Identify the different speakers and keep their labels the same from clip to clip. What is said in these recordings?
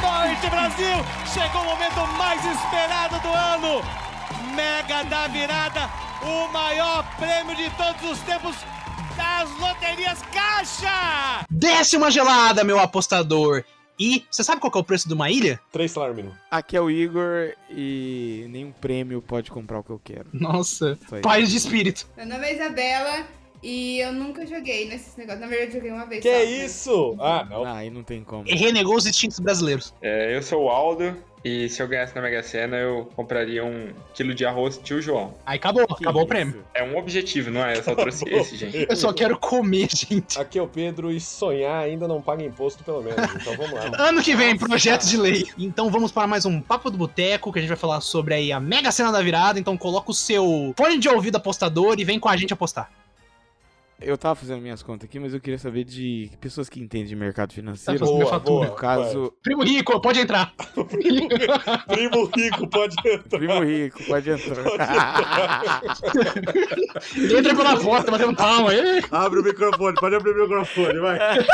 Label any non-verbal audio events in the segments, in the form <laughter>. Speaker 1: Grande É, Brasil! Chegou o momento mais esperado do ano! Mega da Virada, o maior prêmio de todos os tempos das loterias Caixa!
Speaker 2: Desce uma gelada, meu apostador! E você sabe qual que é o preço de uma ilha?
Speaker 3: 3 salários mínimo.
Speaker 4: Aqui é o Igor e nenhum prêmio pode comprar o que eu quero.
Speaker 2: Nossa,
Speaker 4: Isso aí.
Speaker 2: paz de espírito.
Speaker 5: Meu nome é Isabela e eu nunca joguei nesses negócios. Na verdade, eu joguei uma vez.
Speaker 3: Que
Speaker 5: só,
Speaker 3: é
Speaker 5: mas-
Speaker 3: isso? Ah, não.
Speaker 4: Ah, aí não tem como.
Speaker 2: Renegou os instintos brasileiros.
Speaker 6: É, eu sou o Aldo e se eu ganhasse na Mega Sena, eu compraria um quilo de arroz tio João.
Speaker 2: Aí acabou,
Speaker 4: Que
Speaker 2: acabou o
Speaker 4: isso?
Speaker 2: prêmio.
Speaker 6: É um objetivo, não é? Eu só trouxe esse, gente.
Speaker 2: Eu só quero comer, gente.
Speaker 3: Aqui é o Pedro e sonhar ainda não paga imposto, pelo menos. Então vamos lá.
Speaker 2: Ano que vem, projeto de lei. Então vamos para mais um Papo do Boteco, que a gente vai falar sobre aí a mega cena da virada. Então coloca o seu fone de ouvido apostador e vem com a gente apostar.
Speaker 4: Eu tava fazendo minhas contas aqui, mas eu queria saber de pessoas que entendem de
Speaker 2: Tá
Speaker 4: mercado financeiro.
Speaker 2: Boa,
Speaker 4: no caso,
Speaker 2: Primo Rico, pode entrar.
Speaker 3: vai. <laughs> Primo rico, pode entrar.
Speaker 4: primo rico, pode entrar.
Speaker 2: Entra pela porta, bateu um palma. Ê,
Speaker 7: <laughs> Abre o microfone, pode abrir o microfone, vai.
Speaker 3: É,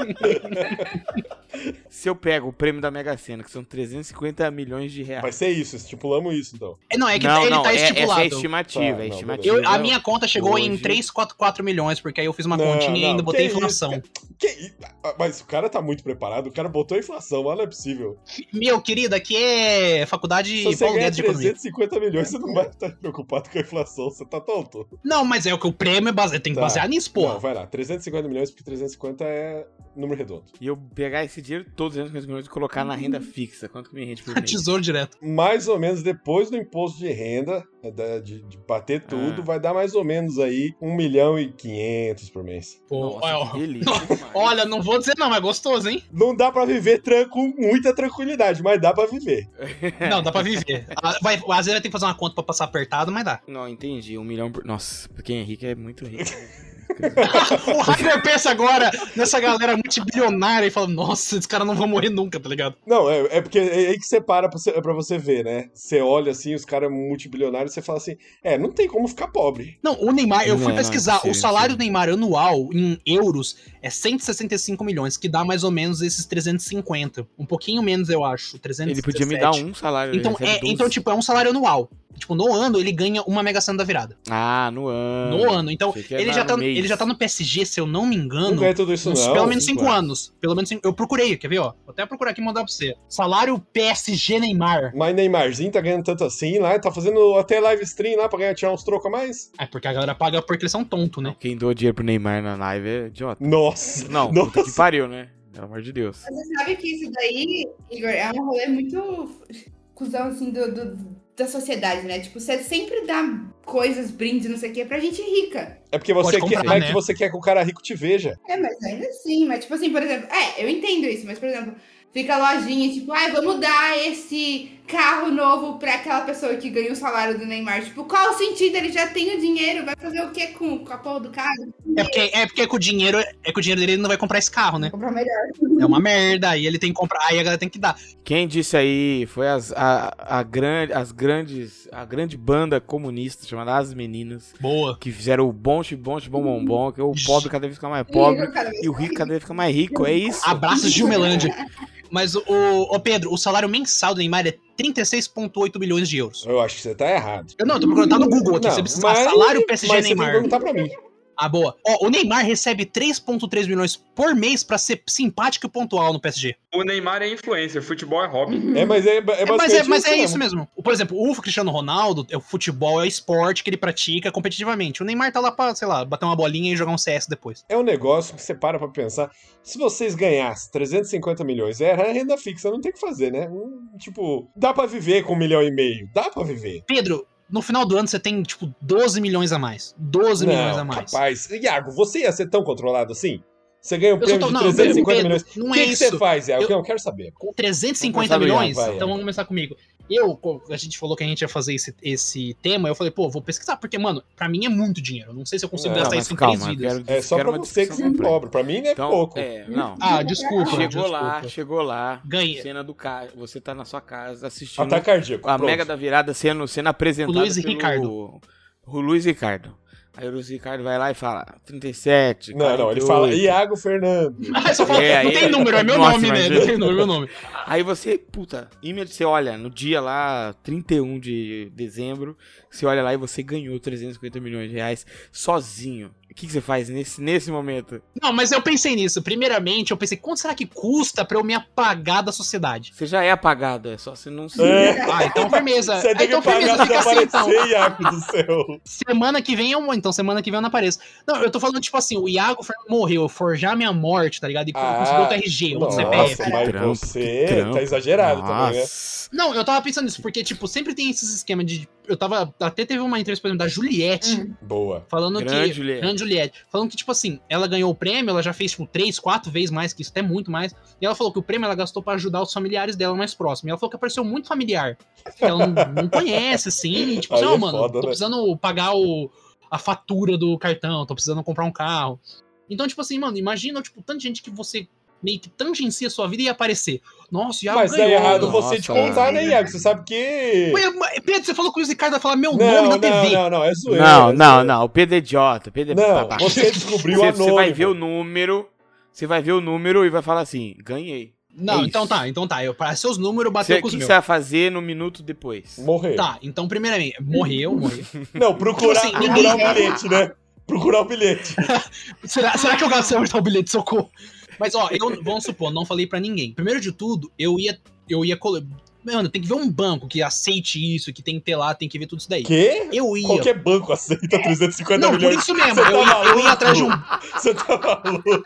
Speaker 4: <laughs> Se eu pego o prêmio da Mega Sena, que são 350 milhões de reais.
Speaker 3: Vai ser isso, estipulamos isso então.
Speaker 2: Não, é que
Speaker 4: não,
Speaker 2: ele
Speaker 4: não,
Speaker 2: tá
Speaker 4: é, essa é a
Speaker 2: estipulado.
Speaker 4: estimativa,
Speaker 3: Tá,
Speaker 4: é
Speaker 3: não,
Speaker 4: estimativa.
Speaker 2: Eu- a minha conta chegou em
Speaker 4: Hoje.
Speaker 2: 344 milhões, porque aí eu fiz uma
Speaker 3: Não,
Speaker 2: continha e
Speaker 3: não,
Speaker 2: ainda botei
Speaker 3: que
Speaker 2: inflação.
Speaker 3: Que i- ah, Mas o cara tá muito preparado, o cara botou a inflação, mas não é possível.
Speaker 2: Meu querido, aqui é faculdade
Speaker 3: Se você
Speaker 2: Paulo
Speaker 3: ganhar
Speaker 2: Guedes de Economia.
Speaker 3: 350 milhões, você não vai estar preocupado com a inflação, você tá tonto.
Speaker 2: Não, mas é o que o prêmio é baseado. Tem que
Speaker 3: Tá.
Speaker 2: basear nisso,
Speaker 3: Não,
Speaker 2: pô.
Speaker 3: vai lá, 350 milhões, porque 350 é número redondo.
Speaker 4: E eu pegar esse dinheiro todo, 350 milhões, e colocar na
Speaker 2: Hum.
Speaker 4: renda fixa. Quanto que
Speaker 2: <laughs>
Speaker 4: me rende por mês?
Speaker 2: É Tesouro direto.
Speaker 3: Mais ou menos depois do imposto de renda, né, da- de, de bater tudo,
Speaker 4: Ah.
Speaker 3: vai dar mais ou menos aí 1 milhão e 500 por mês.
Speaker 2: Pô,
Speaker 4: Nossa, que
Speaker 2: olha,
Speaker 4: delícia.
Speaker 2: <laughs> olha, não vou dizer não, é gostoso, hein?
Speaker 3: Não dá pra viver tran- com muita tranquilidade, mas dá pra viver.
Speaker 4: É.
Speaker 2: Não, dá pra viver. Ah, vai- às vezes vai ter que fazer uma conta pra passar apertado, mas
Speaker 4: <laughs>
Speaker 2: dá. <laughs>
Speaker 4: Não, entendi. Um milhão por. Nossa, porque quem é rico é muito rico.
Speaker 2: O hacker pensa agora nessa galera multibilionária e fala: Nossa, esses caras não vão morrer nunca, tá ligado?
Speaker 3: Não, é, é porque é aí que você para pra você, pra você ver, né? Você olha assim, os caras multibilionários, você fala assim: é, não tem como ficar pobre.
Speaker 2: Não, o Neymar, eu
Speaker 4: Não,
Speaker 2: fui
Speaker 4: não,
Speaker 2: pesquisar,
Speaker 4: sim,
Speaker 2: o salário
Speaker 4: sim.
Speaker 2: do Neymar anual em euros é 165 milhões, que dá mais ou menos esses 350. Um pouquinho menos, eu acho. 317.
Speaker 4: Ele podia me dar um salário. ele
Speaker 2: Então,
Speaker 4: recebe
Speaker 2: é,
Speaker 4: 12.
Speaker 2: então, tipo, é um salário anual. Tipo, no ano ele ganha uma mega sena da virada.
Speaker 4: Ah, no ano.
Speaker 2: No ano. Então,
Speaker 4: Achei que
Speaker 2: ele
Speaker 4: era
Speaker 2: já,
Speaker 4: no
Speaker 2: tá,
Speaker 4: mês.
Speaker 2: ele já tá no PSG, se eu não me
Speaker 3: Não,
Speaker 2: engano.
Speaker 3: ganha tudo isso,
Speaker 2: uns
Speaker 3: não.
Speaker 2: pelo menos
Speaker 4: cinco
Speaker 2: 5 anos. Pelo menos cinco, Eu procurei, quer ver, ó? Vou até procurar aqui e mandar pra você. Salário PSG Neymar.
Speaker 3: Mas Neymarzinho tá ganhando tanto assim lá, tá fazendo até live stream lá pra ganhar, tirar uns trocos a mais.
Speaker 2: É porque a galera paga porque eles são tonto,
Speaker 4: Não,
Speaker 2: né?
Speaker 4: Quem doa dinheiro pro Neymar na live é idiota.
Speaker 3: Nossa!
Speaker 4: Não, puta que
Speaker 3: Nossa!
Speaker 4: pariu, né? Pelo amor de Deus.
Speaker 5: Você sabe que isso daí, Igor, é um rolê muito cuzão, assim, do, do- da sociedade, né? Tipo, você sempre dá coisas, brindes, não sei o quê, pra gente rica.
Speaker 3: É porque você
Speaker 2: Pode comprar,
Speaker 3: quer, é
Speaker 2: né?
Speaker 3: que você quer que o cara rico te veja.
Speaker 5: É, mas ainda assim, mas tipo assim, por exemplo, é, eu entendo isso, mas por exemplo, fica a lojinha, tipo, ai, vamos dar esse carro novo pra aquela pessoa que ganhou o salário do Neymar. Tipo, qual o sentido? Ele já tem o dinheiro, vai fazer o quê com, com a porra do carro?
Speaker 2: É porque, é porque com o dinheiro, é que o dinheiro dele ele não vai comprar esse carro, né?
Speaker 5: Comprar melhor.
Speaker 2: É uma merda, aí ele tem que comprar, aí a galera tem que dar.
Speaker 4: Quem disse aí foi as, a, a grande, as grandes. A grande banda comunista chamada As Meninas.
Speaker 2: Boa.
Speaker 4: Que fizeram o bonche, bonche, bom, bom, bom. Que o pobre cada vez fica mais
Speaker 5: <laughs>
Speaker 4: pobre. E o rico cada vez fica mais rico. É isso.
Speaker 2: Abraços de
Speaker 3: <laughs>
Speaker 2: Gilmelândia. Mas o, o Pedro, o salário mensal do Neymar é 36,8 milhões de euros.
Speaker 3: Eu acho que você tá errado.
Speaker 2: Eu não, eu tô procurando, tá no Google aqui.
Speaker 3: Não,
Speaker 2: você precisa
Speaker 3: mas-
Speaker 2: salário PSG
Speaker 3: Mas você tem que
Speaker 2: Neymar.
Speaker 3: perguntar pra mim.
Speaker 2: Ah, boa. Ó, o Neymar recebe 3,3 milhões por mês pra ser simpático e pontual no PSG.
Speaker 6: O Neymar é influencer, futebol é hobby.
Speaker 3: É, mas é, é
Speaker 2: É, mas é,
Speaker 3: basicamente
Speaker 2: mas é
Speaker 3: mesmo.
Speaker 2: isso mesmo. Por exemplo, o Cristiano Ronaldo, é o futebol é o esporte que ele pratica competitivamente. O Neymar tá lá pra, sei lá, bater uma bolinha e jogar um CS depois.
Speaker 3: É um negócio que você para pra pensar. Se vocês ganhassem 350 milhões, era renda fixa, não tem o que fazer, né? Hum, Tipo, dá pra viver com um milhão e meio. Dá pra viver.
Speaker 2: Pedro, no final do ano você tem, tipo, 12 milhões a mais. 12 milhões a mais.
Speaker 3: Rapaz, Iago, você ia ser tão controlado assim? Você ganha um
Speaker 2: Eu sou
Speaker 3: prêmio
Speaker 2: tão-
Speaker 3: de
Speaker 2: não,
Speaker 3: 350
Speaker 2: Pedro,
Speaker 3: milhões.
Speaker 2: não
Speaker 3: O
Speaker 2: é
Speaker 3: que, que
Speaker 2: isso.
Speaker 3: você faz, Iago?
Speaker 2: Eu-
Speaker 3: Eu, quero saber.
Speaker 2: Com
Speaker 3: Vamos
Speaker 2: 350
Speaker 3: começar do Iago,
Speaker 2: milhões?
Speaker 3: vai,
Speaker 2: então
Speaker 4: é.
Speaker 3: Iago.
Speaker 2: vamos começar comigo. Eu, co- a gente falou que a gente ia fazer esse, esse tema, eu falei, pô, vou pesquisar, porque, mano, pra mim é muito dinheiro. Eu não sei se eu consigo
Speaker 3: Não,
Speaker 2: gastar
Speaker 4: É, mas
Speaker 2: isso em três
Speaker 4: calma, eu
Speaker 2: vidas.
Speaker 4: quero,
Speaker 3: É só
Speaker 4: quero
Speaker 3: pra
Speaker 4: uma
Speaker 3: você que
Speaker 4: discussão
Speaker 3: vive
Speaker 4: completa.
Speaker 3: pobre. Pra mim, né? é
Speaker 4: Então,
Speaker 3: pouco.
Speaker 4: É, não.
Speaker 2: Ah, desculpa.
Speaker 4: Chegou
Speaker 2: desculpa.
Speaker 4: lá, chegou lá.
Speaker 2: Ganhei.
Speaker 4: Cena do carro. Você tá na sua casa assistindo
Speaker 3: Ataque cardíaco.
Speaker 4: a
Speaker 3: pronto.
Speaker 4: mega da virada sendo, sendo apresentada
Speaker 2: Luiz e
Speaker 4: pelo...
Speaker 2: Ricardo.
Speaker 4: O Luiz Ricardo. Aí o Luiz Ricardo vai lá e fala 37.
Speaker 3: Não, não, ele fala
Speaker 4: 48.
Speaker 3: Iago Fernando.
Speaker 2: <laughs> Ah, só fala,
Speaker 4: É,
Speaker 2: não
Speaker 4: aí-
Speaker 2: tem número, é meu
Speaker 4: Nossa,
Speaker 2: nome, né?
Speaker 4: imagina.
Speaker 2: Não tem número, é meu nome.
Speaker 4: Aí você, puta, imediatamente você olha no dia lá, 31 de dezembro, você olha lá e você ganhou 350 milhões de reais sozinho. O que, que você faz nesse, nesse momento?
Speaker 2: Não, mas eu pensei nisso. Primeiramente, eu pensei, quanto será que custa pra eu me apagar da sociedade?
Speaker 4: Você já é apagado, é só você não se.
Speaker 3: É,
Speaker 2: Ah, então firmeza.
Speaker 3: você
Speaker 2: Ah,
Speaker 3: tem que
Speaker 2: então
Speaker 3: pagar
Speaker 2: firmeza,
Speaker 3: pra
Speaker 2: fica assim então.
Speaker 3: aparecer, Iago do céu.
Speaker 2: Semana que vem eu então semana que vem eu não apareço. Não, eu tô falando, tipo assim, o Iago Fernando morreu, forjar minha morte, tá ligado? E
Speaker 3: Ah,
Speaker 2: conseguir outro RG, outro CPF.
Speaker 3: Nossa, mas
Speaker 4: trampo, que
Speaker 3: você
Speaker 4: trampo.
Speaker 3: tá exagerado também, né?
Speaker 4: Nossa.
Speaker 2: Não, eu tava pensando nisso, porque, tipo, sempre tem esses esquemas de. Eu tava. Até teve uma entrevista, por exemplo, da Juliette,
Speaker 5: Hum.
Speaker 3: Boa.
Speaker 2: falando
Speaker 4: Grande
Speaker 2: que.
Speaker 4: Juliette.
Speaker 2: Grande É. Juliette. Falando que, tipo assim, ela ganhou o prêmio, ela já fez, tipo, três, quatro vezes mais que isso, até muito mais. E ela falou que o prêmio ela gastou pra ajudar os familiares dela mais próximos. E ela falou que apareceu muito familiar. Que ela não, não conhece, assim. e, Tipo,
Speaker 3: Aí
Speaker 2: assim, ó,
Speaker 3: é
Speaker 2: mano,
Speaker 3: foda,
Speaker 2: tô
Speaker 3: né?
Speaker 2: precisando pagar o, a fatura do cartão, tô precisando comprar um carro. Então, tipo assim, mano, imagina, tipo, tanta gente que você meio que tangencia a sua vida e ia aparecer. Nossa, Iago
Speaker 3: Mas dá
Speaker 2: ganhou,
Speaker 3: errado
Speaker 4: mano.
Speaker 3: você te
Speaker 4: Nossa,
Speaker 3: contar, né,
Speaker 6: velho.
Speaker 3: Iago? Você sabe que.
Speaker 2: Ué, mas, Pedro, você falou que o Luiz Ricardo vai falar meu nome
Speaker 3: Não,
Speaker 2: na
Speaker 3: não,
Speaker 2: TV.
Speaker 3: não, não, é zoeira.
Speaker 4: Não,
Speaker 3: é
Speaker 4: não,
Speaker 3: zoeira.
Speaker 4: não. O Pedro é idiota. O Pedro é
Speaker 3: Não,
Speaker 4: babaca.
Speaker 3: você descobriu
Speaker 4: Você-
Speaker 3: a
Speaker 4: Você vai ver o
Speaker 3: noiva.
Speaker 4: número. Você vai ver o número e vai falar assim: ganhei.
Speaker 2: Não,
Speaker 4: É
Speaker 2: então
Speaker 4: isso.
Speaker 2: tá, então tá. Eu, para seus números, bateu
Speaker 4: Você- O
Speaker 2: com
Speaker 4: que
Speaker 2: os
Speaker 4: que
Speaker 2: meus.
Speaker 4: você vai fazer no minuto depois?
Speaker 3: Morreu.
Speaker 2: Tá, então primeiramente, morreu, morreu.
Speaker 3: Não, procurar,
Speaker 2: Tipo assim,
Speaker 3: procurar o
Speaker 5: ninguém-
Speaker 3: bilhete, né? Procurar o bilhete.
Speaker 2: será, será que eu gastei o bilhete, socorro? Mas ó, eu, vamos supor, não falei pra ninguém. Primeiro de tudo, eu ia, eu ia, colo- mano, tem que ver um banco que aceite isso, que tem que ter lá, tem que ver tudo isso daí.
Speaker 3: Quê?
Speaker 2: Eu ia. É.
Speaker 3: Qualquer banco aceita 350
Speaker 2: Não, por
Speaker 3: milhões.
Speaker 2: isso mesmo,
Speaker 3: <laughs> Você
Speaker 2: eu
Speaker 3: tá
Speaker 2: ia, eu ia
Speaker 3: maluco?
Speaker 2: atrás de um
Speaker 3: Você tá maluco?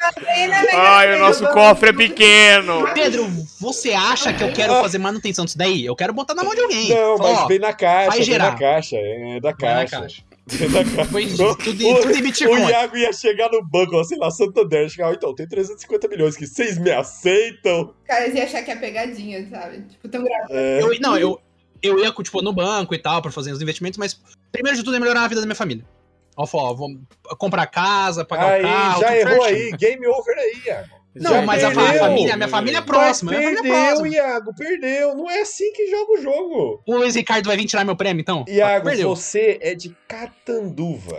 Speaker 4: Ai, o
Speaker 3: <laughs>
Speaker 4: nosso cofre é pequeno.
Speaker 2: Pedro, você acha que eu quero fazer manutenção disso daí? Eu quero botar na mão de alguém.
Speaker 3: Ah. Não,
Speaker 2: Fala,
Speaker 3: mas
Speaker 2: ó,
Speaker 3: vem na caixa,
Speaker 2: vai
Speaker 3: vem
Speaker 2: gerar.
Speaker 3: na caixa. É da
Speaker 2: vai na
Speaker 3: caixa. Vem na caixa.
Speaker 2: Foi
Speaker 3: O-
Speaker 2: tudo, tudo em
Speaker 3: O
Speaker 2: Bitcoin.
Speaker 3: Iago ia chegar no banco, ó, sei lá, Santander, chegar, ó, então, tem 350 milhões que vocês me aceitam.
Speaker 5: Os caras iam achar que é pegadinha, sabe? Tipo, tão gravando.
Speaker 3: É,
Speaker 2: Eu, não, eu, eu ia, tipo, no banco e tal, pra fazer os investimentos, mas primeiro de tudo é melhorar a vida da minha família. Ó, falou, ó, vou comprar casa, pagar o
Speaker 3: aí,
Speaker 2: carro.
Speaker 3: já
Speaker 2: tudo
Speaker 3: errou
Speaker 2: certinho.
Speaker 3: aí, game over aí, Iago.
Speaker 2: Não,
Speaker 3: Já
Speaker 2: mas a, fa- a
Speaker 3: perdeu.
Speaker 2: família, a minha família é próxima.
Speaker 3: Mas
Speaker 2: minha família é
Speaker 3: perdeu,
Speaker 2: próxima.
Speaker 3: Iago, perdeu. Não é assim que joga o jogo.
Speaker 2: O Luiz Ricardo vai vir tirar meu prêmio, então?
Speaker 3: Iago,
Speaker 2: perdeu.
Speaker 3: você é de Catanduva.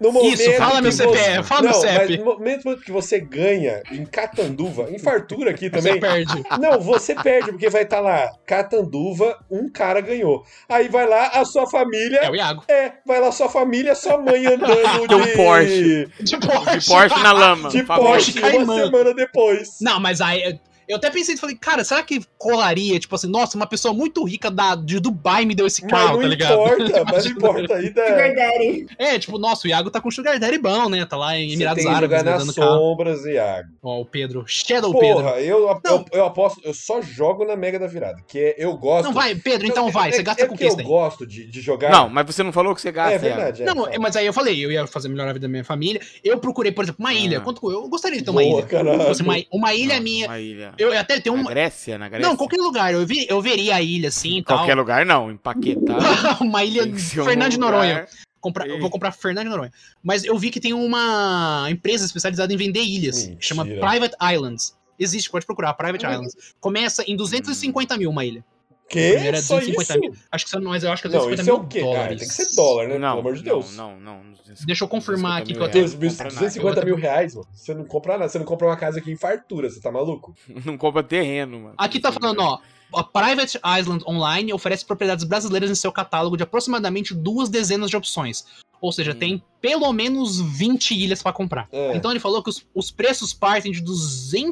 Speaker 3: No
Speaker 2: Isso, fala
Speaker 3: que
Speaker 2: meu CPF, fala meu
Speaker 3: Não,
Speaker 2: CEP.
Speaker 3: mas no momento que você ganha em Catanduva, em fartura aqui
Speaker 2: Você
Speaker 3: também.
Speaker 2: perde.
Speaker 3: Não, você perde, porque vai estar lá, Catanduva, um cara ganhou. Aí vai lá a sua
Speaker 2: É
Speaker 3: família.
Speaker 2: o Iago.
Speaker 3: É, vai lá sua família, sua mãe andando
Speaker 4: <laughs> Tem um
Speaker 3: de
Speaker 4: Porsche.
Speaker 2: De Porsche.
Speaker 4: De Porsche na lama.
Speaker 3: De
Speaker 4: por favor.
Speaker 3: Porsche uma
Speaker 2: Caimã.
Speaker 3: semana depois.
Speaker 2: Não, mas aí. Eu até pensei, falei, cara, será que colaria, tipo assim, nossa, uma pessoa muito rica da, de Dubai me deu esse
Speaker 3: mas
Speaker 2: carro,
Speaker 3: não
Speaker 2: tá ligado?
Speaker 3: importa, mas não importa ainda.
Speaker 5: Sugar Daddy.
Speaker 2: <laughs> É, tipo, nossa, o Iago tá com Sugar Daddy bom, né? Tá lá em
Speaker 3: Você
Speaker 2: Emirados
Speaker 3: tem que
Speaker 2: Árabes,
Speaker 3: jogar
Speaker 2: né,
Speaker 3: nas
Speaker 2: dando carro.
Speaker 3: sombras, Iago.
Speaker 2: Ó, o Pedro. Shadow Pedro.
Speaker 3: Porra, eu,
Speaker 2: Não.
Speaker 3: eu, eu aposto, eu só jogo na Mega da Virada, que é- eu gosto.
Speaker 2: Não, vai, Pedro, então
Speaker 3: Eu-
Speaker 2: vai.
Speaker 3: é-
Speaker 2: Você gasta
Speaker 3: é
Speaker 2: com
Speaker 3: porque
Speaker 2: quem isso daí?
Speaker 3: Eu gosto de, de jogar.
Speaker 4: Não, mas você não falou o que você gasta,
Speaker 3: é
Speaker 4: Iago.
Speaker 3: verdade. É,
Speaker 2: Não,
Speaker 3: fala.
Speaker 2: mas aí eu falei, eu ia fazer melhor a vida da minha família. Eu procurei, por exemplo, uma
Speaker 4: Ah.
Speaker 2: ilha. Quanto eu gostaria de ter uma
Speaker 3: Boa,
Speaker 2: ilha?
Speaker 3: caralho.
Speaker 2: Tipo assim, Uma, uma ilha
Speaker 4: Não,
Speaker 2: minha.
Speaker 4: Uma ilha.
Speaker 2: Eu até tenho
Speaker 4: Na
Speaker 2: uma.
Speaker 4: Grécia, na Grécia.
Speaker 2: Não, qualquer lugar. Eu, vi, eu veria a ilha assim e tal.
Speaker 4: Qualquer lugar não, empaquetar.
Speaker 2: <laughs> uma <laughs> ilha
Speaker 4: Tem que ser um
Speaker 2: Fernando de
Speaker 4: lugar-
Speaker 2: Noronha. Comprar, eu
Speaker 4: Ei.
Speaker 2: vou comprar Fernando de Noronha. Mas eu vi que tem uma empresa especializada em vender ilhas.
Speaker 3: Mentira. Uhum.
Speaker 2: Chama Private Islands. Existe, pode procurar, Private
Speaker 5: Olha.
Speaker 2: Islands. Começa em 250 mil uma ilha.
Speaker 3: Que?
Speaker 2: Primeiro é
Speaker 3: Só
Speaker 2: 250
Speaker 3: isso?
Speaker 2: mil. Acho que, se eu não- mas eu acho que é
Speaker 3: Não,
Speaker 2: 250
Speaker 3: isso é
Speaker 2: mil
Speaker 3: o quê? Ah,
Speaker 2: dólares.
Speaker 3: tem que ser dólar, né?
Speaker 4: Não,
Speaker 3: Pelo amor de
Speaker 4: não,
Speaker 3: Deus.
Speaker 4: Não, não, não.
Speaker 2: Deixa eu confirmar aqui que eu
Speaker 4: até.
Speaker 2: até-
Speaker 3: Dois mil- 250 mil reais, mano. Você não compra nada, você não compra uma casa aqui em fartura, você tá maluco?
Speaker 4: Não compra terreno, mano.
Speaker 2: Aqui tá falando, ó. A Private Island Online oferece propriedades brasileiras em seu catálogo de aproximadamente duas dezenas de opções. Ou seja,
Speaker 4: Hum.
Speaker 2: tem pelo menos 20 ilhas pra comprar.
Speaker 3: É.
Speaker 2: Então ele falou que os, os preços partem de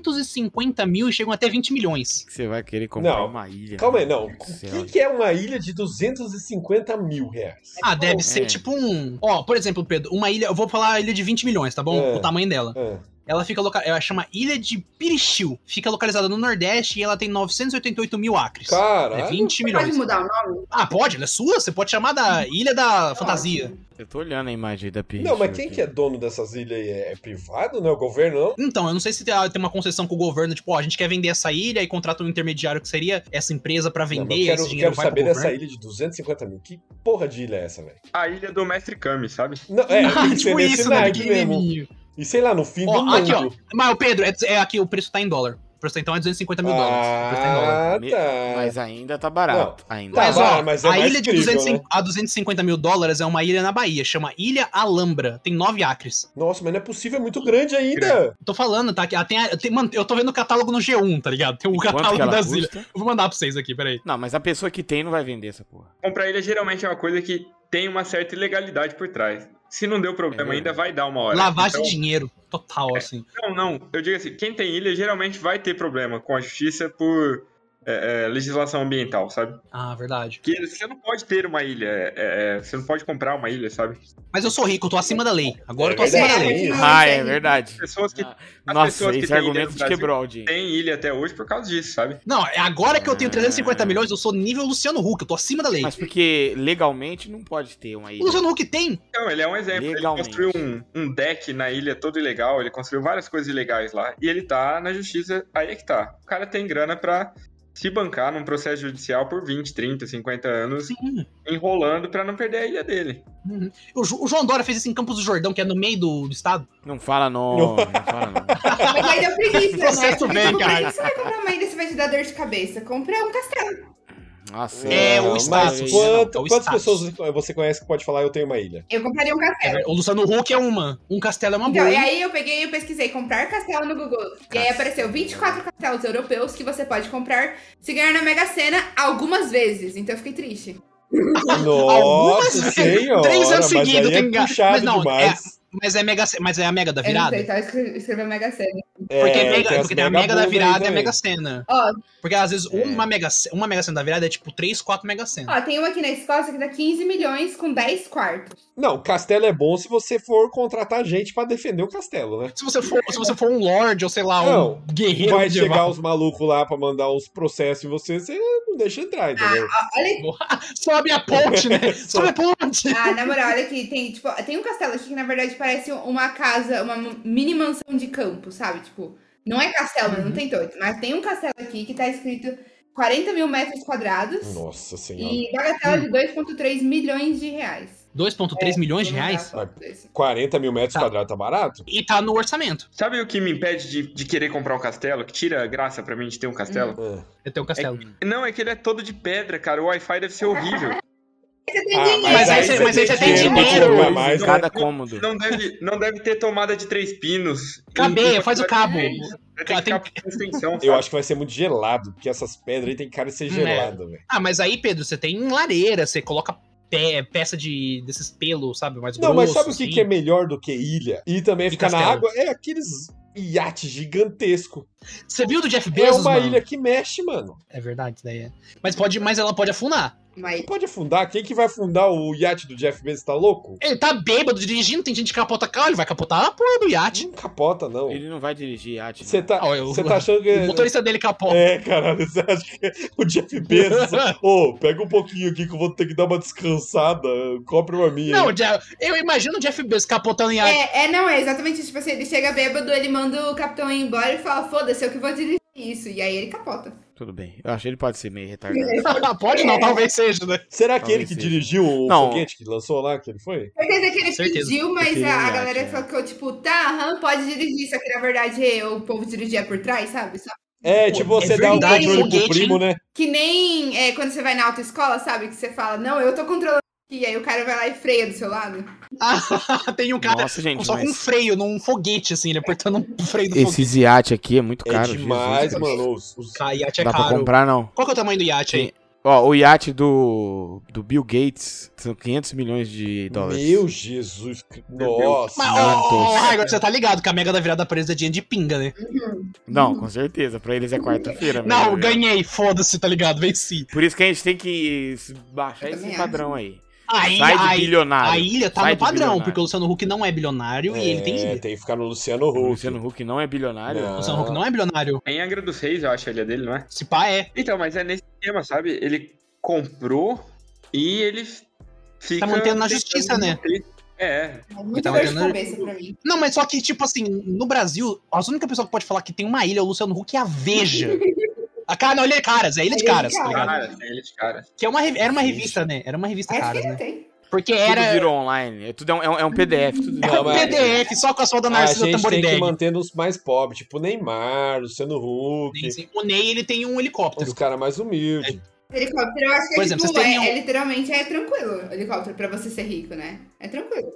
Speaker 2: 250 mil e chegam até 20 milhões.
Speaker 4: Que Você vai querer comprar
Speaker 3: Não.
Speaker 4: uma ilha.
Speaker 3: Calma aí,
Speaker 4: meu
Speaker 3: não.
Speaker 4: Deus
Speaker 3: O
Speaker 4: do
Speaker 3: que,
Speaker 4: céu.
Speaker 3: que é uma ilha de 250 mil reais?
Speaker 2: Ah, deve ser
Speaker 4: É.
Speaker 2: tipo um. Ó, por exemplo, Pedro, uma ilha. Eu vou falar a ilha de 20 milhões, tá bom?
Speaker 3: É.
Speaker 2: O tamanho dela.
Speaker 3: É.
Speaker 2: Ela fica loca... Ela chama Ilha de Pirixiu. Fica localizada no Nordeste e ela tem 988 mil acres. É
Speaker 3: Caralho.
Speaker 2: 20
Speaker 5: Pode
Speaker 2: milhões.
Speaker 5: mudar o nome?
Speaker 2: Ah, pode, ela é sua? Você pode chamar da Ilha da Fantasia.
Speaker 4: Eu tô olhando a imagem da Pirra.
Speaker 3: Não, mas quem que é dono dessas ilhas aí? É privado, né? O governo, não?
Speaker 2: Então, eu não sei se tem ah, tem uma concessão com o governo, tipo, ó, a gente quer vender essa ilha e contrata um intermediário que seria essa empresa pra
Speaker 3: Não,
Speaker 2: vender
Speaker 3: mas eu quero,
Speaker 2: esse
Speaker 3: eu
Speaker 2: dinheiro
Speaker 3: quero
Speaker 2: vai
Speaker 3: saber
Speaker 2: pro
Speaker 3: dessa
Speaker 2: governo.
Speaker 3: ilha de 250 mil. Que porra de ilha é essa, velho?
Speaker 6: A ilha do Mestre Kami, sabe?
Speaker 3: Não, é, tem que ser
Speaker 2: <laughs> tipo
Speaker 3: nesse
Speaker 2: isso, né?
Speaker 3: naipe mesmo.
Speaker 2: pequenininho.
Speaker 3: E sei lá, no fim
Speaker 2: Ó,
Speaker 3: do mundo.
Speaker 2: aqui, ó. Mas, o Pedro, é, é aqui, o preço tá em dólar. Prestar então é 250 mil dólares. Prestar em dólar.
Speaker 3: Ah,
Speaker 4: Me-
Speaker 3: tá.
Speaker 4: Mas ainda tá barato. ainda.
Speaker 3: Tá
Speaker 2: Mas,
Speaker 3: bom,
Speaker 2: ó,
Speaker 3: mas é
Speaker 2: a
Speaker 3: mais
Speaker 2: ilha de
Speaker 3: crível,
Speaker 2: 250 a 250 mil dólares é uma ilha na Bahia, chama Ilha Alhambra, tem nove acres.
Speaker 3: Nossa, mas não é possível, é muito grande ainda.
Speaker 2: Tô falando, tá? Que ela tem, a- tem- mano, eu tô vendo o catálogo no G1, tá ligado? Tem o
Speaker 4: Quanto que
Speaker 2: catálogo
Speaker 4: ela
Speaker 2: das ilhas.
Speaker 4: custa?
Speaker 2: Eu vou mandar pra vocês aqui, peraí.
Speaker 4: Não, mas a pessoa que tem não vai vender essa porra.
Speaker 6: Comprar ilha geralmente é uma coisa que tem uma certa ilegalidade por trás. Se não deu problema
Speaker 4: É
Speaker 6: ainda, vai dar uma hora.
Speaker 2: Lavagem de
Speaker 6: Então,
Speaker 2: dinheiro, total, assim.
Speaker 6: Não, não. Eu digo assim, quem tem ilha geralmente vai ter problema com a justiça por é, é, legislação ambiental, sabe?
Speaker 2: Ah, verdade.
Speaker 6: Que eles- você não pode ter uma ilha, é, é, é, você não pode comprar uma ilha, sabe?
Speaker 2: Mas eu sou rico, eu tô acima da lei. Agora eu tô
Speaker 3: É
Speaker 2: acima da
Speaker 3: verdade.
Speaker 2: lei.
Speaker 5: mas não
Speaker 4: Ah,
Speaker 5: tem.
Speaker 4: é verdade.
Speaker 6: Pessoas que as
Speaker 4: Nossa,
Speaker 6: pessoas que
Speaker 4: esse
Speaker 6: têm ilha
Speaker 4: argumento
Speaker 6: no
Speaker 4: te
Speaker 6: Brasil
Speaker 4: quebrou, Aldinho.
Speaker 6: têm ilha até hoje por causa disso, sabe?
Speaker 2: Não, é agora que eu tenho
Speaker 4: Ah.
Speaker 2: 350 milhões, eu sou nível Luciano Huck, eu tô acima da lei.
Speaker 4: Mas porque legalmente não pode ter uma
Speaker 2: O
Speaker 4: ilha.
Speaker 2: Luciano Huck tem.
Speaker 6: Então, ele é um exemplo.
Speaker 4: Legalmente.
Speaker 6: Ele construiu um, um deck na ilha todo ilegal, ele construiu várias coisas ilegais lá, e ele tá na justiça, aí é que tá. O cara tem grana pra se bancar num processo judicial por 20, 30, 50 anos,
Speaker 2: Sim.
Speaker 6: enrolando pra não perder a ilha dele.
Speaker 2: O, Jo- o João Dória fez isso em Campos do Jordão, que é no meio do, do estado.
Speaker 4: Não fala não, não fala não.
Speaker 5: Mas aí deu preguiça, né?
Speaker 2: Processo
Speaker 5: Porque,
Speaker 2: vem,
Speaker 5: tipo, pra
Speaker 2: cara.
Speaker 5: que você vai comprar uma ilha se vai te dar dor de cabeça? Compra um castelo.
Speaker 4: Nossa.
Speaker 2: É, o
Speaker 4: não,
Speaker 2: status.
Speaker 4: mas-
Speaker 3: quanto-
Speaker 2: não, é o
Speaker 3: quantas
Speaker 2: status.
Speaker 3: pessoas você conhece que pode falar eu tenho uma ilha?
Speaker 5: Eu compraria um castelo.
Speaker 2: O Luciano Huck é uma. Um castelo é uma
Speaker 5: Então,
Speaker 2: boa.
Speaker 5: e aí eu peguei e pesquisei comprar castelo no Google. E aí apareceu 24 castelos europeus que você pode comprar se ganhar na Mega Sena algumas vezes. Então eu fiquei triste.
Speaker 3: Nossa senhora,
Speaker 2: Três anos
Speaker 3: mas
Speaker 2: seguidos,
Speaker 3: aí é
Speaker 2: tem que-
Speaker 3: puxado
Speaker 2: Mas não,
Speaker 3: demais.
Speaker 2: Mas é, mega, mas é a mega da
Speaker 5: Eu não sei,
Speaker 2: virada?
Speaker 5: tá? Escreveu Mega Sena.
Speaker 2: Porque, é
Speaker 3: É,
Speaker 2: mega,
Speaker 3: as né?
Speaker 2: porque tem a mega
Speaker 3: bunda
Speaker 2: da
Speaker 3: aí
Speaker 2: virada e a
Speaker 3: também.
Speaker 2: mega cena.
Speaker 5: Ó,
Speaker 2: Porque às vezes
Speaker 3: É.
Speaker 2: uma, mega, Ce- uma mega cena da virada é tipo 3, 4 mega cena.
Speaker 5: ó, tem uma aqui na Escócia que dá 15 milhões com 10 quartos.
Speaker 3: Não, castelo é bom se você for contratar gente pra defender o castelo, né?
Speaker 2: Se você for, se você for um lord ou sei lá, um
Speaker 3: Não,
Speaker 2: guerreiro
Speaker 3: Vai
Speaker 2: medieval.
Speaker 3: chegar os malucos lá pra mandar uns processos em você, você não deixa entrar, entendeu?
Speaker 5: Olha,
Speaker 2: Sobe a ponte,
Speaker 3: <laughs>
Speaker 2: né? Sobe a ponte.
Speaker 5: ah, na moral, olha aqui, tem, tipo, tem um castelo aqui que na verdade parece uma casa, uma mini mansão de campo, sabe? Tipo, não é castelo, não tem torre. Mas tem um castelo aqui que tá escrito 40 mil metros quadrados.
Speaker 3: Nossa senhora.
Speaker 5: E bagatela de 2,3 milhões de reais.
Speaker 2: 2,3
Speaker 6: É,
Speaker 2: milhões de
Speaker 5: Vou mandar
Speaker 2: reais?
Speaker 5: a foto desse.
Speaker 3: 40 mil metros
Speaker 2: Tá.
Speaker 3: quadrados tá barato?
Speaker 2: E tá no orçamento.
Speaker 6: Sabe o que me impede de, de querer comprar um castelo? Que tira a graça pra mim de ter um castelo?
Speaker 2: Eu tenho um castelo.
Speaker 6: Não, é que ele é todo de pedra, cara. O Wi-Fi deve ser horrível.
Speaker 2: <laughs>
Speaker 5: Você tem
Speaker 3: Ah,
Speaker 5: dinheiro. né?
Speaker 2: mas aí você- mas aí você tem
Speaker 3: pra
Speaker 2: dinheiro.
Speaker 3: comprar mais, né?
Speaker 4: Cada cômodo.
Speaker 6: Não deve, não deve ter tomada de três pinos.
Speaker 2: Cabeia,
Speaker 6: E-
Speaker 2: faz o cabo.
Speaker 6: É isso. Vai ter que ficar com extensão,
Speaker 3: Eu
Speaker 6: sabe?
Speaker 3: acho que vai ser muito gelado, porque essas pedras aí tem cara de ser
Speaker 2: Hum,
Speaker 3: gelada, velho.
Speaker 2: Ah, mas aí, Pedro, você tem lareira, você coloca pe- peça de, desses pelos, sabe? Mais
Speaker 3: Não, mas
Speaker 2: grosso,
Speaker 3: sabe o que,
Speaker 2: assim.
Speaker 3: que é melhor do que ilha? E também
Speaker 2: E
Speaker 3: ficar na
Speaker 2: castelo.
Speaker 3: água? É aqueles iates gigantescos.
Speaker 2: Você viu do Jeff
Speaker 3: É
Speaker 2: Bezos,
Speaker 3: uma
Speaker 2: mano?
Speaker 3: ilha que mexe, mano.
Speaker 2: É verdade, isso daí é. Mas, pode, mas ela pode afundar.
Speaker 5: Mas
Speaker 3: Pode afundar. Quem que vai afundar o iate do Jeff Bezos? Tá louco?
Speaker 2: Ele tá bêbado dirigindo, tem gente que capota carro, ele vai capotar a porra do iate.
Speaker 3: Não capota, não.
Speaker 4: Ele não vai dirigir iate.
Speaker 3: Você tá,
Speaker 2: Ah, eu-
Speaker 3: você tá achando que.
Speaker 2: <laughs> O motorista dele capota.
Speaker 3: É, caralho, você acha que o Jeff
Speaker 2: <laughs>
Speaker 3: Bezos. Ô, pega um pouquinho aqui que eu vou ter que dar uma descansada. Compre uma minha.
Speaker 2: Não, o
Speaker 3: aí.
Speaker 2: Je- eu imagino o Jeff Bezos capotando em
Speaker 3: <laughs>
Speaker 2: iate.
Speaker 5: é, é, não, é exatamente isso. Tipo assim, ele chega bêbado, ele manda o capitão ir embora e fala: foda-se, eu que vou dirigir isso. E aí ele capota.
Speaker 4: Tudo bem. Eu acho que ele pode ser meio retardado.
Speaker 5: É,
Speaker 2: pode não, talvez seja, né?
Speaker 3: Será que
Speaker 4: Talvez
Speaker 3: ele que
Speaker 4: seja.
Speaker 3: dirigiu o
Speaker 4: Não.
Speaker 3: foguete que lançou lá, que ele foi?
Speaker 5: Certeza que ele
Speaker 2: Certeza.
Speaker 5: pediu, mas
Speaker 4: Ele
Speaker 5: a, a
Speaker 4: iate,
Speaker 5: galera
Speaker 2: é.
Speaker 4: né?
Speaker 5: ficou tipo: tá, aham, pode dirigir. Só que na verdade eu, o povo dirigia por trás, sabe? Só
Speaker 3: É, tipo, você
Speaker 2: é
Speaker 3: dá o
Speaker 2: verdade,
Speaker 3: controle pro
Speaker 2: foguete,
Speaker 3: primo,
Speaker 2: hein?
Speaker 3: né?
Speaker 5: que nem é, quando você vai na autoescola, sabe? Que você fala: não, eu tô controlando aqui. E aí o cara vai lá e freia do seu lado.
Speaker 2: Ah, <laughs> tem um cara
Speaker 4: Nossa, gente,
Speaker 2: só com um
Speaker 4: mas
Speaker 2: freio, num foguete, assim, ele apertando um freio do foguete.
Speaker 4: esses iates aqui é muito
Speaker 3: É
Speaker 4: caro.
Speaker 3: demais,
Speaker 4: Jesus.
Speaker 3: mano. Os, os-
Speaker 2: Cara, iate é
Speaker 4: Dá pra
Speaker 2: caro.
Speaker 4: comprar, não.
Speaker 2: Qual que é o tamanho do iate aí?
Speaker 4: Ó, o iate do, do Bill Gates são 500 milhões de dólares.
Speaker 3: Meu Jesus. Cri-
Speaker 6: Meu Deus.
Speaker 3: Nossa.
Speaker 2: Mas,
Speaker 4: Santos.
Speaker 2: ô, ô, Raigor, você tá ligado que a mega da virada presa é dinheiro de pinga, né?
Speaker 4: Não, com certeza. Pra eles é quarta-feira.
Speaker 2: Não,
Speaker 4: meu.
Speaker 2: ganhei, foda-se, tá ligado? Venci.
Speaker 4: Por isso que a gente tem que se baixar
Speaker 5: Eu
Speaker 4: esse
Speaker 5: também
Speaker 4: padrão aí.
Speaker 2: Aí,
Speaker 4: Sai de
Speaker 2: aí,
Speaker 4: bilionário.
Speaker 2: a ilha tá
Speaker 4: Sai
Speaker 2: no
Speaker 4: de
Speaker 2: padrão,
Speaker 4: bilionário.
Speaker 2: porque o Luciano Huck não é bilionário e ele tem
Speaker 3: É,
Speaker 2: ilha.
Speaker 3: tem que ficar no Luciano
Speaker 4: O
Speaker 3: Huck.
Speaker 4: Luciano Huck não é bilionário?
Speaker 2: O
Speaker 3: Não.
Speaker 2: Luciano Huck não é bilionário.
Speaker 6: Em Angra dos Reis, eu acho a ilha dele, não é?
Speaker 2: Se pá, é.
Speaker 6: Então, mas é nesse esquema, sabe? Ele comprou e ele
Speaker 2: Tá
Speaker 6: fica.
Speaker 2: mantendo na
Speaker 6: tentando
Speaker 2: justiça, né?
Speaker 6: manter. É.
Speaker 5: É muita
Speaker 2: Então,
Speaker 5: dor de
Speaker 2: né?
Speaker 5: cabeça pra mim.
Speaker 2: Não, mas só que, tipo assim, no Brasil, a única pessoa que pode falar que tem uma ilha é o Luciano Huck e a Veja. A cara, não, ele é Caras, é a Ilha de
Speaker 5: Ilha de
Speaker 2: Caras, tá
Speaker 5: Caras.
Speaker 2: ligado?
Speaker 6: Cara, é ele de cara.
Speaker 2: Que é uma, re- era uma revista, né? Era uma revista
Speaker 5: Acho que
Speaker 2: Caras,
Speaker 5: ele
Speaker 2: né?
Speaker 5: tem.
Speaker 2: Porque
Speaker 4: Tudo
Speaker 2: era
Speaker 4: virou online. É, tudo é, um, é um- é um PDF. Tudo
Speaker 2: era um
Speaker 3: mas-
Speaker 2: PDF só com a sua da
Speaker 3: Ah, A
Speaker 2: Narcisa
Speaker 3: gente tem que
Speaker 2: Tamborideg.
Speaker 3: manter os mais pobres, tipo Neymar, Luciano Huck,
Speaker 2: O Ney, ele tem um helicóptero.
Speaker 3: os caras mais humildes.
Speaker 2: É.
Speaker 5: Helicóptero, eu acho que
Speaker 2: Por
Speaker 5: é,
Speaker 2: exemplo, um
Speaker 5: tipo,
Speaker 2: vocês
Speaker 5: é,
Speaker 2: teriam-
Speaker 5: é literalmente é tranquilo. Helicóptero pra você ser rico, né? É tranquilo.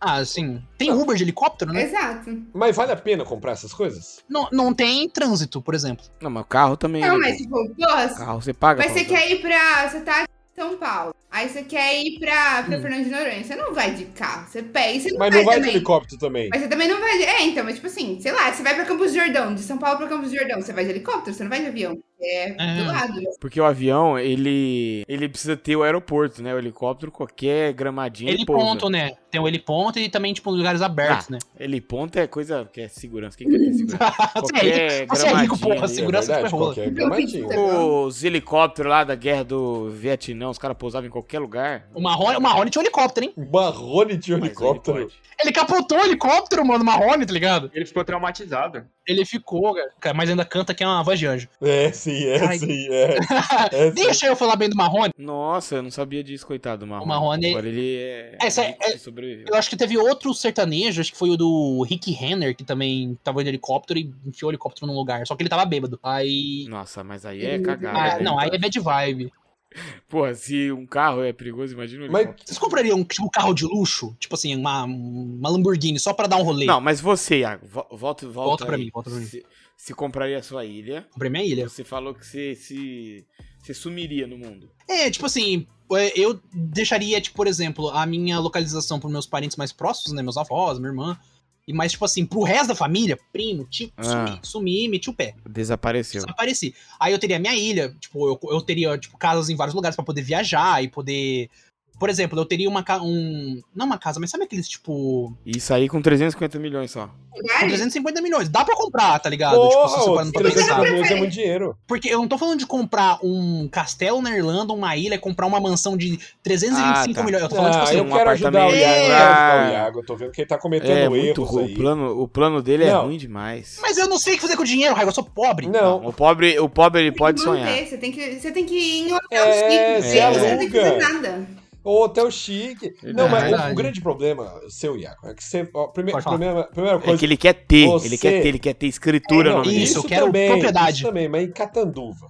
Speaker 2: Ah, sim. Tem Uber de helicóptero, né?
Speaker 5: Exato.
Speaker 3: Mas vale a pena comprar essas coisas?
Speaker 2: Não, não tem trânsito, por exemplo.
Speaker 4: Não, mas o carro também.
Speaker 5: Não,
Speaker 4: né?
Speaker 5: mas tipo, porra,
Speaker 4: Carro você paga.
Speaker 5: mas
Speaker 4: pra
Speaker 5: você
Speaker 4: usar.
Speaker 5: quer ir pra. Você tá em São Paulo. Aí você quer ir pra, pra Fernando de Noronha. Você não vai de carro. Você pega. e Você não
Speaker 3: Mas
Speaker 5: vai,
Speaker 3: não vai de
Speaker 5: também.
Speaker 3: helicóptero também.
Speaker 5: Mas você também não vai. de- É, então, mas tipo assim, sei lá, você vai pra Campos do Jordão, de São Paulo pra Campos do Jordão, você vai de helicóptero, você não vai de avião. É, do
Speaker 2: Ah.
Speaker 5: lado. mas
Speaker 4: Porque o avião, ele. ele precisa ter o aeroporto, né? O helicóptero, qualquer gramadinho.
Speaker 2: Ele
Speaker 4: pousa.
Speaker 2: ponto, né? Tem o heliponto e também, tipo, lugares abertos,
Speaker 3: Ah,
Speaker 2: né? <laughs>
Speaker 4: Heliponto é coisa que é segurança. Quem quer ter segurança?
Speaker 2: Você é rico, você é rico,
Speaker 4: gramadinho
Speaker 2: porra,
Speaker 4: ali,
Speaker 3: É
Speaker 2: segurança
Speaker 3: verdade,
Speaker 2: super rola.
Speaker 3: qualquer
Speaker 5: Então,
Speaker 3: gramadinho.
Speaker 5: pizza.
Speaker 4: Os helicópteros lá da guerra do Vietnã, os caras pousavam em qualquer lugar.
Speaker 2: O Marrone, o Marrone tinha um helicóptero, hein?
Speaker 3: Barrone de
Speaker 4: Mas ele
Speaker 3: helicóptero.
Speaker 4: pode.
Speaker 2: Ele capotou o helicóptero, mano, o Marrone, tá ligado?
Speaker 6: Ele ficou traumatizado.
Speaker 2: Ele ficou, cara, mas ainda canta que é uma voz de anjo.
Speaker 3: É, sim, é,
Speaker 2: Ai.
Speaker 3: sim, é. é sim.
Speaker 2: Deixa eu falar bem do Marrone.
Speaker 4: Nossa, eu não sabia disso, coitado do Marrone.
Speaker 2: Marrone-
Speaker 4: Agora ele é.
Speaker 2: Essa é-
Speaker 4: rico que sobreviveu.
Speaker 2: Eu acho que teve outro sertanejo, acho que foi o do Rick Renner, que também tava de helicóptero e enfiou o helicóptero num lugar. Só que ele tava bêbado. Aí.
Speaker 4: Nossa, mas aí é cagada.
Speaker 2: Ah,
Speaker 4: né?
Speaker 2: não, aí é bad vibe.
Speaker 4: Porra, se um carro é perigoso, imagina um
Speaker 3: Mas-
Speaker 4: helicóptero.
Speaker 2: Vocês comprariam tipo, um carro de luxo? Tipo assim, uma, uma Lamborghini, só pra dar um rolê?
Speaker 4: Não, mas você, Iago, vo- volta, volta,
Speaker 2: Volta pra
Speaker 4: aí.
Speaker 2: mim, volta pra mim.
Speaker 4: Se, se compraria a sua ilha,
Speaker 2: Comprei minha ilha.
Speaker 4: você falou que você se, você sumiria no mundo.
Speaker 2: É, tipo assim, é, eu deixaria, tipo, por exemplo, a minha localização pros meus parentes mais próximos, né? Meus avós, minha irmã. E mais, tipo assim, pro resto da família, primo, tio,
Speaker 4: Ah.
Speaker 2: sumi, sumi, meti o pé.
Speaker 4: Desapareceu.
Speaker 2: Desapareci. Aí eu teria minha ilha, tipo, eu, eu teria, tipo, casas em vários lugares pra poder viajar e poder. Por exemplo, eu teria uma casa. Um, não uma casa, mas sabe aqueles, tipo.
Speaker 4: Isso aí com 350 milhões só.
Speaker 2: com
Speaker 5: lugares.
Speaker 2: 350 milhões. Dá pra comprar, tá ligado? tipo, se
Speaker 3: Porra,
Speaker 2: você
Speaker 3: ô,
Speaker 2: parar pra
Speaker 3: 300
Speaker 2: pensar.
Speaker 3: milhões é muito dinheiro.
Speaker 2: Porque eu não tô falando de comprar um castelo na Irlanda, uma ilha, comprar uma mansão de 325
Speaker 4: Ah, tá.
Speaker 2: milhões. Eu tô falando,
Speaker 3: Ah,
Speaker 2: tipo assim,
Speaker 3: eu
Speaker 4: um
Speaker 3: quero ajudar o
Speaker 4: apartamento.
Speaker 3: Iago, eu quero ajudar o
Speaker 4: Ah.
Speaker 3: Iago. Eu tô vendo que ele tá cometendo
Speaker 4: É, muito
Speaker 3: erros
Speaker 4: ruim.
Speaker 3: aí.
Speaker 4: O plano, o plano dele é
Speaker 3: Não.
Speaker 4: ruim demais.
Speaker 2: Mas eu não sei o que fazer com o dinheiro, Raigo, eu sou pobre.
Speaker 3: Não,
Speaker 4: O pobre, o pobre ele pode
Speaker 5: Tem que
Speaker 4: sonhar.
Speaker 5: manter, Você tem, que, você tem que ir em um hotel
Speaker 3: É,
Speaker 5: chique,
Speaker 4: você
Speaker 5: você não tem que fazer
Speaker 3: aluga.
Speaker 5: nada.
Speaker 3: ou hotel chique. Não, mas o-
Speaker 2: é
Speaker 3: o,
Speaker 2: Verdade.
Speaker 3: grande problema, seu Iago, é que você. ó, prime-
Speaker 2: Pode falar.
Speaker 3: primeira, primeira
Speaker 4: É
Speaker 3: coisa.
Speaker 4: que ele quer ter, ele
Speaker 3: Você-
Speaker 4: quer ter, ele quer ter escritura
Speaker 3: Não,
Speaker 4: no nome
Speaker 2: É, isso.
Speaker 4: dele.
Speaker 2: eu quero propriedade.
Speaker 3: Isso também, mas em Catanduva.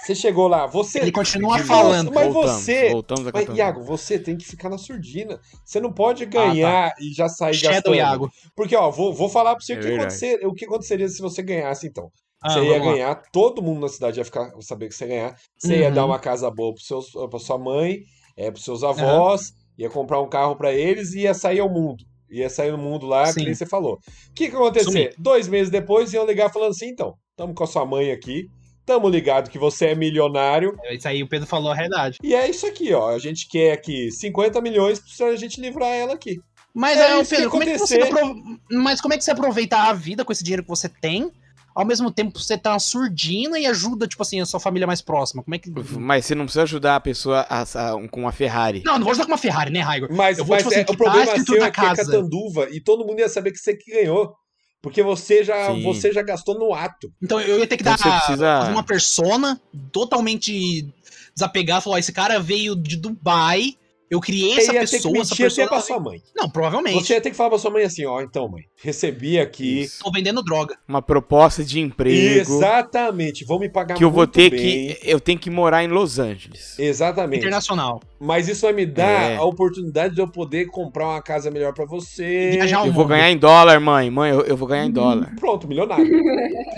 Speaker 3: Você chegou lá, você.
Speaker 2: Ele continua
Speaker 3: Nossa,
Speaker 2: falando.
Speaker 3: Mas você.
Speaker 4: voltamos a
Speaker 3: Mas,
Speaker 4: Catanduva.
Speaker 3: Iago, você tem que ficar na surdina. Você não pode ganhar e já né? sair
Speaker 2: Ah, tá. Shadow
Speaker 3: gastando.
Speaker 2: Iago.
Speaker 3: Porque, ó, vou, vou falar pra você
Speaker 4: É
Speaker 3: o, que
Speaker 4: verdade.
Speaker 3: acontecer, o que aconteceria se você ganhasse, então.
Speaker 2: Ah,
Speaker 3: você ia
Speaker 2: vamos lá.
Speaker 3: ganhar, todo mundo na cidade ia ficar, saber que você ia ganhar. Você ia
Speaker 2: Uhum.
Speaker 3: dar uma casa boa pros seus, eh, pra sua mãe, é, pros seus avós, ia comprar um carro pra eles e ia sair ao mundo. Ia sair no mundo lá,
Speaker 2: Sim.
Speaker 3: que nem você falou. O que, que ia acontecer?
Speaker 2: Sumir.
Speaker 3: Dois meses depois iam ligar falando assim: então, tamo com a sua mãe aqui, tamo ligado que você é milionário.
Speaker 2: Isso aí o Pedro falou a realidade.
Speaker 3: E é isso aqui, ó. A gente quer aqui 50 milhões pra gente livrar ela aqui.
Speaker 2: Mas
Speaker 3: É
Speaker 2: aí,
Speaker 3: isso que
Speaker 2: Pedro, como é que você
Speaker 3: acontecer.
Speaker 2: apro- mas como é que você aproveita a vida com esse dinheiro que você tem? Ao mesmo tempo você tá surdina e ajuda, tipo assim, a sua família mais próxima. Como é que.
Speaker 4: Mas você não precisa ajudar a pessoa a- a- um- com uma Ferrari.
Speaker 2: Não, não vou ajudar com uma Ferrari, né, Raigo?
Speaker 3: Mas,
Speaker 2: Eu vou,
Speaker 3: mas
Speaker 2: tipo assim,
Speaker 3: é, o
Speaker 2: quitar
Speaker 3: problema
Speaker 2: escrito
Speaker 3: seu
Speaker 2: da
Speaker 3: é que é
Speaker 2: casa.
Speaker 3: Catanduva e todo mundo ia saber que você que ganhou. Porque você já,
Speaker 4: Sim.
Speaker 3: você já gastou no ato.
Speaker 2: Então eu ia ter que
Speaker 4: Então
Speaker 2: dar
Speaker 4: você precisa.
Speaker 2: fazer uma persona totalmente desapegada, falar: ó, esse cara veio de Dubai, eu criei essa
Speaker 3: você ia ter
Speaker 2: pessoa,
Speaker 3: que
Speaker 2: essa
Speaker 3: mentir até
Speaker 2: pessoa.
Speaker 3: pra sua mãe.
Speaker 2: Não, provavelmente.
Speaker 3: Você ia ter que falar pra sua mãe assim, ó, então, mãe, recebi aqui.
Speaker 4: Isso.
Speaker 2: Tô vendendo droga.
Speaker 4: Uma proposta de emprego.
Speaker 3: Exatamente, vão me pagar
Speaker 4: Que eu vou
Speaker 3: muito
Speaker 4: ter
Speaker 3: bem.
Speaker 4: que. Eu tenho que morar em Los Angeles.
Speaker 3: Exatamente.
Speaker 2: Internacional.
Speaker 3: Mas isso vai me dar
Speaker 4: É.
Speaker 3: a oportunidade de eu poder comprar uma casa melhor pra você.
Speaker 2: Viajar o
Speaker 4: Eu
Speaker 2: mundo.
Speaker 4: vou ganhar em dólar, mãe. Mãe, eu, eu vou
Speaker 2: Hum,
Speaker 4: ganhar em dólar.
Speaker 3: Pronto,
Speaker 2: <laughs>
Speaker 3: milionário.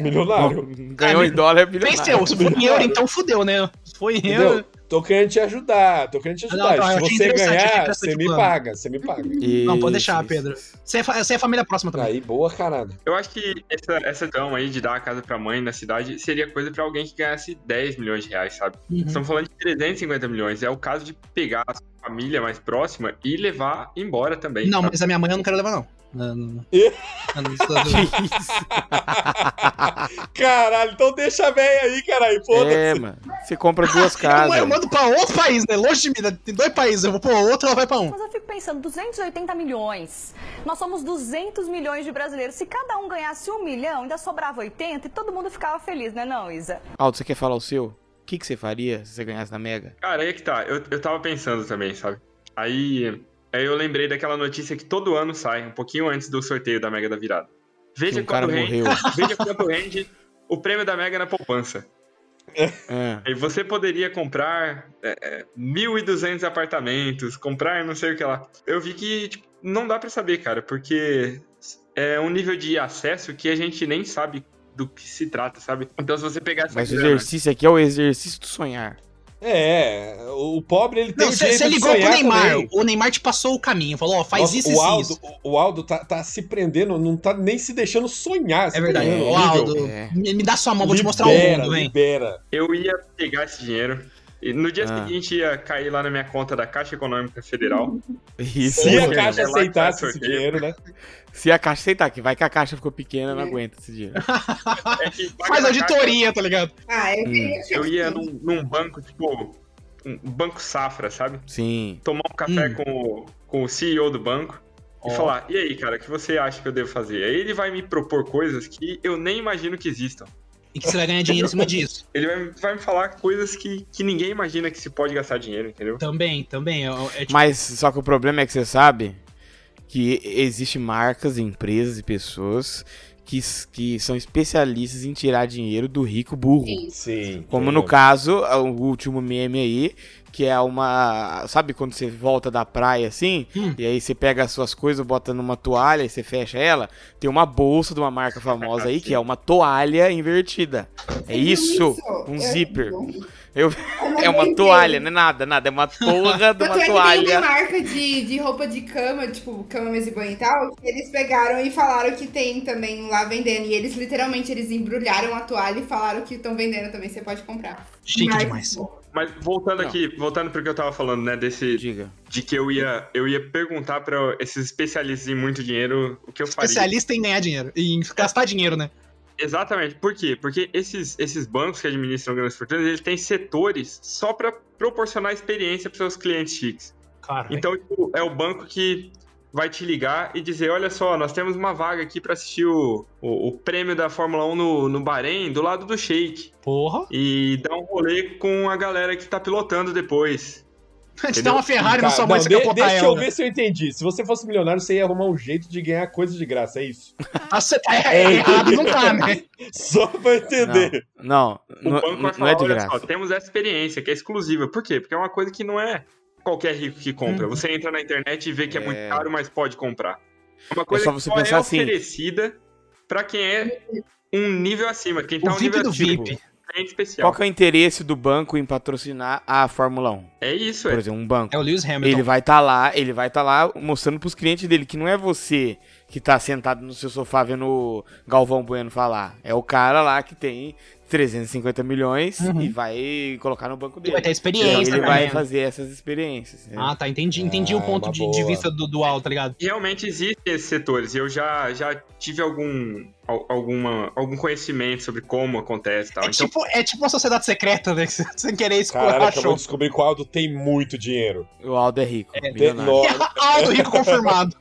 Speaker 3: milionário.
Speaker 4: Ganhou em dólar é bilionário.
Speaker 2: Venceu. Se for em euro, então fudeu, né? Se for em euro.
Speaker 3: Entendeu? Tô querendo te ajudar, tô querendo te
Speaker 2: Não, não,
Speaker 3: ajudar.
Speaker 2: eu
Speaker 3: Se
Speaker 2: achei
Speaker 3: você
Speaker 2: interessante, achei
Speaker 3: ganhar,
Speaker 2: interessante
Speaker 3: você
Speaker 2: o
Speaker 3: me
Speaker 2: plano.
Speaker 3: paga, você me paga.
Speaker 2: Não, pode deixar,
Speaker 4: Isso, isso,
Speaker 2: Pedro.
Speaker 4: isso.
Speaker 2: Você é, fa- você é família próxima também.
Speaker 3: Aí, boa caralho.
Speaker 6: Eu acho que essa, essa questão aí de dar a casa pra mãe na cidade seria coisa pra alguém que ganhasse 10 milhões de reais, sabe?
Speaker 2: Uhum.
Speaker 6: Estamos falando de 350 milhões. É o caso de pegar a sua família mais próxima e levar embora também.
Speaker 2: Não,
Speaker 4: tá.
Speaker 6: sabe?
Speaker 2: mas a minha mãe eu não quero levar, não. Não, não, não.
Speaker 3: Ih.
Speaker 2: Não, não precisa-
Speaker 4: <laughs> Que isso?
Speaker 3: Caralho, então deixa a véia aí, caralho. Foda-se.
Speaker 4: É, mano. Você compra duas
Speaker 2: <laughs> Ah, Eu, é
Speaker 4: casas.
Speaker 2: eu mando pra outro país, né? Longe de mim, né? tem dois países. Eu vou pra outro, ela vai pra um.
Speaker 8: Mas eu fico pensando, 280 milhões. Nós somos 200 milhões de brasileiros. Se cada um ganhasse um milhão, ainda sobrava 80 e todo mundo ficava feliz, né não, Isa?
Speaker 4: Aldo, você quer falar o seu? O que, que você faria se você ganhasse na Mega?
Speaker 6: Cara, aí é que tá. Eu, eu tava pensando também, sabe? Aí, aí eu lembrei daquela notícia que todo ano sai, um pouquinho antes do sorteio da Mega da Virada.
Speaker 4: Que
Speaker 6: Veja
Speaker 4: um cara
Speaker 6: quanto rende,
Speaker 4: morreu.
Speaker 6: <laughs> veja quanto rende o prêmio da Mega na poupança.
Speaker 4: É.
Speaker 6: Aí você poderia comprar é, é, 1.200 apartamentos, comprar não sei o que lá. Eu vi que tipo, não dá pra saber, cara, porque é um nível de acesso que a gente nem sabe do que se trata, sabe? Então se você pegar essa
Speaker 4: Mas o
Speaker 6: grana-
Speaker 4: exercício aqui é o exercício do sonhar.
Speaker 3: É, o pobre ele tem
Speaker 2: Não,
Speaker 3: jeito
Speaker 2: você
Speaker 3: de
Speaker 2: ligou pro
Speaker 3: sonhar
Speaker 2: Neymar.
Speaker 3: também.
Speaker 2: O Neymar te passou o caminho. Falou, ó, faz
Speaker 3: Nossa,
Speaker 2: isso e
Speaker 3: o
Speaker 2: isso.
Speaker 3: Aldo, O o Aldo tá, tá se prendendo, não tá nem se deixando sonhar. assim, né?
Speaker 2: É verdade.
Speaker 4: É,
Speaker 2: Ô, Aldo,
Speaker 4: é.
Speaker 2: me me dá sua mão, vou te mostrar o
Speaker 3: libera,
Speaker 2: mundo, vem.
Speaker 3: libera.
Speaker 6: Eu ia pegar esse dinheiro. E no dia
Speaker 4: Ah.
Speaker 6: seguinte ia cair lá na minha conta da Caixa Econômica Federal.
Speaker 4: Isso.
Speaker 3: Se a
Speaker 6: Sim.
Speaker 3: Caixa
Speaker 6: É lá que tá
Speaker 3: aceitasse
Speaker 6: o
Speaker 3: esse
Speaker 6: sorteio.
Speaker 3: dinheiro, né?
Speaker 4: Se a caixa aceitar, que vai que a caixa ficou pequena, não aguenta esse dinheiro.
Speaker 6: É que
Speaker 2: <laughs>
Speaker 6: paga
Speaker 2: Faz
Speaker 6: na Caixa,
Speaker 2: auditoria, tá ligado?
Speaker 5: Ah, eu queria achar
Speaker 6: eu ia
Speaker 5: que-
Speaker 6: num, num banco, tipo, um banco safra, sabe?
Speaker 4: Sim.
Speaker 6: Tomar um
Speaker 4: Hum.
Speaker 6: café com, o, com o CEO do banco e falar: e aí, cara, o que você acha que eu devo fazer? Aí ele vai me propor coisas que eu nem imagino que existam.
Speaker 2: E que você vai ganhar dinheiro em cima disso.
Speaker 6: Ele vai, vai me falar coisas que, que ninguém imagina que se pode gastar dinheiro, entendeu?
Speaker 2: Também, também. É, é tipo,
Speaker 4: Mas só que o problema é que você sabe que existe marcas, empresas e pessoas que, s- que são especialistas em tirar dinheiro do rico burro.
Speaker 5: Sim.
Speaker 3: Sim.
Speaker 4: Como
Speaker 6: É.
Speaker 4: no caso, a- o último meme aí, que é uma. Sabe quando você volta da praia assim?
Speaker 2: Hum.
Speaker 4: E aí você pega as suas coisas, bota numa toalha e você fecha ela? Tem uma bolsa de uma marca famosa aí, que é uma toalha invertida. É isso! Um
Speaker 5: Eu-
Speaker 4: zíper. Eu- <laughs>
Speaker 5: Eu...
Speaker 4: É uma toalha, não é nada, nada. É uma porra de
Speaker 5: Tanto é
Speaker 4: uma
Speaker 5: que tem uma
Speaker 4: toalha.
Speaker 5: marca de, de roupa de cama, tipo cama, mesa e banho e tal, que eles pegaram e falaram que tem também lá vendendo. E eles literalmente eles embrulharam a toalha e falaram que estão vendendo também, você pode comprar.
Speaker 2: chique
Speaker 5: Mas,
Speaker 2: demais.
Speaker 5: pô,
Speaker 6: Mas voltando
Speaker 4: Não.
Speaker 6: aqui, voltando pro que eu tava falando, né, desse,
Speaker 4: Diga.
Speaker 6: de que eu ia, eu ia perguntar pra esses especialistas em muito dinheiro o que eu faria.
Speaker 2: Especialista em ganhar dinheiro. Em gastar dinheiro, né?
Speaker 6: Exatamente. Por quê? Porque esses, esses bancos que administram grandes fortunas, eles têm setores só pra proporcionar experiência pros seus clientes chiques.
Speaker 2: Cara,
Speaker 6: Então, tipo, é o banco que vai te ligar e dizer, olha só, nós temos uma vaga aqui pra assistir o, o, o prêmio da Fórmula 1 no, no Bahrein, do lado do Sheik.
Speaker 2: porra.
Speaker 6: E dar um rolê com a galera que tá pilotando depois.
Speaker 2: <laughs> Te dá uma Ferrari na
Speaker 3: Cara,
Speaker 2: É sua
Speaker 3: não,
Speaker 2: mãe, você
Speaker 3: de-
Speaker 2: quer botar
Speaker 3: deixa eu
Speaker 2: ela. né?
Speaker 3: ver se eu entendi. Se você fosse milionário, você ia arrumar um jeito de ganhar coisa de graça, é isso? <laughs>
Speaker 2: Ah, você
Speaker 3: É,
Speaker 2: tá errado, não tá,
Speaker 6: <laughs>
Speaker 2: né?
Speaker 3: Só pra entender.
Speaker 4: Não,
Speaker 6: O
Speaker 4: não,
Speaker 6: banco
Speaker 4: não-
Speaker 6: vai
Speaker 4: não é
Speaker 6: falar,
Speaker 4: de
Speaker 6: olha só,
Speaker 4: graça.
Speaker 6: temos essa experiência que é exclusiva. Por quê? Porque é uma coisa que não é qualquer rico que compra.
Speaker 4: Uhum.
Speaker 6: Você entra na internet e vê que é, muito caro, mas pode comprar. É uma coisa
Speaker 4: só
Speaker 6: que
Speaker 4: você
Speaker 6: só
Speaker 4: pensar
Speaker 6: é
Speaker 4: assim.
Speaker 6: oferecida pra quem é um nível acima, quem tá
Speaker 2: O
Speaker 6: um
Speaker 2: VIP
Speaker 6: nível
Speaker 2: do
Speaker 6: acima,
Speaker 2: VIP.
Speaker 6: cliente especial.
Speaker 4: Qual que é o interesse do banco em patrocinar a Fórmula 1?
Speaker 6: É isso,
Speaker 4: Por
Speaker 6: é.
Speaker 4: exemplo, um banco.
Speaker 2: É o Lewis Hamilton.
Speaker 4: Ele vai estar lá, ele vai estar lá mostrando pros clientes dele que não é você que tá sentado no seu sofá vendo o Galvão Bueno falar. É o cara lá que tem 350 milhões
Speaker 2: Uhum.
Speaker 4: e vai colocar no banco
Speaker 2: Ele
Speaker 4: dele.
Speaker 2: vai ter
Speaker 4: Então,
Speaker 2: experiência,
Speaker 4: ele
Speaker 2: tá
Speaker 4: vai
Speaker 2: ligado?
Speaker 4: fazer essas experiências. né?
Speaker 2: Ah, tá, entendi. Entendi
Speaker 3: Ah,
Speaker 2: o ponto
Speaker 3: uma
Speaker 2: de, de
Speaker 3: boa.
Speaker 2: vista do, do Aldo, tá ligado?
Speaker 6: Realmente existem esses setores. Eu já, já tive algum, al- alguma, algum conhecimento sobre como acontece e tal.
Speaker 2: É
Speaker 6: Então,
Speaker 2: tipo, é tipo uma sociedade secreta, né? <laughs> que você- Sem querer
Speaker 3: Caralho,
Speaker 2: escorar
Speaker 3: acabou
Speaker 2: show.
Speaker 3: de descobrir que o Aldo tem muito dinheiro.
Speaker 4: O Aldo é rico.
Speaker 3: Tem-
Speaker 4: milionário.
Speaker 3: no-
Speaker 2: <laughs> Aldo Rico confirmado.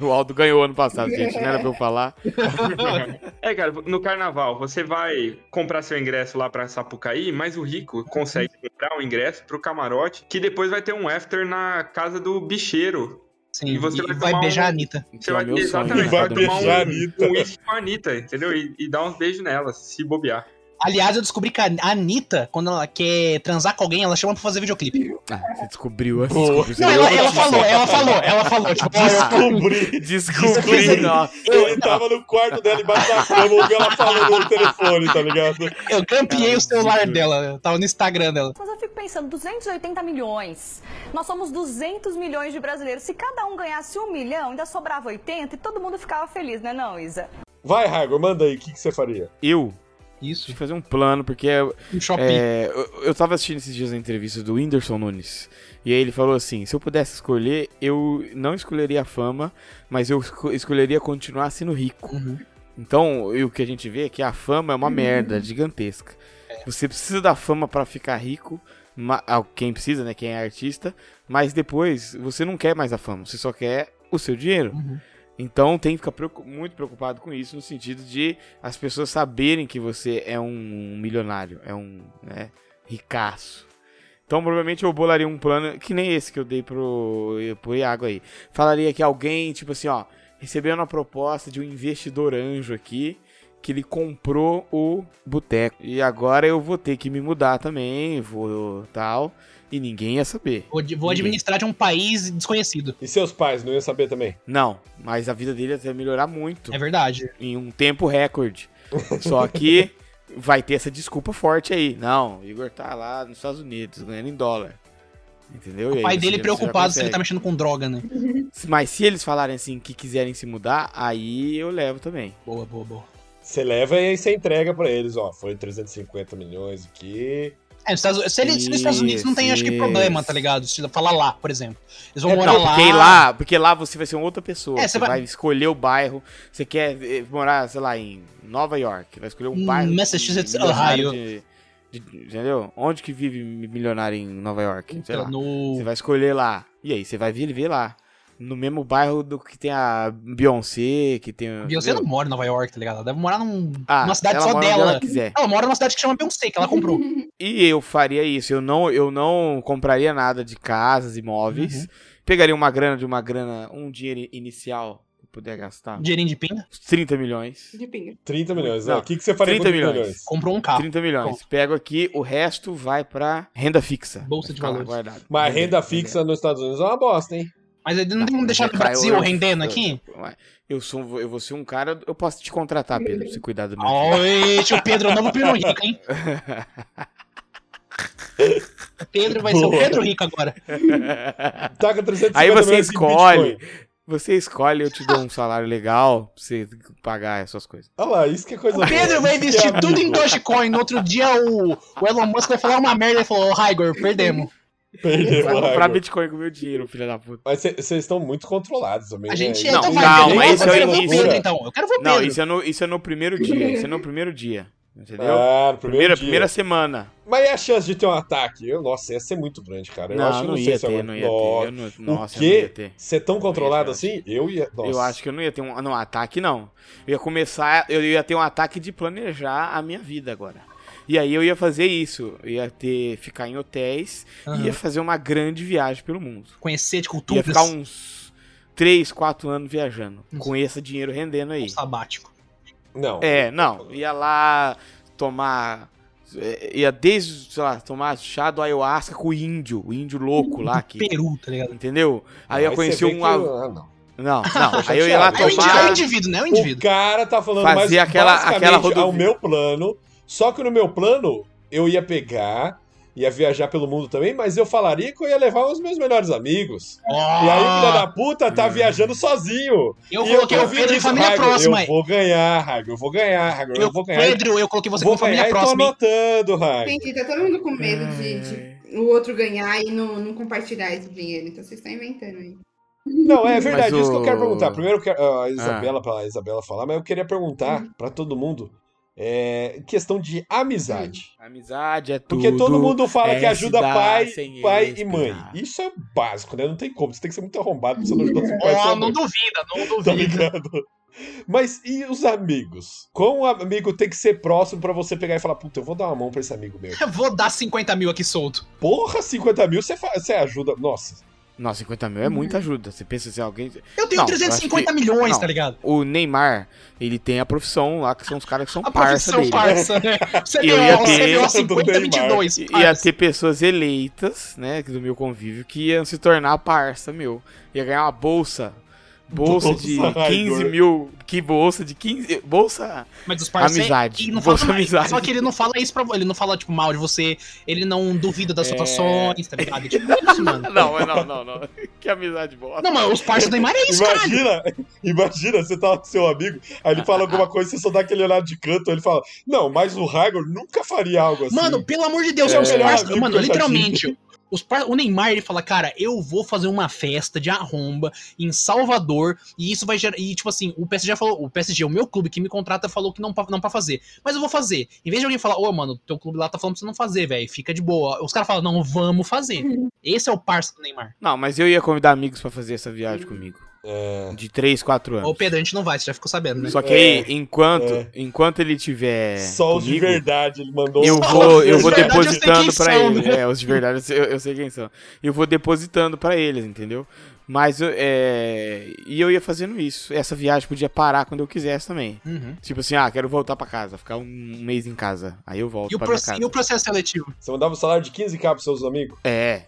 Speaker 4: O Aldo ganhou ano passado, gente. Não era pra eu falar.
Speaker 6: <laughs> É, cara, no carnaval, você vai comprar seu ingresso lá pra Sapucaí, mas o rico consegue
Speaker 4: Uhum.
Speaker 6: comprar um ingresso pro camarote, que depois vai ter um after na casa do bicheiro.
Speaker 2: Sim,
Speaker 6: E você
Speaker 2: e
Speaker 6: vai
Speaker 2: vai
Speaker 6: tomar um-
Speaker 2: beijar a Anitta.
Speaker 6: Você
Speaker 4: é
Speaker 6: vai,
Speaker 4: meu sonho,
Speaker 6: exatamente,
Speaker 4: né?
Speaker 3: Vai
Speaker 6: vai tomar
Speaker 3: beijar a
Speaker 6: um,
Speaker 3: Anitta.
Speaker 6: um uísque com a Anitta, entendeu? E, e dar uns beijos nela, se bobear.
Speaker 2: Aliás, eu descobri que a Anitta, quando ela quer transar com alguém, ela chama pra fazer videoclipe.
Speaker 4: Ah, você descobriu assim.
Speaker 3: Boa.
Speaker 4: descobriu, você
Speaker 2: Não,
Speaker 4: ganhou
Speaker 2: ela,
Speaker 4: a
Speaker 2: ela
Speaker 4: notícia.
Speaker 2: falou, ela falou, ela falou.
Speaker 4: <laughs>
Speaker 2: Tipo, ó, eu-
Speaker 3: Descobri.
Speaker 4: Descobri, nossa.
Speaker 3: Ele tava no quarto dela embaixo da cama, ouviu ela falando no telefone, tá ligado?
Speaker 2: eu campeei o celular dela, eu tava no Instagram dela.
Speaker 8: Mas eu fico pensando, 280 milhões. Nós somos 200 milhões de brasileiros. Se cada um ganhasse um milhão, ainda sobrava 80 e todo mundo ficava feliz, né, não, Isa?
Speaker 3: Vai, Rago, manda aí, o que, que você faria?
Speaker 4: Eu
Speaker 2: Isso,
Speaker 4: tive que fazer um plano, porque é,
Speaker 2: um shopping.
Speaker 4: É, eu, eu tava assistindo esses dias a entrevista do Whindersson Nunes. E aí ele falou assim: se eu pudesse escolher, eu não escolheria a fama, mas eu esco- escolheria continuar sendo rico.
Speaker 2: Uhum.
Speaker 4: Então, e o que a gente vê é que a fama é uma merda gigantesca. Você precisa da fama pra ficar rico, ma- ah, quem precisa, né? Quem é artista, mas depois você não quer mais a fama, você só quer o seu dinheiro.
Speaker 2: Uhum.
Speaker 4: Então tem que ficar preocu- muito preocupado com isso, no sentido de as pessoas saberem que você é um milionário, é um né, ricaço. Então, provavelmente eu bolaria um plano que nem esse que eu dei pro, pro Iago aí. Falaria que alguém, tipo assim, ó, recebeu uma proposta de um investidor anjo aqui, que ele comprou o boteco. E agora eu vou ter que me mudar também, vou tal, e ninguém ia saber.
Speaker 2: Vou, de- vou administrar de um país desconhecido.
Speaker 3: E seus pais não iam saber também?
Speaker 4: Não, mas a vida dele ia melhorar muito
Speaker 2: É verdade.
Speaker 4: em um tempo recorde. Só que vai ter essa desculpa forte aí. Não, o Igor tá lá nos Estados Unidos, ganhando em dólar. Entendeu? E
Speaker 2: O
Speaker 4: aí
Speaker 2: pai
Speaker 4: você
Speaker 2: dele
Speaker 4: já- você já
Speaker 2: preocupado se ele
Speaker 4: consegue.
Speaker 2: tá mexendo com droga, né?
Speaker 4: Mas se eles falarem assim que quiserem se mudar, aí eu levo também.
Speaker 2: Boa, boa, boa.
Speaker 3: Você leva e aí você entrega pra eles, ó. Foi 350 milhões aqui.
Speaker 2: É, nos Estados- se, ele, se nos Estados Unidos não tem, acho que,
Speaker 4: Isso,
Speaker 2: problema,
Speaker 4: isso.
Speaker 2: tá ligado? Se falar lá, por exemplo. Eles vão
Speaker 3: É,
Speaker 2: morar
Speaker 4: Não,
Speaker 2: lá.
Speaker 4: porque lá, porque lá você vai ser uma outra pessoa.
Speaker 2: É,
Speaker 4: você
Speaker 2: você
Speaker 4: vai...
Speaker 2: vai-
Speaker 4: escolher o bairro. Você quer eh, morar, sei lá, em Nova York. Vai escolher um
Speaker 2: Hum,
Speaker 4: bairro. de
Speaker 2: Massachusetts,
Speaker 4: milionário
Speaker 2: Ohio.
Speaker 4: de- de- entendeu? Onde que vive milionário em Nova York?
Speaker 2: Então,
Speaker 4: Sei lá. Você
Speaker 2: no...
Speaker 4: vai escolher lá. E aí, você vai vir ver lá. No mesmo bairro do que tem a Beyoncé, que tem.
Speaker 2: Beyoncé não mora em Nova York, tá ligado? Ela deve morar num-
Speaker 4: Ah,
Speaker 2: numa cidade
Speaker 4: ela
Speaker 2: só
Speaker 4: mora onde
Speaker 2: dela.
Speaker 4: ela quiser.
Speaker 2: Ela mora numa cidade que chama Beyoncé, que ela
Speaker 4: <laughs>
Speaker 2: comprou.
Speaker 4: E eu faria isso. Eu não, eu não compraria nada de casas, imóveis.
Speaker 2: Uhum.
Speaker 4: Pegaria uma grana de uma grana, um dinheiro inicial que eu puder gastar.
Speaker 2: Dinheirinho de pinga,
Speaker 4: Uns 30 milhões.
Speaker 5: De pinga.
Speaker 3: 30 milhões,
Speaker 4: Não,
Speaker 3: né? O que, que você faria
Speaker 4: 30
Speaker 3: com 30 milhões?
Speaker 4: milhões.
Speaker 2: comprou um carro.
Speaker 4: 30 milhões. Pego aqui, o resto vai pra renda fixa.
Speaker 2: Bolsa
Speaker 4: Vai
Speaker 2: de
Speaker 4: ficar lá
Speaker 2: valores.
Speaker 4: guardado.
Speaker 3: Mas
Speaker 4: Entendeu?
Speaker 3: renda fixa nos Estados Unidos é uma bosta, hein?
Speaker 2: Mas ele não tem como
Speaker 4: Não,
Speaker 2: deixar
Speaker 4: eu-
Speaker 2: no Brasil
Speaker 4: eu-
Speaker 2: rendendo
Speaker 4: eu- <laughs>
Speaker 2: aqui?
Speaker 4: Eu, sou, eu vou ser um cara. Eu posso te contratar, Pedro, pra você cuidar
Speaker 2: Ah,
Speaker 4: do meu. filho.
Speaker 2: Oi, tio Pedro, o novo Pedro Rico,
Speaker 4: <laughs>
Speaker 2: hein? O Pedro vai ser o
Speaker 3: Boa.
Speaker 2: Pedro Rico
Speaker 4: <laughs>
Speaker 2: agora.
Speaker 3: Taca 350
Speaker 4: Aí
Speaker 3: milhões
Speaker 4: você
Speaker 3: em
Speaker 4: escolhe.
Speaker 3: Bitcoin.
Speaker 4: Você escolhe, eu te dou um salário legal pra você pagar essas coisas.
Speaker 3: Olha lá, isso que é coisa
Speaker 2: O Pedro
Speaker 3: boa,
Speaker 2: vai
Speaker 3: isso que é
Speaker 2: investir tudo em <laughs>
Speaker 3: amigo.
Speaker 2: Dogecoin. No outro dia, o, o Elon Musk vai falar uma merda e falou: Ô, Raigor, perdemos.
Speaker 3: Perdeu,
Speaker 4: Vai
Speaker 3: Raigo.
Speaker 4: comprar Bitcoin com meu dinheiro, filha da puta.
Speaker 3: Mas vocês estão muito controlados também.
Speaker 2: A gente
Speaker 3: né?
Speaker 4: É. Não,
Speaker 2: então
Speaker 4: calma,
Speaker 2: vai ver.
Speaker 4: esse
Speaker 2: Eu
Speaker 4: é
Speaker 2: quero
Speaker 4: o
Speaker 2: ver o
Speaker 4: início.
Speaker 2: Pedro, então. Eu quero ver o
Speaker 4: Não,
Speaker 2: Pedro.
Speaker 4: isso é, no, isso é no primeiro dia. Isso é no primeiro dia. Entendeu?
Speaker 3: Ah, no primeiro
Speaker 4: primeira,
Speaker 3: dia.
Speaker 4: primeira semana.
Speaker 3: Mas e a chance de ter um ataque? Eu, nossa, ia ser muito grande, cara. Eu
Speaker 4: não,
Speaker 3: acho que
Speaker 4: não,
Speaker 3: eu não sei
Speaker 4: ia
Speaker 3: se é
Speaker 4: ter,
Speaker 3: agora-
Speaker 4: não ia
Speaker 3: Nossa,
Speaker 4: ter. Eu não, nossa,
Speaker 3: o
Speaker 4: eu não ia
Speaker 3: quê?
Speaker 4: ter.
Speaker 3: Ser é tão controlado
Speaker 4: eu acho.
Speaker 3: assim? Eu ia. Nossa.
Speaker 4: Eu acho que eu não ia ter um não, ataque, não. Eu ia começar, eu ia ter um ataque de planejar a minha vida agora. E aí eu ia fazer isso. Eu ia ter, ficar em hotéis
Speaker 2: Aham.
Speaker 4: e ia fazer uma grande viagem pelo mundo.
Speaker 2: Conhecer de
Speaker 4: Ia
Speaker 2: cultura.
Speaker 4: ficar um uns 3, 4 anos viajando.
Speaker 2: Isso.
Speaker 4: Com esse dinheiro rendendo aí.
Speaker 2: sabático.
Speaker 3: Não.
Speaker 4: É,
Speaker 3: tá
Speaker 4: não. Ia lá tomar. é, Ia desde, sei lá, tomar chá do ayahuasca com o índio, o índio louco lá que.
Speaker 2: Peru, tá ligado?
Speaker 4: Entendeu? Aí eu
Speaker 3: você
Speaker 4: conheci
Speaker 3: vê
Speaker 4: um.
Speaker 3: que-
Speaker 4: a-
Speaker 3: ah, não. <laughs>
Speaker 4: Não, não. Aí eu ia lá
Speaker 3: chateado.
Speaker 2: É o,
Speaker 3: Tomara-
Speaker 2: indivíduo, é o indivíduo,
Speaker 4: tomar.
Speaker 2: né? É o
Speaker 3: O
Speaker 2: indivíduo.
Speaker 3: cara tá falando
Speaker 4: Fazia
Speaker 3: mais
Speaker 4: aquela-
Speaker 3: basicamente
Speaker 4: aquela
Speaker 3: ao
Speaker 4: rodovia.
Speaker 3: meu plano. Só que no meu plano, eu ia pegar, ia viajar pelo mundo também, mas eu falaria que eu ia levar os meus melhores amigos. E aí, filha da puta, tá viajando
Speaker 2: Ah.
Speaker 3: sozinho.
Speaker 2: Hum. eu
Speaker 3: E
Speaker 2: coloquei o
Speaker 3: ouvi
Speaker 2: Pedro em
Speaker 3: disso,
Speaker 2: família
Speaker 3: Raigo,
Speaker 2: próxima.
Speaker 3: Eu vou ganhar, Rago, eu vou ganhar, Rago, eu,
Speaker 2: Eu,
Speaker 3: vou ganhar.
Speaker 2: Pedro, eu coloquei você
Speaker 3: vou
Speaker 2: como família
Speaker 3: ganhar e tô
Speaker 2: próxima. hein?
Speaker 3: anotando, Rago.
Speaker 5: Entendi, tá todo mundo com medo de, de o outro ganhar e não, não compartilhar esse dinheiro. Então vocês estão inventando aí.
Speaker 3: Não, é verdade,
Speaker 4: Mas
Speaker 3: isso que eu quero
Speaker 4: o-
Speaker 3: perguntar. Primeiro eu quero, ah, a Isabela, pra Isabela falar, mas eu queria perguntar pra todo mundo é, questão de amizade.
Speaker 4: Amizade é tudo.
Speaker 3: Porque todo mundo fala
Speaker 4: é
Speaker 3: que ajuda
Speaker 4: se dar
Speaker 3: pai,
Speaker 4: sem
Speaker 3: pai e
Speaker 4: esperar.
Speaker 3: mãe. Isso é básico, né? Não tem como. Você tem que ser muito arrombado pra você não ajudar seu pai e
Speaker 2: Ó,
Speaker 3: sua
Speaker 2: É, não
Speaker 3: mãe.
Speaker 2: duvida, não
Speaker 3: Tá
Speaker 2: duvida.
Speaker 3: ligado? Mas e os amigos? Qual amigo tem que ser próximo pra você pegar e falar, puta, eu vou dar uma mão pra esse amigo meu?
Speaker 2: Eu <laughs> Vou dar 50 mil aqui solto.
Speaker 3: Porra, 50 mil, você, fa- você ajuda. Nossa,
Speaker 4: Nossa, 50 mil é muita ajuda. Você pensa assim, alguém.
Speaker 2: Eu tenho
Speaker 4: Não, eu acho
Speaker 2: 350
Speaker 4: que-
Speaker 2: milhões,
Speaker 4: não.
Speaker 2: tá ligado?
Speaker 4: O Neymar, ele tem a profissão lá, que são os caras que são
Speaker 2: A
Speaker 4: parça
Speaker 2: profissão
Speaker 4: dele.
Speaker 2: parça, né?
Speaker 4: <laughs>
Speaker 2: Você
Speaker 4: Eu ia ter-
Speaker 2: deu
Speaker 3: do
Speaker 2: 50,
Speaker 3: Neymar.
Speaker 2: 22.
Speaker 4: E- Ia
Speaker 2: parça.
Speaker 4: ter pessoas eleitas, né, que do meu convívio, que iam se tornar parça, meu. Ia ganhar uma bolsa. Bolsa de
Speaker 3: Bolsa, ai,
Speaker 4: 15
Speaker 3: gordo.
Speaker 4: mil. Que bolsa de 15. Bolsa.
Speaker 2: Mas os parceiros.
Speaker 4: Amizade.
Speaker 2: E não fala
Speaker 4: Você
Speaker 2: mais.
Speaker 4: amizade.
Speaker 2: Só que ele não fala isso pra Ele não fala, tipo, mal de você. Ele não duvida
Speaker 4: É.
Speaker 2: das suas ações, tá ligado? Tipo, é isso, mano.
Speaker 4: <laughs> Não, mas não, não, <laughs> não. Que amizade bosta.
Speaker 2: Não, mas os parceiros do Neymar é isso, cara.
Speaker 3: imagina, <laughs> imagina, você tá com seu amigo, aí ele fala alguma coisa, você só dá aquele olhar de canto, ele fala, não, mas o Hagor nunca faria algo assim.
Speaker 2: Mano, pelo amor de Deus,
Speaker 3: É,
Speaker 2: os
Speaker 3: é,
Speaker 2: parceiros.
Speaker 3: amigo,
Speaker 2: Mano,
Speaker 3: coitadinho.
Speaker 2: literalmente. Os par... O Neymar, ele fala, cara, eu vou fazer uma festa de arromba em Salvador e isso vai gerar. E, tipo assim, o PSG já falou, o PSG, o meu clube que me contrata, falou que não pra, não pra fazer. Mas eu vou fazer. Em vez de alguém falar, ô, mano, teu clube lá tá falando pra você não fazer, velho, fica de boa. Os caras falam, não, vamos fazer. Esse é o parceiro do Neymar.
Speaker 4: Não, mas eu ia convidar amigos pra fazer essa viagem comigo. De 3, 4 anos.
Speaker 2: Ô, Pedro, a gente não vai, você já ficou sabendo, né?
Speaker 4: Só que
Speaker 3: É.
Speaker 4: aí, enquanto,
Speaker 3: É.
Speaker 4: enquanto ele tiver.
Speaker 3: Só os de
Speaker 4: comigo,
Speaker 3: verdade, ele mandou um
Speaker 4: Eu
Speaker 3: os-
Speaker 4: vou, eu
Speaker 2: os
Speaker 4: vou
Speaker 2: de verdade eu sei
Speaker 4: depositando
Speaker 2: quem
Speaker 4: pra
Speaker 2: são,
Speaker 4: eles.
Speaker 2: né?
Speaker 4: É, os de verdade eu sei- eu, eu sei quem são. Eu vou depositando pra eles, entendeu? Mas eu, é, e eu ia fazendo isso. Essa viagem podia parar quando eu quisesse também.
Speaker 2: Uhum.
Speaker 4: Tipo assim, ah, quero voltar pra casa, ficar um mês em casa. Aí eu volto
Speaker 2: E, o
Speaker 4: pra
Speaker 2: proce-
Speaker 4: minha casa.
Speaker 2: e o processo seletivo?
Speaker 3: Você mandava um salário de 15k pros seus amigos?
Speaker 4: É.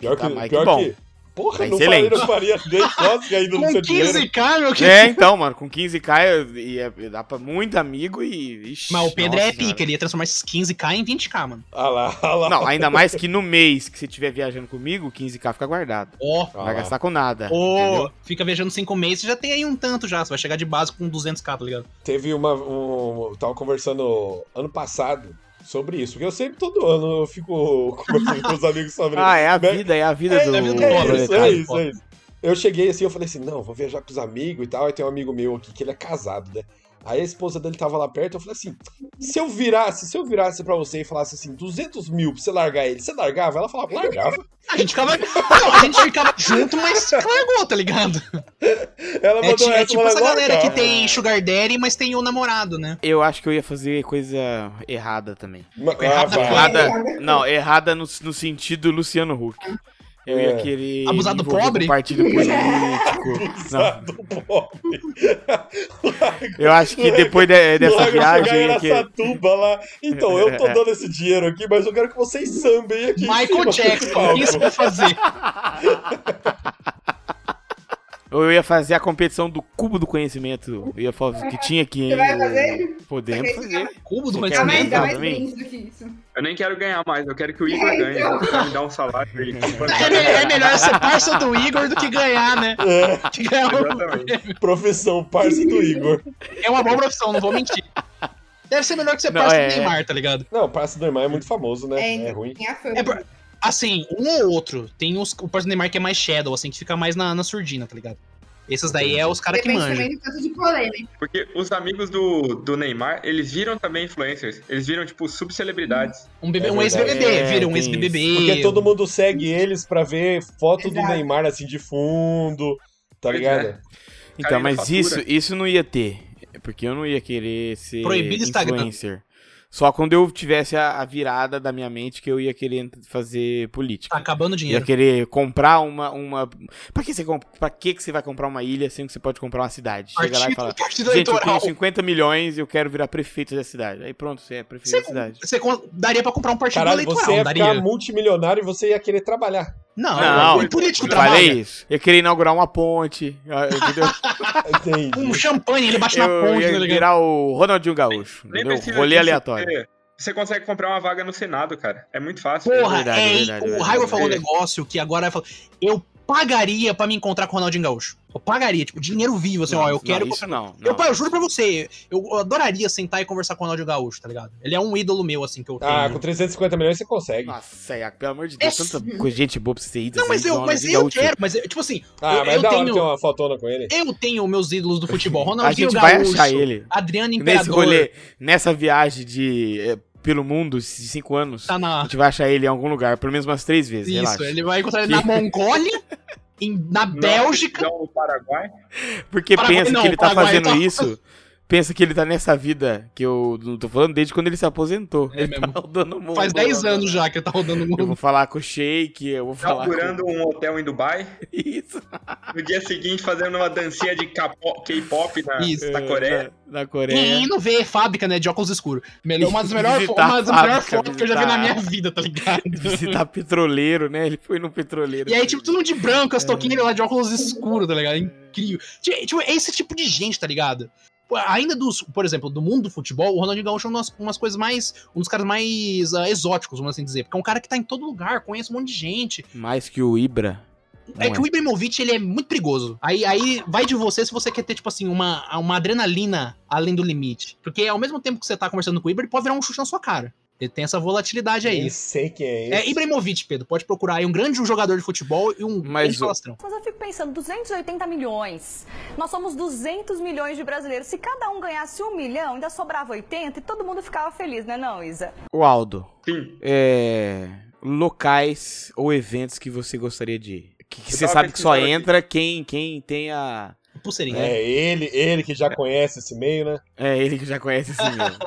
Speaker 3: Pior
Speaker 4: Tá,
Speaker 3: que.
Speaker 4: mas que
Speaker 3: pior
Speaker 4: bom.
Speaker 3: que... Porra,
Speaker 4: Tá
Speaker 3: não falei,
Speaker 4: excelente.
Speaker 3: não faria
Speaker 4: <laughs>
Speaker 3: nem sócio ainda no
Speaker 2: Com
Speaker 3: seu dinheiro.
Speaker 2: 15k, meu querido.
Speaker 4: É, então, mano, com 15k eu ia, ia dar pra muito amigo e. Ixi,
Speaker 2: Mas o Pedro
Speaker 4: nossa
Speaker 2: é pica,
Speaker 4: senhora.
Speaker 2: ele ia transformar esses 15k em 20k, mano.
Speaker 3: Ah lá, ah lá.
Speaker 4: Não, ainda mais que no mês que você estiver viajando comigo, 15k fica guardado.
Speaker 2: Ó,
Speaker 3: Ah
Speaker 4: Não vai
Speaker 3: lá.
Speaker 4: gastar
Speaker 2: <laughs>
Speaker 4: com nada.
Speaker 2: Ô,
Speaker 4: entendeu?
Speaker 2: fica viajando 5 meses, você já tem aí um tanto já. Você vai chegar de base com 200k, tá ligado?
Speaker 3: Teve uma. Um, eu tava conversando ano passado sobre isso. Porque eu sempre, todo ano, eu fico <laughs> conversando com os amigos sobre
Speaker 4: Ah, é a
Speaker 3: Mas-
Speaker 4: vida, é a vida do.
Speaker 3: é, vida é
Speaker 2: do
Speaker 3: isso, é
Speaker 4: proletário.
Speaker 3: isso, é isso. Eu cheguei assim, eu falei assim, não, vou viajar com os amigos e tal. Aí tem um amigo meu aqui que ele é casado, né? Aí a esposa dele tava lá perto, eu falei assim, se eu virasse, se eu virasse pra você e falasse assim, 200 mil pra você largar ele, você largava? Ela falava, largava.
Speaker 2: A gente ficava. Não, a gente ficava junto, mas largou, tá ligado? É, ti- é
Speaker 3: Ela mandou Tá essa, eu
Speaker 2: tipo
Speaker 3: falei,
Speaker 2: essa galera que
Speaker 3: largava.
Speaker 2: tem Sugar Daddy, mas tem o namorado, né?
Speaker 4: Eu acho que eu ia fazer coisa errada também.
Speaker 3: Ma- Ah,
Speaker 2: errado,
Speaker 3: vai.
Speaker 4: Errada.
Speaker 5: É.
Speaker 4: Não, errada no, no sentido Luciano Huck. Eu ia
Speaker 3: É.
Speaker 4: querer.
Speaker 2: Abusar do
Speaker 4: envolver com
Speaker 2: pobre?
Speaker 3: <laughs>
Speaker 4: Partido político. Não,
Speaker 3: Exato, pô.
Speaker 4: eu acho que depois de- dessa
Speaker 3: Logo eu
Speaker 4: viagem.
Speaker 3: chegar em
Speaker 4: Eu ia querer...
Speaker 3: Araçatuba lá. Então, eu tô dando esse dinheiro aqui, mas eu quero que vocês sambem aqui. em cima
Speaker 2: Michael
Speaker 3: do
Speaker 2: Jackson,
Speaker 3: palco.
Speaker 2: isso que eu ia fazer.
Speaker 4: Ou eu ia fazer a competição do cubo do conhecimento. Eu ia falar que tinha aqui, hein?
Speaker 5: Você vai fazer?
Speaker 4: Podemos fazer.
Speaker 2: Cubo do
Speaker 4: Você
Speaker 5: Dá mais,
Speaker 2: conhecimento.
Speaker 5: Ah, dá
Speaker 4: Não,
Speaker 5: mais
Speaker 4: pra mim.
Speaker 5: brinde do que isso.
Speaker 6: Eu nem quero ganhar mais, eu quero que o Igor
Speaker 5: É,
Speaker 6: ganhe.
Speaker 5: então.
Speaker 6: Pra me dar um salário
Speaker 4: <laughs>
Speaker 6: dele.
Speaker 2: É, me- é melhor ser parça do Igor do que ganhar,
Speaker 4: <laughs>
Speaker 2: né? Que ganhar um-
Speaker 6: Exatamente.
Speaker 3: É, Profissão, parça do Igor.
Speaker 2: É uma boa profissão, não vou mentir. Deve ser melhor que ser
Speaker 4: Não,
Speaker 2: parça
Speaker 4: é-
Speaker 2: do Neymar, tá ligado?
Speaker 3: Não, parça do Neymar é muito famoso, né?
Speaker 5: É,
Speaker 3: é ruim.
Speaker 5: Tem a fama.
Speaker 2: É por- Assim, um ou outro. Tem os, o parça do Neymar que é mais shadow, assim, que fica mais na, na surdina, tá ligado? Esses daí é os caras que
Speaker 5: Depende
Speaker 2: manjam.
Speaker 5: também do tanto de polêmica.
Speaker 6: Porque os amigos do, do Neymar, eles viram também influencers. Eles viram, tipo, subcelebridades.
Speaker 2: Um, bebê-
Speaker 3: É
Speaker 2: um
Speaker 3: verdade.
Speaker 2: ex-BBB,
Speaker 4: É,
Speaker 2: vira um
Speaker 4: tem
Speaker 2: ex-BBB.
Speaker 3: Porque todo mundo segue eles pra ver foto do
Speaker 5: Exato.
Speaker 3: Neymar assim de fundo, tá
Speaker 6: Pois
Speaker 3: ligado?
Speaker 6: é.
Speaker 4: Então,
Speaker 6: Caiu na
Speaker 4: mas
Speaker 6: fatura.
Speaker 4: isso, isso não ia ter. Porque eu não ia querer ser
Speaker 2: Proibido Instagram.
Speaker 4: influencer. Só quando eu tivesse a, a virada da minha mente que eu ia querer ent- fazer política.
Speaker 2: Tá acabando o
Speaker 4: Ia
Speaker 2: dinheiro.
Speaker 4: querer comprar uma. uma... Pra, que você comp... pra que que você vai comprar uma ilha sendo que você pode comprar uma cidade? Chega lá e fala.
Speaker 2: Partido, partido
Speaker 4: Gente, eu tenho
Speaker 2: eleitoral.
Speaker 4: 50 milhões e eu quero virar prefeito da cidade. Aí pronto, você é prefeito
Speaker 2: Você,
Speaker 4: da cidade.
Speaker 2: você con- daria pra comprar um partido
Speaker 3: Caralho,
Speaker 2: eleitoral,
Speaker 3: você ia
Speaker 2: daria.
Speaker 3: ficar multimilionário e você ia querer trabalhar.
Speaker 2: Não,
Speaker 4: Não,
Speaker 2: um político
Speaker 4: Eu
Speaker 2: trabalha.
Speaker 4: falei isso. Eu queria inaugurar uma ponte.
Speaker 2: <laughs>
Speaker 4: ah, Entendeu?
Speaker 2: Um
Speaker 3: Entendi.
Speaker 2: champanhe, ele bate na
Speaker 4: eu
Speaker 2: ponte,
Speaker 4: ia
Speaker 2: tá ligado? Tipo
Speaker 4: virar o Ronaldinho Gaúcho.
Speaker 6: Nem
Speaker 4: Entendeu?
Speaker 6: precisa
Speaker 4: Rolê
Speaker 6: disso,
Speaker 4: aleatório.
Speaker 6: porque Você consegue comprar uma vaga no Senado, cara. É muito fácil.
Speaker 2: Porra,
Speaker 4: Verdade,
Speaker 2: é,
Speaker 4: verdade,
Speaker 2: o
Speaker 4: verdade,
Speaker 2: Raigor falou um
Speaker 6: verdade.
Speaker 2: negócio que agora falou, eu pagaria pra me encontrar com o Ronaldinho Gaúcho. Eu pagaria, tipo, dinheiro vivo, assim, ó, eu
Speaker 4: Não,
Speaker 2: quero...
Speaker 4: Isso não.
Speaker 2: Eu,
Speaker 4: não.
Speaker 2: eu juro pra você, eu adoraria sentar e conversar com o Ronaldinho Gaúcho, tá ligado? Ele é um ídolo meu, assim, que eu tenho.
Speaker 3: Ah, com 350 milhões você consegue.
Speaker 4: Nossa, Iaco, pelo amor de Deus,
Speaker 2: Esse-
Speaker 4: tanta coisa, gente boa pra você ir.
Speaker 2: não, mas
Speaker 4: assim,
Speaker 2: eu,
Speaker 4: Ronaldinho
Speaker 2: mas eu
Speaker 4: Gaúcho.
Speaker 2: quero, mas, eu- tipo assim,
Speaker 3: Ah,
Speaker 2: eu,
Speaker 3: mas
Speaker 2: eu
Speaker 3: dá hora
Speaker 2: tenho,
Speaker 3: ter uma fotona com ele.
Speaker 2: eu tenho meus ídolos do futebol,
Speaker 4: um- <laughs> A
Speaker 2: Ronaldinho
Speaker 4: gente vai
Speaker 2: Gaúcho,
Speaker 4: achar ele.
Speaker 2: Adriano
Speaker 4: Nesse
Speaker 2: Imperador,
Speaker 4: rolê, nessa viagem de eh, pelo mundo, esses cinco anos,
Speaker 2: tá
Speaker 4: a
Speaker 2: na...
Speaker 4: gente vai achar ele em algum lugar, pelo menos umas três vezes,
Speaker 2: Isso,
Speaker 4: relaxa.
Speaker 2: ele vai encontrar ele
Speaker 4: <laughs> Que-
Speaker 2: na Mongólia, em- na
Speaker 6: Na
Speaker 2: Bélgica,
Speaker 6: prisão do Paraguai.
Speaker 4: Porque
Speaker 2: Paraguai-
Speaker 4: pensa
Speaker 2: não,
Speaker 4: que ele tá
Speaker 2: Paraguai,
Speaker 4: fazendo
Speaker 2: eu tô-
Speaker 4: isso, pensa que ele tá nessa vida que eu não tô falando desde quando ele se aposentou.
Speaker 2: É
Speaker 4: Ele tá
Speaker 2: mesmo.
Speaker 4: rodando o mundo,
Speaker 2: faz 10
Speaker 4: rodando.
Speaker 2: anos já que ele tá rodando o
Speaker 4: Eu
Speaker 2: mundo.
Speaker 4: vou falar com o Sheik, eu
Speaker 6: Tá
Speaker 4: vou falar com...
Speaker 6: Inaugurando um hotel em Dubai.
Speaker 4: <laughs> Isso.
Speaker 6: No dia seguinte, fazendo uma dancinha de capo- K-pop na,
Speaker 2: Isso.
Speaker 6: na Coreia.
Speaker 4: Na, na Coreia.
Speaker 2: Quem não vê fábrica, né, de óculos escuros. Melhor, uma
Speaker 4: <laughs>
Speaker 2: das melhores
Speaker 4: é. Visitar
Speaker 2: uma das
Speaker 4: a
Speaker 2: melhores
Speaker 4: fábrica,
Speaker 2: fotos que eu já vi na
Speaker 4: visitar.
Speaker 2: minha vida, tá ligado?
Speaker 4: Visitar petroleiro, né? Ele tá foi no petroleiro.
Speaker 2: E aí, tipo, tudo de branco, as toquinhas dele lá de óculos escuros, tá ligado? Incrível. Ti- Tipo, é esse tipo de gente, tá ligado? Pô, Ainda dos, por exemplo, do mundo do futebol, o Ronaldinho Gaúcho é umas, umas coisas mais. Um dos caras mais ah, exóticos, vamos assim dizer. Porque é um cara que tá em todo lugar, conhece um monte de gente.
Speaker 4: Mais que o Ibra.
Speaker 2: É que o Ibrahimovic, ele é muito perigoso. Aí, aí vai de você se você quer ter, tipo assim, uma, uma adrenalina além do limite. Porque ao mesmo tempo que você tá conversando com o Ibra, ele pode virar um chute na sua cara. Ele tem essa volatilidade
Speaker 3: Nem
Speaker 2: aí.
Speaker 3: sei quem é esse.
Speaker 2: É Ibrahimovic, Pedro. Pode procurar aí um grande jogador de futebol e um
Speaker 4: Mas
Speaker 2: grande
Speaker 4: o-
Speaker 2: falastrão.
Speaker 8: Mas eu fico pensando, 280 milhões. Nós somos 200 milhões de brasileiros. Se cada um ganhasse um milhão, ainda sobrava 80 e todo mundo ficava feliz, né, não, Isa?
Speaker 4: O Aldo.
Speaker 6: Sim.
Speaker 4: É... Locais ou eventos que você gostaria de ir. Que
Speaker 6: Eu
Speaker 4: você
Speaker 6: tava
Speaker 4: sabe que só
Speaker 6: pesquisando aqui.
Speaker 4: entra quem, quem tem a.
Speaker 2: Pulseirinha. né?
Speaker 3: É, ele, ele que já conhece esse meio, né?
Speaker 4: É ele que já conhece esse mesmo.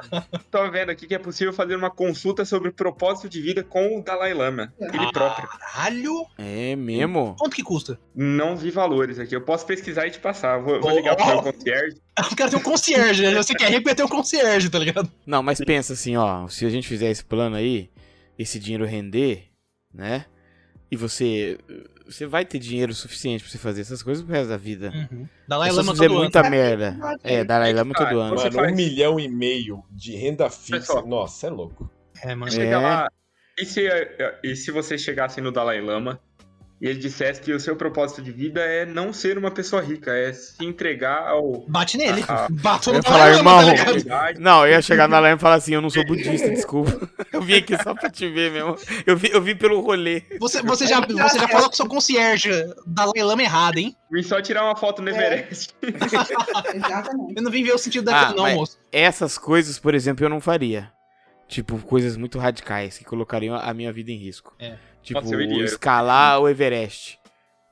Speaker 6: Tô vendo aqui que é possível fazer uma consulta sobre propósito de vida com o Dalai Lama,
Speaker 2: Ah.
Speaker 6: ele próprio.
Speaker 2: Caralho!
Speaker 4: É mesmo?
Speaker 2: Quanto que custa? <laughs>
Speaker 6: Não vi valores aqui. Eu posso pesquisar e te passar. Vou, vou
Speaker 2: Oh.
Speaker 6: ligar pro meu concierge.
Speaker 2: O cara tem um concierge, né? Você quer repetir o concierge, tá ligado?
Speaker 4: Não, mas pensa assim, ó. Se a gente fizer esse plano aí, esse dinheiro render, né? E você. Você vai ter dinheiro suficiente pra você fazer essas coisas pro resto da vida.
Speaker 2: Dalai
Speaker 4: É só se
Speaker 2: Lama
Speaker 4: fizer
Speaker 2: todo ano.
Speaker 4: muita merda. É, Dalai Lama
Speaker 6: Cara,
Speaker 4: todo ano.
Speaker 6: você
Speaker 3: Mano,
Speaker 6: faz?
Speaker 3: um milhão e meio de renda fixa.
Speaker 6: Pessoal.
Speaker 3: Nossa, é louco.
Speaker 2: É, mano.
Speaker 6: Chega lá.
Speaker 4: É.
Speaker 6: E se, eh, e se você chegasse no Dalai Lama e ele dissesse que o seu propósito de vida é não ser uma pessoa rica, é se entregar ao.
Speaker 2: Bate nele.
Speaker 6: Ah,
Speaker 2: Bata
Speaker 4: Eu
Speaker 2: no
Speaker 4: ia
Speaker 2: Dalai
Speaker 4: falar,
Speaker 2: Lama,
Speaker 4: irmão.
Speaker 2: tá
Speaker 4: <laughs>
Speaker 6: à
Speaker 2: ligado?
Speaker 6: verdade.
Speaker 4: Não, eu ia chegar na Lama e falar assim: eu não sou budista, desculpa. <laughs> Eu vim aqui só pra te ver mesmo. Eu vi, eu vi pelo rolê.
Speaker 2: Você, você, já, você já falou com o seu concierge Dalai Lama errado, hein?
Speaker 6: Vim só tirar uma foto
Speaker 4: É.
Speaker 6: no Everest.
Speaker 5: Exatamente.
Speaker 2: Eu não vim ver o sentido daquilo,
Speaker 4: Ah,
Speaker 2: não,
Speaker 4: mas- <laughs>
Speaker 2: moço.
Speaker 4: Essas coisas, por exemplo, eu não faria. Tipo, coisas muito radicais que colocariam a minha vida em risco.
Speaker 2: É.
Speaker 4: Tipo,
Speaker 6: Nossa, eu iria.
Speaker 4: escalar o Everest.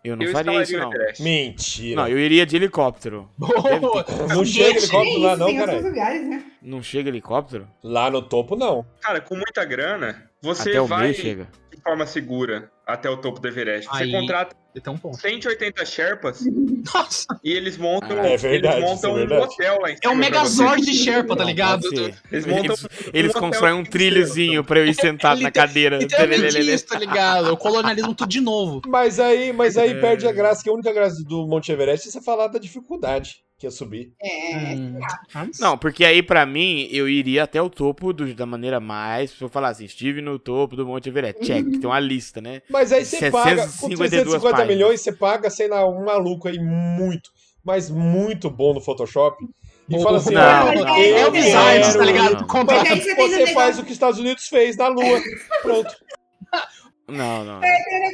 Speaker 4: Eu não
Speaker 6: eu
Speaker 4: faria
Speaker 6: instalaria
Speaker 4: isso,
Speaker 6: o
Speaker 4: não.
Speaker 6: Everest.
Speaker 3: Mentira.
Speaker 4: Não, eu iria de helicóptero.
Speaker 2: Boa!
Speaker 3: Não chega
Speaker 5: um
Speaker 3: helicóptero lá, não,
Speaker 5: tem outros
Speaker 3: cara.
Speaker 5: lugares, né?
Speaker 4: Não chega helicóptero?
Speaker 3: Lá no topo, não.
Speaker 6: Cara, com muita grana, você
Speaker 4: Até o
Speaker 6: vai
Speaker 4: meio chega.
Speaker 6: de forma segura até o topo do Everest. Você
Speaker 2: Aí.
Speaker 6: contrata
Speaker 2: Então, ponto.
Speaker 6: 180 Sherpas
Speaker 2: Nossa,
Speaker 6: e eles montam,
Speaker 4: Ah, é
Speaker 3: verdade, isso
Speaker 6: eles
Speaker 3: é
Speaker 6: montam um
Speaker 3: verdade.
Speaker 6: hotel lá em
Speaker 2: é
Speaker 6: cima
Speaker 2: um
Speaker 6: pra você.
Speaker 2: megazord de Sherpa, tá
Speaker 4: Não,
Speaker 2: ligado?
Speaker 4: pode ser.
Speaker 6: Eles montam
Speaker 4: Eles, eles
Speaker 6: hotel
Speaker 4: constroem um
Speaker 6: inteiro.
Speaker 4: trilhozinho pra eu ir sentado na
Speaker 2: Liter-
Speaker 4: cadeira.
Speaker 2: Literalmente
Speaker 4: Lelelele.
Speaker 2: isso, tá ligado? O colonialismo tudo de novo.
Speaker 3: Mas aí, mas aí
Speaker 4: É.
Speaker 3: perde a graça, que a única graça do Monte Everest é você falar da dificuldade que é subir.
Speaker 5: É.
Speaker 2: Hum.
Speaker 4: Não, porque aí pra mim eu iria até o topo do- da maneira mais. Se eu falar assim, estive no topo do Monte Everest, check, tem uma lista, né?
Speaker 3: Mas aí você paga, com
Speaker 4: 752
Speaker 3: 350
Speaker 4: páginas.
Speaker 3: milhões, você paga, sei lá, um maluco aí muito, mas muito bom no Photoshop. E fala assim,
Speaker 4: Não,
Speaker 3: "Olha,
Speaker 5: não,
Speaker 3: eu
Speaker 2: É o design,
Speaker 3: quero-
Speaker 2: tá
Speaker 4: não.
Speaker 2: ligado?
Speaker 5: Porque
Speaker 2: Contrata
Speaker 5: aí você tem
Speaker 3: Você
Speaker 5: esse
Speaker 3: faz
Speaker 5: negócio.
Speaker 3: o que os Estados Unidos fez na Lua. Pronto.
Speaker 4: Não, não.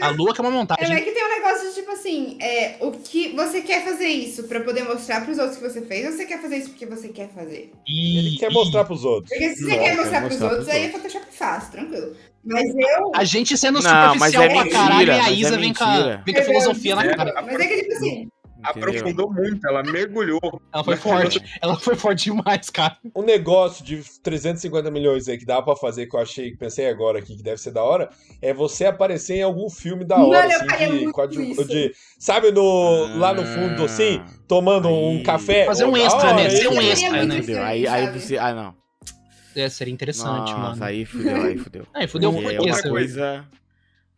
Speaker 2: a lua que é uma
Speaker 5: É
Speaker 2: montagem.
Speaker 5: mas que tem um negócio de tipo assim, é, o que você quer fazer isso pra poder mostrar pros outros que você fez, ou você quer fazer isso porque você quer fazer?
Speaker 3: Ele
Speaker 2: E,
Speaker 3: quer mostrar pros outros.
Speaker 5: Porque se você
Speaker 4: Não,
Speaker 5: quer
Speaker 4: quero
Speaker 5: mostrar pros
Speaker 4: mostrar
Speaker 5: outros,
Speaker 4: pros
Speaker 5: aí é Photoshop fácil, tranquilo. Mas eu.
Speaker 2: a gente sendo
Speaker 4: Não, mas
Speaker 2: superficial
Speaker 4: é
Speaker 2: pra
Speaker 4: mentira,
Speaker 2: caralho, e
Speaker 4: mas
Speaker 2: a
Speaker 4: é
Speaker 2: Isa vem, com a,
Speaker 4: mentira.
Speaker 2: vem com a filosofia na
Speaker 6: É.
Speaker 2: cara.
Speaker 5: Mas é que tipo assim,
Speaker 4: Entendeu?
Speaker 6: Aprofundou um muito, ela mergulhou.
Speaker 2: Ela
Speaker 4: É
Speaker 2: foi forte. Ela foi forte demais, cara.
Speaker 3: Um negócio de 350 milhões aí que dá pra fazer, que eu achei, que pensei agora aqui, que deve ser da hora, é você aparecer em algum filme da
Speaker 5: Mano,
Speaker 3: hora,
Speaker 5: eu
Speaker 3: assim,
Speaker 5: faria
Speaker 3: de,
Speaker 5: muito
Speaker 3: coadju-
Speaker 5: isso.
Speaker 3: de- Sabe, no, lá no
Speaker 4: Ah,
Speaker 3: fundo, assim, tomando
Speaker 4: Aí.
Speaker 3: um café.
Speaker 2: Fazer um
Speaker 3: Ó, da
Speaker 2: extra, né?
Speaker 3: hora,
Speaker 2: Ser um
Speaker 3: hein?
Speaker 2: extra, né?
Speaker 4: Entendeu? Aí, aí você. Ah, não.
Speaker 2: É, seria interessante,
Speaker 4: Nossa,
Speaker 2: mano. Aí,
Speaker 4: aí fudeu, aí fudeu.
Speaker 2: fudeu
Speaker 4: Porque
Speaker 2: muito
Speaker 4: é uma
Speaker 2: isso.
Speaker 4: coisa.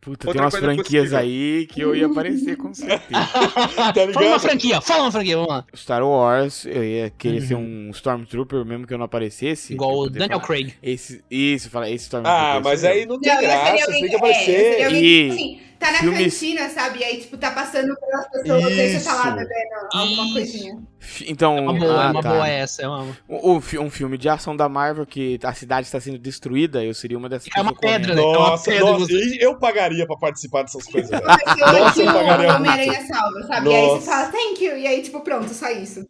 Speaker 4: Puta,
Speaker 6: Outra
Speaker 4: tem umas
Speaker 6: coisa
Speaker 4: franquias
Speaker 6: possível.
Speaker 4: aí que eu ia aparecer com certeza.
Speaker 2: <laughs> Fala uma
Speaker 3: Tá ligado?
Speaker 2: franquia, fala uma franquia, vamos lá.
Speaker 4: Star Wars, eu ia querer ser um Stormtrooper mesmo que eu não aparecesse.
Speaker 2: Uhum. Igual
Speaker 4: eu
Speaker 2: o
Speaker 4: poder
Speaker 2: Daniel
Speaker 4: falar,
Speaker 2: Craig.
Speaker 4: Esse, isso, fala, esse Stormtrooper.
Speaker 3: Ah, mas
Speaker 4: sou eu.
Speaker 3: aí não tem
Speaker 5: Não, mas seria
Speaker 3: graça, você tem
Speaker 5: alguém,
Speaker 3: que
Speaker 5: é, seria
Speaker 3: aparecer.
Speaker 5: alguém
Speaker 4: E-
Speaker 5: que, tipo assim, tá na
Speaker 4: filmes-
Speaker 5: cantina, sabe? E aí, tipo, tá passando pelas pessoas, aí você tá lá
Speaker 3: Isso.
Speaker 5: bebendo alguma
Speaker 2: Isso.
Speaker 5: coisinha.
Speaker 4: Fi- Então,
Speaker 2: Uma boa,
Speaker 4: ah,
Speaker 2: uma
Speaker 4: tá.
Speaker 2: boa essa, é uma.
Speaker 4: O- o fi- um filme de ação da Marvel que a cidade está sendo destruída, eu seria uma dessas
Speaker 2: É uma
Speaker 4: correndo.
Speaker 2: pedra, né?
Speaker 3: Nossa,
Speaker 2: é uma pedra.
Speaker 3: nossa,
Speaker 2: você-
Speaker 3: e eu pagaria pra participar dessas coisas. né? velho.
Speaker 5: <laughs> Mas eu
Speaker 3: Nossa,
Speaker 5: acho
Speaker 3: eu pagaria
Speaker 5: o
Speaker 3: muito.
Speaker 5: Homem-Aranha salva, sabe? E aí você
Speaker 3: Nossa.
Speaker 5: fala, thank you, e aí, tipo, pronto, só isso.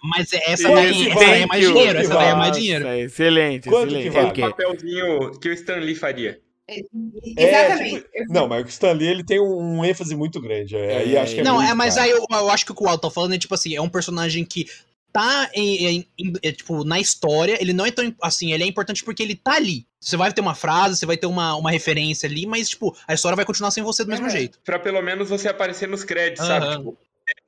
Speaker 2: Mas essa
Speaker 4: Esse
Speaker 2: daí, essa daí é mais
Speaker 4: thank you.
Speaker 2: dinheiro, essa daí é mais
Speaker 4: Nossa,
Speaker 2: dinheiro.
Speaker 4: Excelente,
Speaker 3: Quanto
Speaker 4: excelente.
Speaker 3: que vale?
Speaker 4: É o quê?
Speaker 6: papelzinho que o Stan Lee faria.
Speaker 5: Exatamente. Eu-
Speaker 3: Não, mas o Stanley ele tem um, um ênfase muito grande. é, Aí
Speaker 4: É,
Speaker 3: acho que é
Speaker 2: Não,
Speaker 3: muito
Speaker 2: é, mas
Speaker 3: caro.
Speaker 2: aí eu, eu acho que o que o Alto tá falando é tipo assim, é um personagem que tá em, em- em- é, tipo, na história, ele não é tão im- assim, ele é importante porque ele tá ali. Você vai ter uma frase, você vai ter uma, uma referência ali, mas tipo, a história vai continuar sem você do mesmo
Speaker 3: É,
Speaker 5: Uhum.
Speaker 2: jeito.
Speaker 6: Pra pelo menos você aparecer nos créditos, sabe?
Speaker 2: Aham.
Speaker 6: Tipo,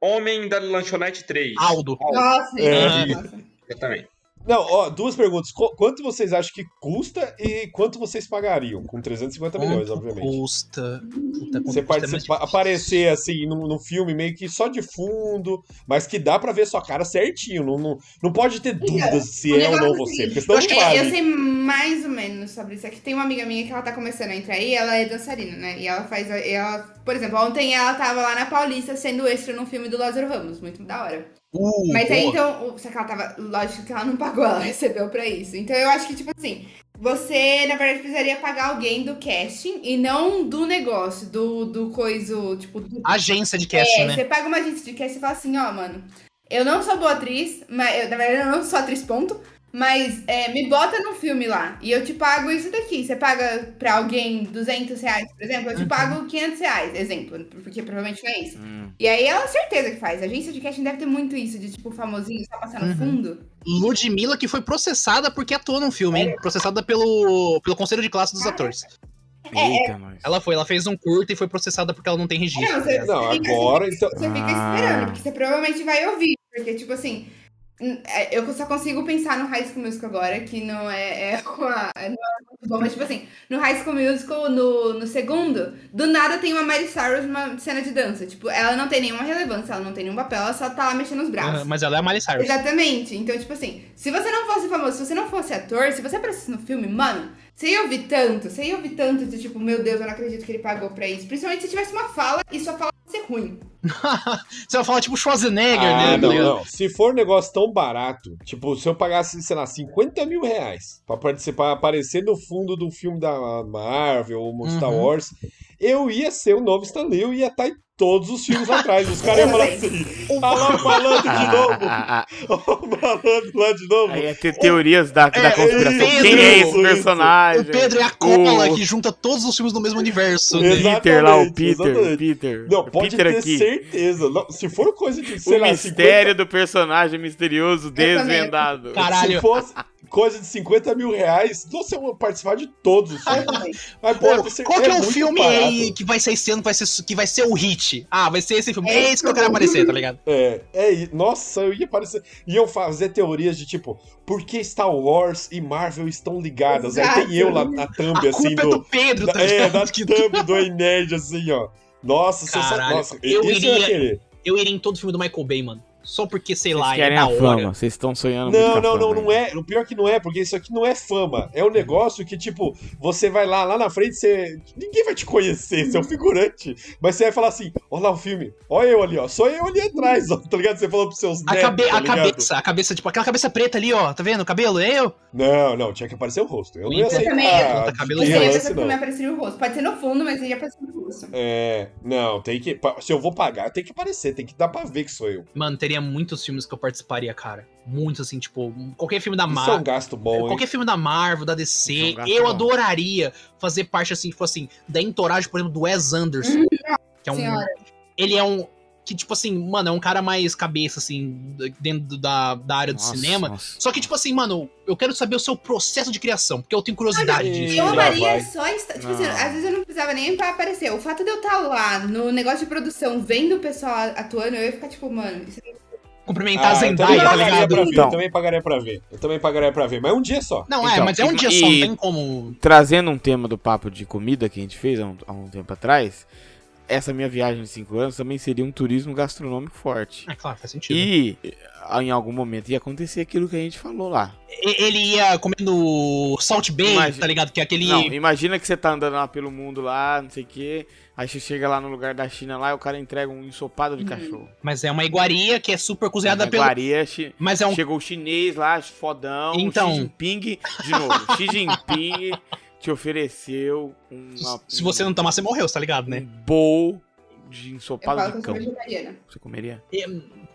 Speaker 6: Homem da Lanchonete 3.
Speaker 2: Aldo.
Speaker 5: Nossa,
Speaker 3: É.
Speaker 5: gente, nossa.
Speaker 6: Exatamente.
Speaker 3: Não, ó, duas perguntas. Qu- quanto vocês acham que custa e quanto vocês pagariam? Com 350 milhões,
Speaker 2: Quanto
Speaker 3: é, obviamente.
Speaker 2: Custa. Puta, quanto custa
Speaker 3: Você
Speaker 2: é mais
Speaker 3: participa,
Speaker 2: difícil.
Speaker 3: aparecer assim num, num filme meio que só de fundo, mas que dá pra ver sua cara certinho. Não, não, não pode ter dúvidas se
Speaker 5: o
Speaker 3: é ou não
Speaker 5: negócio é o
Speaker 3: você,
Speaker 5: seguinte,
Speaker 3: porque senão
Speaker 5: eu
Speaker 3: não
Speaker 5: sei- Eu
Speaker 3: vale.
Speaker 5: sei mais ou menos sobre isso. É que tem uma amiga minha que ela tá começando a entrar aí, ela é dançarina, né? E ela faz. a- e Ela, por exemplo, ontem ela tava lá na Paulista sendo extra num filme do Lázaro Ramos, muito da hora.
Speaker 2: Uh,
Speaker 5: Mas aí
Speaker 2: boa.
Speaker 5: então, o- só que ela tava. Lógico que ela não pagou, ela <laughs> recebeu pra isso. Então eu acho que, tipo assim, você, na verdade, precisaria pagar alguém do casting e não do negócio, do, do coiso, tipo, do
Speaker 2: Agência de casting,
Speaker 5: é,
Speaker 2: né?
Speaker 5: você paga uma agência de cast e fala assim, ó, mano, eu não sou boa atriz, mas eu, na verdade eu não sou atriz, ponto. Mas é, me bota no filme lá e eu te pago isso daqui. Você paga pra alguém 200 reais, por exemplo, eu
Speaker 2: Uhum.
Speaker 5: te pago 500 reais, exemplo, porque provavelmente não é isso.
Speaker 4: Hum.
Speaker 5: E aí ela certeza que faz. A agência de casting deve ter muito isso, de tipo, famosinho só passar no
Speaker 2: Uhum.
Speaker 5: fundo.
Speaker 2: Ludmilla, que foi processada porque atuou num filme,
Speaker 5: É.
Speaker 2: hein? Processada pelo, pelo Conselho de Classe dos
Speaker 5: Ah.
Speaker 2: Atores.
Speaker 4: Eita, nós.
Speaker 2: É, Ela foi, ela fez um curta e foi processada porque ela não tem registro.
Speaker 5: É, você-
Speaker 3: Não, agora então.
Speaker 5: Você fica
Speaker 4: Ah.
Speaker 5: esperando, porque você provavelmente vai ouvir. Porque, tipo assim, n- é, eu só consigo pensar no High School Musical agora, que não é, <laughs> é uma. é- Não é muito bom, mas, tipo assim, no High School Musical, no, no segundo, do nada tem uma Mary Cyrus numa cena de dança. Tipo, ela não tem nenhuma relevância, ela não tem nenhum papel, ela só tá lá mexendo os braços.
Speaker 2: Uhum, Mas ela é a Miley Cyrus.
Speaker 5: Exatamente. Então, tipo assim, se você não fosse famoso, se você não fosse ator, se você aparecesse no filme, mano, você ia ouvir tanto, você ia ouvir tanto de tipo, meu Deus, eu não acredito que ele pagou pra isso. Principalmente se tivesse uma fala e sua fala fosse ruim.
Speaker 2: Você vai falar tipo Schwarzenegger,
Speaker 3: Ah,
Speaker 2: né?
Speaker 3: não,
Speaker 2: tá ligado?
Speaker 3: não. Se for um negócio tão barato, tipo, se eu pagasse, sei lá, 50 mil reais pra participar, aparecer no fundo do filme da Marvel ou no Star
Speaker 2: Uhum.
Speaker 3: Wars, eu ia ser o novo Stan Lee, eu ia estar em todos os
Speaker 4: <laughs>
Speaker 3: filmes atrás. Os caras iam falar assim, ah lá o malandro de novo, <laughs>
Speaker 4: Ah, ah, ah,
Speaker 3: ó o malandro lá de novo.
Speaker 4: Aí ia ter teorias da, da
Speaker 2: É,
Speaker 4: conspiração.
Speaker 2: isso,
Speaker 4: Quem é
Speaker 2: isso,
Speaker 4: esse personagem?
Speaker 2: O Pedro é a Coppola
Speaker 4: O-
Speaker 2: que junta todos os filmes no mesmo universo. Né?
Speaker 3: Exato.
Speaker 4: Peter lá, o Peter.
Speaker 3: Exatamente,
Speaker 4: Peter.
Speaker 3: Não, pode
Speaker 4: Peter
Speaker 3: ter
Speaker 4: aqui.
Speaker 3: certeza. Não, se for coisa
Speaker 4: <laughs>
Speaker 3: de, sei
Speaker 4: O
Speaker 3: lá,
Speaker 4: mistério do personagem misterioso
Speaker 5: também.
Speaker 4: desvendado.
Speaker 2: Cara, Caralho.
Speaker 3: Se fosse coisa de 50 mil reais, nossa, eu vou participar de todos os filmes. Mas,
Speaker 2: Pô,
Speaker 3: pô, você-
Speaker 2: qual que é o
Speaker 3: muito
Speaker 2: filme
Speaker 3: barato.
Speaker 2: aí que vai sair esse ano, que vai ser, que vai ser o hit? Ah, vai ser esse filme.
Speaker 5: É
Speaker 2: É esse que eu quero aparecer, tá ligado?
Speaker 3: É, é, i- nossa, eu ia parecer. Iam fazer teorias de tipo, por que Star Wars e Marvel estão ligadas? Aí
Speaker 5: Exato.
Speaker 3: tem eu lá na thumb,
Speaker 2: A
Speaker 3: assim,
Speaker 2: culpa é do
Speaker 3: do.
Speaker 2: Pedro, tá
Speaker 3: da- é,
Speaker 2: ligado?
Speaker 3: da
Speaker 2: Que- tá
Speaker 3: thumb do Enerd, assim, ó. Nossa, sensacional.
Speaker 2: Caralho,
Speaker 3: Nossa,
Speaker 2: eu
Speaker 3: isso é eu ia
Speaker 2: iria-
Speaker 3: querer.
Speaker 2: Eu iria em todo filme do Michael Bay, mano. Só porque, sei lá,
Speaker 4: Vocês
Speaker 2: é
Speaker 4: querem
Speaker 2: da
Speaker 4: a
Speaker 2: hora.
Speaker 4: fama, vocês estão sonhando muito com
Speaker 3: Não,
Speaker 4: a
Speaker 3: não, não,
Speaker 4: fama,
Speaker 3: não
Speaker 4: né?
Speaker 3: é. O pior que não é, porque isso aqui não é fama. É um negócio que, tipo, você vai lá, lá na frente, você. Ninguém vai te conhecer,
Speaker 2: Uhum.
Speaker 3: você é um figurante. Mas você vai falar assim: olha lá o filme, olha eu ali, ó. Só eu ali atrás, ó. Tá ligado? Você falou pros seus
Speaker 2: A,
Speaker 3: netos,
Speaker 2: cabe-
Speaker 3: tá
Speaker 2: a
Speaker 3: ligado?
Speaker 2: cabeça, a cabeça, tipo, aquela cabeça preta ali, ó, tá vendo? O cabelo, é eu?
Speaker 3: Não, não, tinha que aparecer o rosto. Eu não ia
Speaker 2: Eu
Speaker 5: também,
Speaker 3: aceitar.
Speaker 2: puta, cabelo
Speaker 5: Você
Speaker 3: de
Speaker 5: ia
Speaker 2: relance,
Speaker 5: pensar
Speaker 3: relance,
Speaker 5: que também
Speaker 3: não.
Speaker 5: apareceria o rosto. Pode ser no fundo, mas ele ia aparecer no rosto.
Speaker 3: É, não, tem que. pa- Se eu vou pagar, tem que aparecer, tem que dar pra ver que sou eu.
Speaker 2: Mano, teria muitos filmes que eu participaria, cara. Muitos, assim, tipo, qualquer filme da
Speaker 3: Isso é um
Speaker 2: Marvel.
Speaker 3: gasto bom, hein?
Speaker 2: Qualquer filme da Marvel, da DC,
Speaker 4: Isso é um
Speaker 2: eu
Speaker 4: gasto
Speaker 2: adoraria fazer parte, assim, tipo assim, da entourage, por exemplo, do Wes Anderson. Que é um.
Speaker 5: Uhum. Senhora.
Speaker 2: Ele é um. Que, tipo assim, mano, é um cara mais cabeça, assim, dentro da, da
Speaker 3: é
Speaker 2: área
Speaker 4: Nossa,
Speaker 2: do cinema.
Speaker 4: nossa.
Speaker 2: Só que, tipo assim, mano, eu quero saber o seu processo de criação, porque eu tenho curiosidade
Speaker 3: Olha,
Speaker 2: disso.
Speaker 5: Eu
Speaker 3: Lá
Speaker 5: amaria
Speaker 3: vai.
Speaker 5: só estar. Tipo
Speaker 4: Não.
Speaker 5: assim, às vezes eu não precisava nem pra aparecer. O fato de eu estar lá no negócio de produção, vendo o pessoal atuando, eu ia ficar tipo, mano, isso é
Speaker 2: Cumprimentar a
Speaker 3: Ah, eu
Speaker 2: Zendaya,
Speaker 3: também
Speaker 2: tá
Speaker 3: pagaria
Speaker 2: ligado?
Speaker 3: pra ver,
Speaker 4: Então.
Speaker 3: eu também pagaria pra ver. Eu também pagaria pra ver, mas um dia só.
Speaker 2: Não, é,
Speaker 4: Então,
Speaker 2: mas é um
Speaker 4: e-
Speaker 2: dia só, não
Speaker 4: e-
Speaker 2: tem como.
Speaker 4: Trazendo um tema do papo de comida que a gente fez há um, há um tempo atrás, essa minha viagem de 5 anos também seria um turismo gastronômico forte.
Speaker 2: É claro, faz sentido.
Speaker 4: E eh, em algum momento ia acontecer aquilo que a gente falou lá.
Speaker 2: E- Ele ia comendo Salt Bay,
Speaker 4: Imagina-
Speaker 2: tá ligado? Que é aquele.
Speaker 4: Não, imagina que você tá andando lá pelo mundo lá, não sei o quê. Aí você chega lá no lugar da China lá e o cara entrega um ensopado de cachorro.
Speaker 2: Mas é uma iguaria que é super cozinhada
Speaker 4: Na
Speaker 2: pelo.
Speaker 4: Guaria, chi-
Speaker 2: Mas é um.
Speaker 4: Chegou o chinês lá, fodão,
Speaker 2: Então.
Speaker 4: Xi Jinping, de novo, Xi Jinping
Speaker 2: <laughs>
Speaker 4: te ofereceu uma,
Speaker 2: Se você não tomar, você morreu, tá ligado,
Speaker 4: um
Speaker 2: né?
Speaker 4: bowl de
Speaker 5: eu
Speaker 4: ensopado
Speaker 5: falo que
Speaker 4: de
Speaker 5: eu sou
Speaker 4: cão.
Speaker 5: vegetariana.
Speaker 4: Você comeria?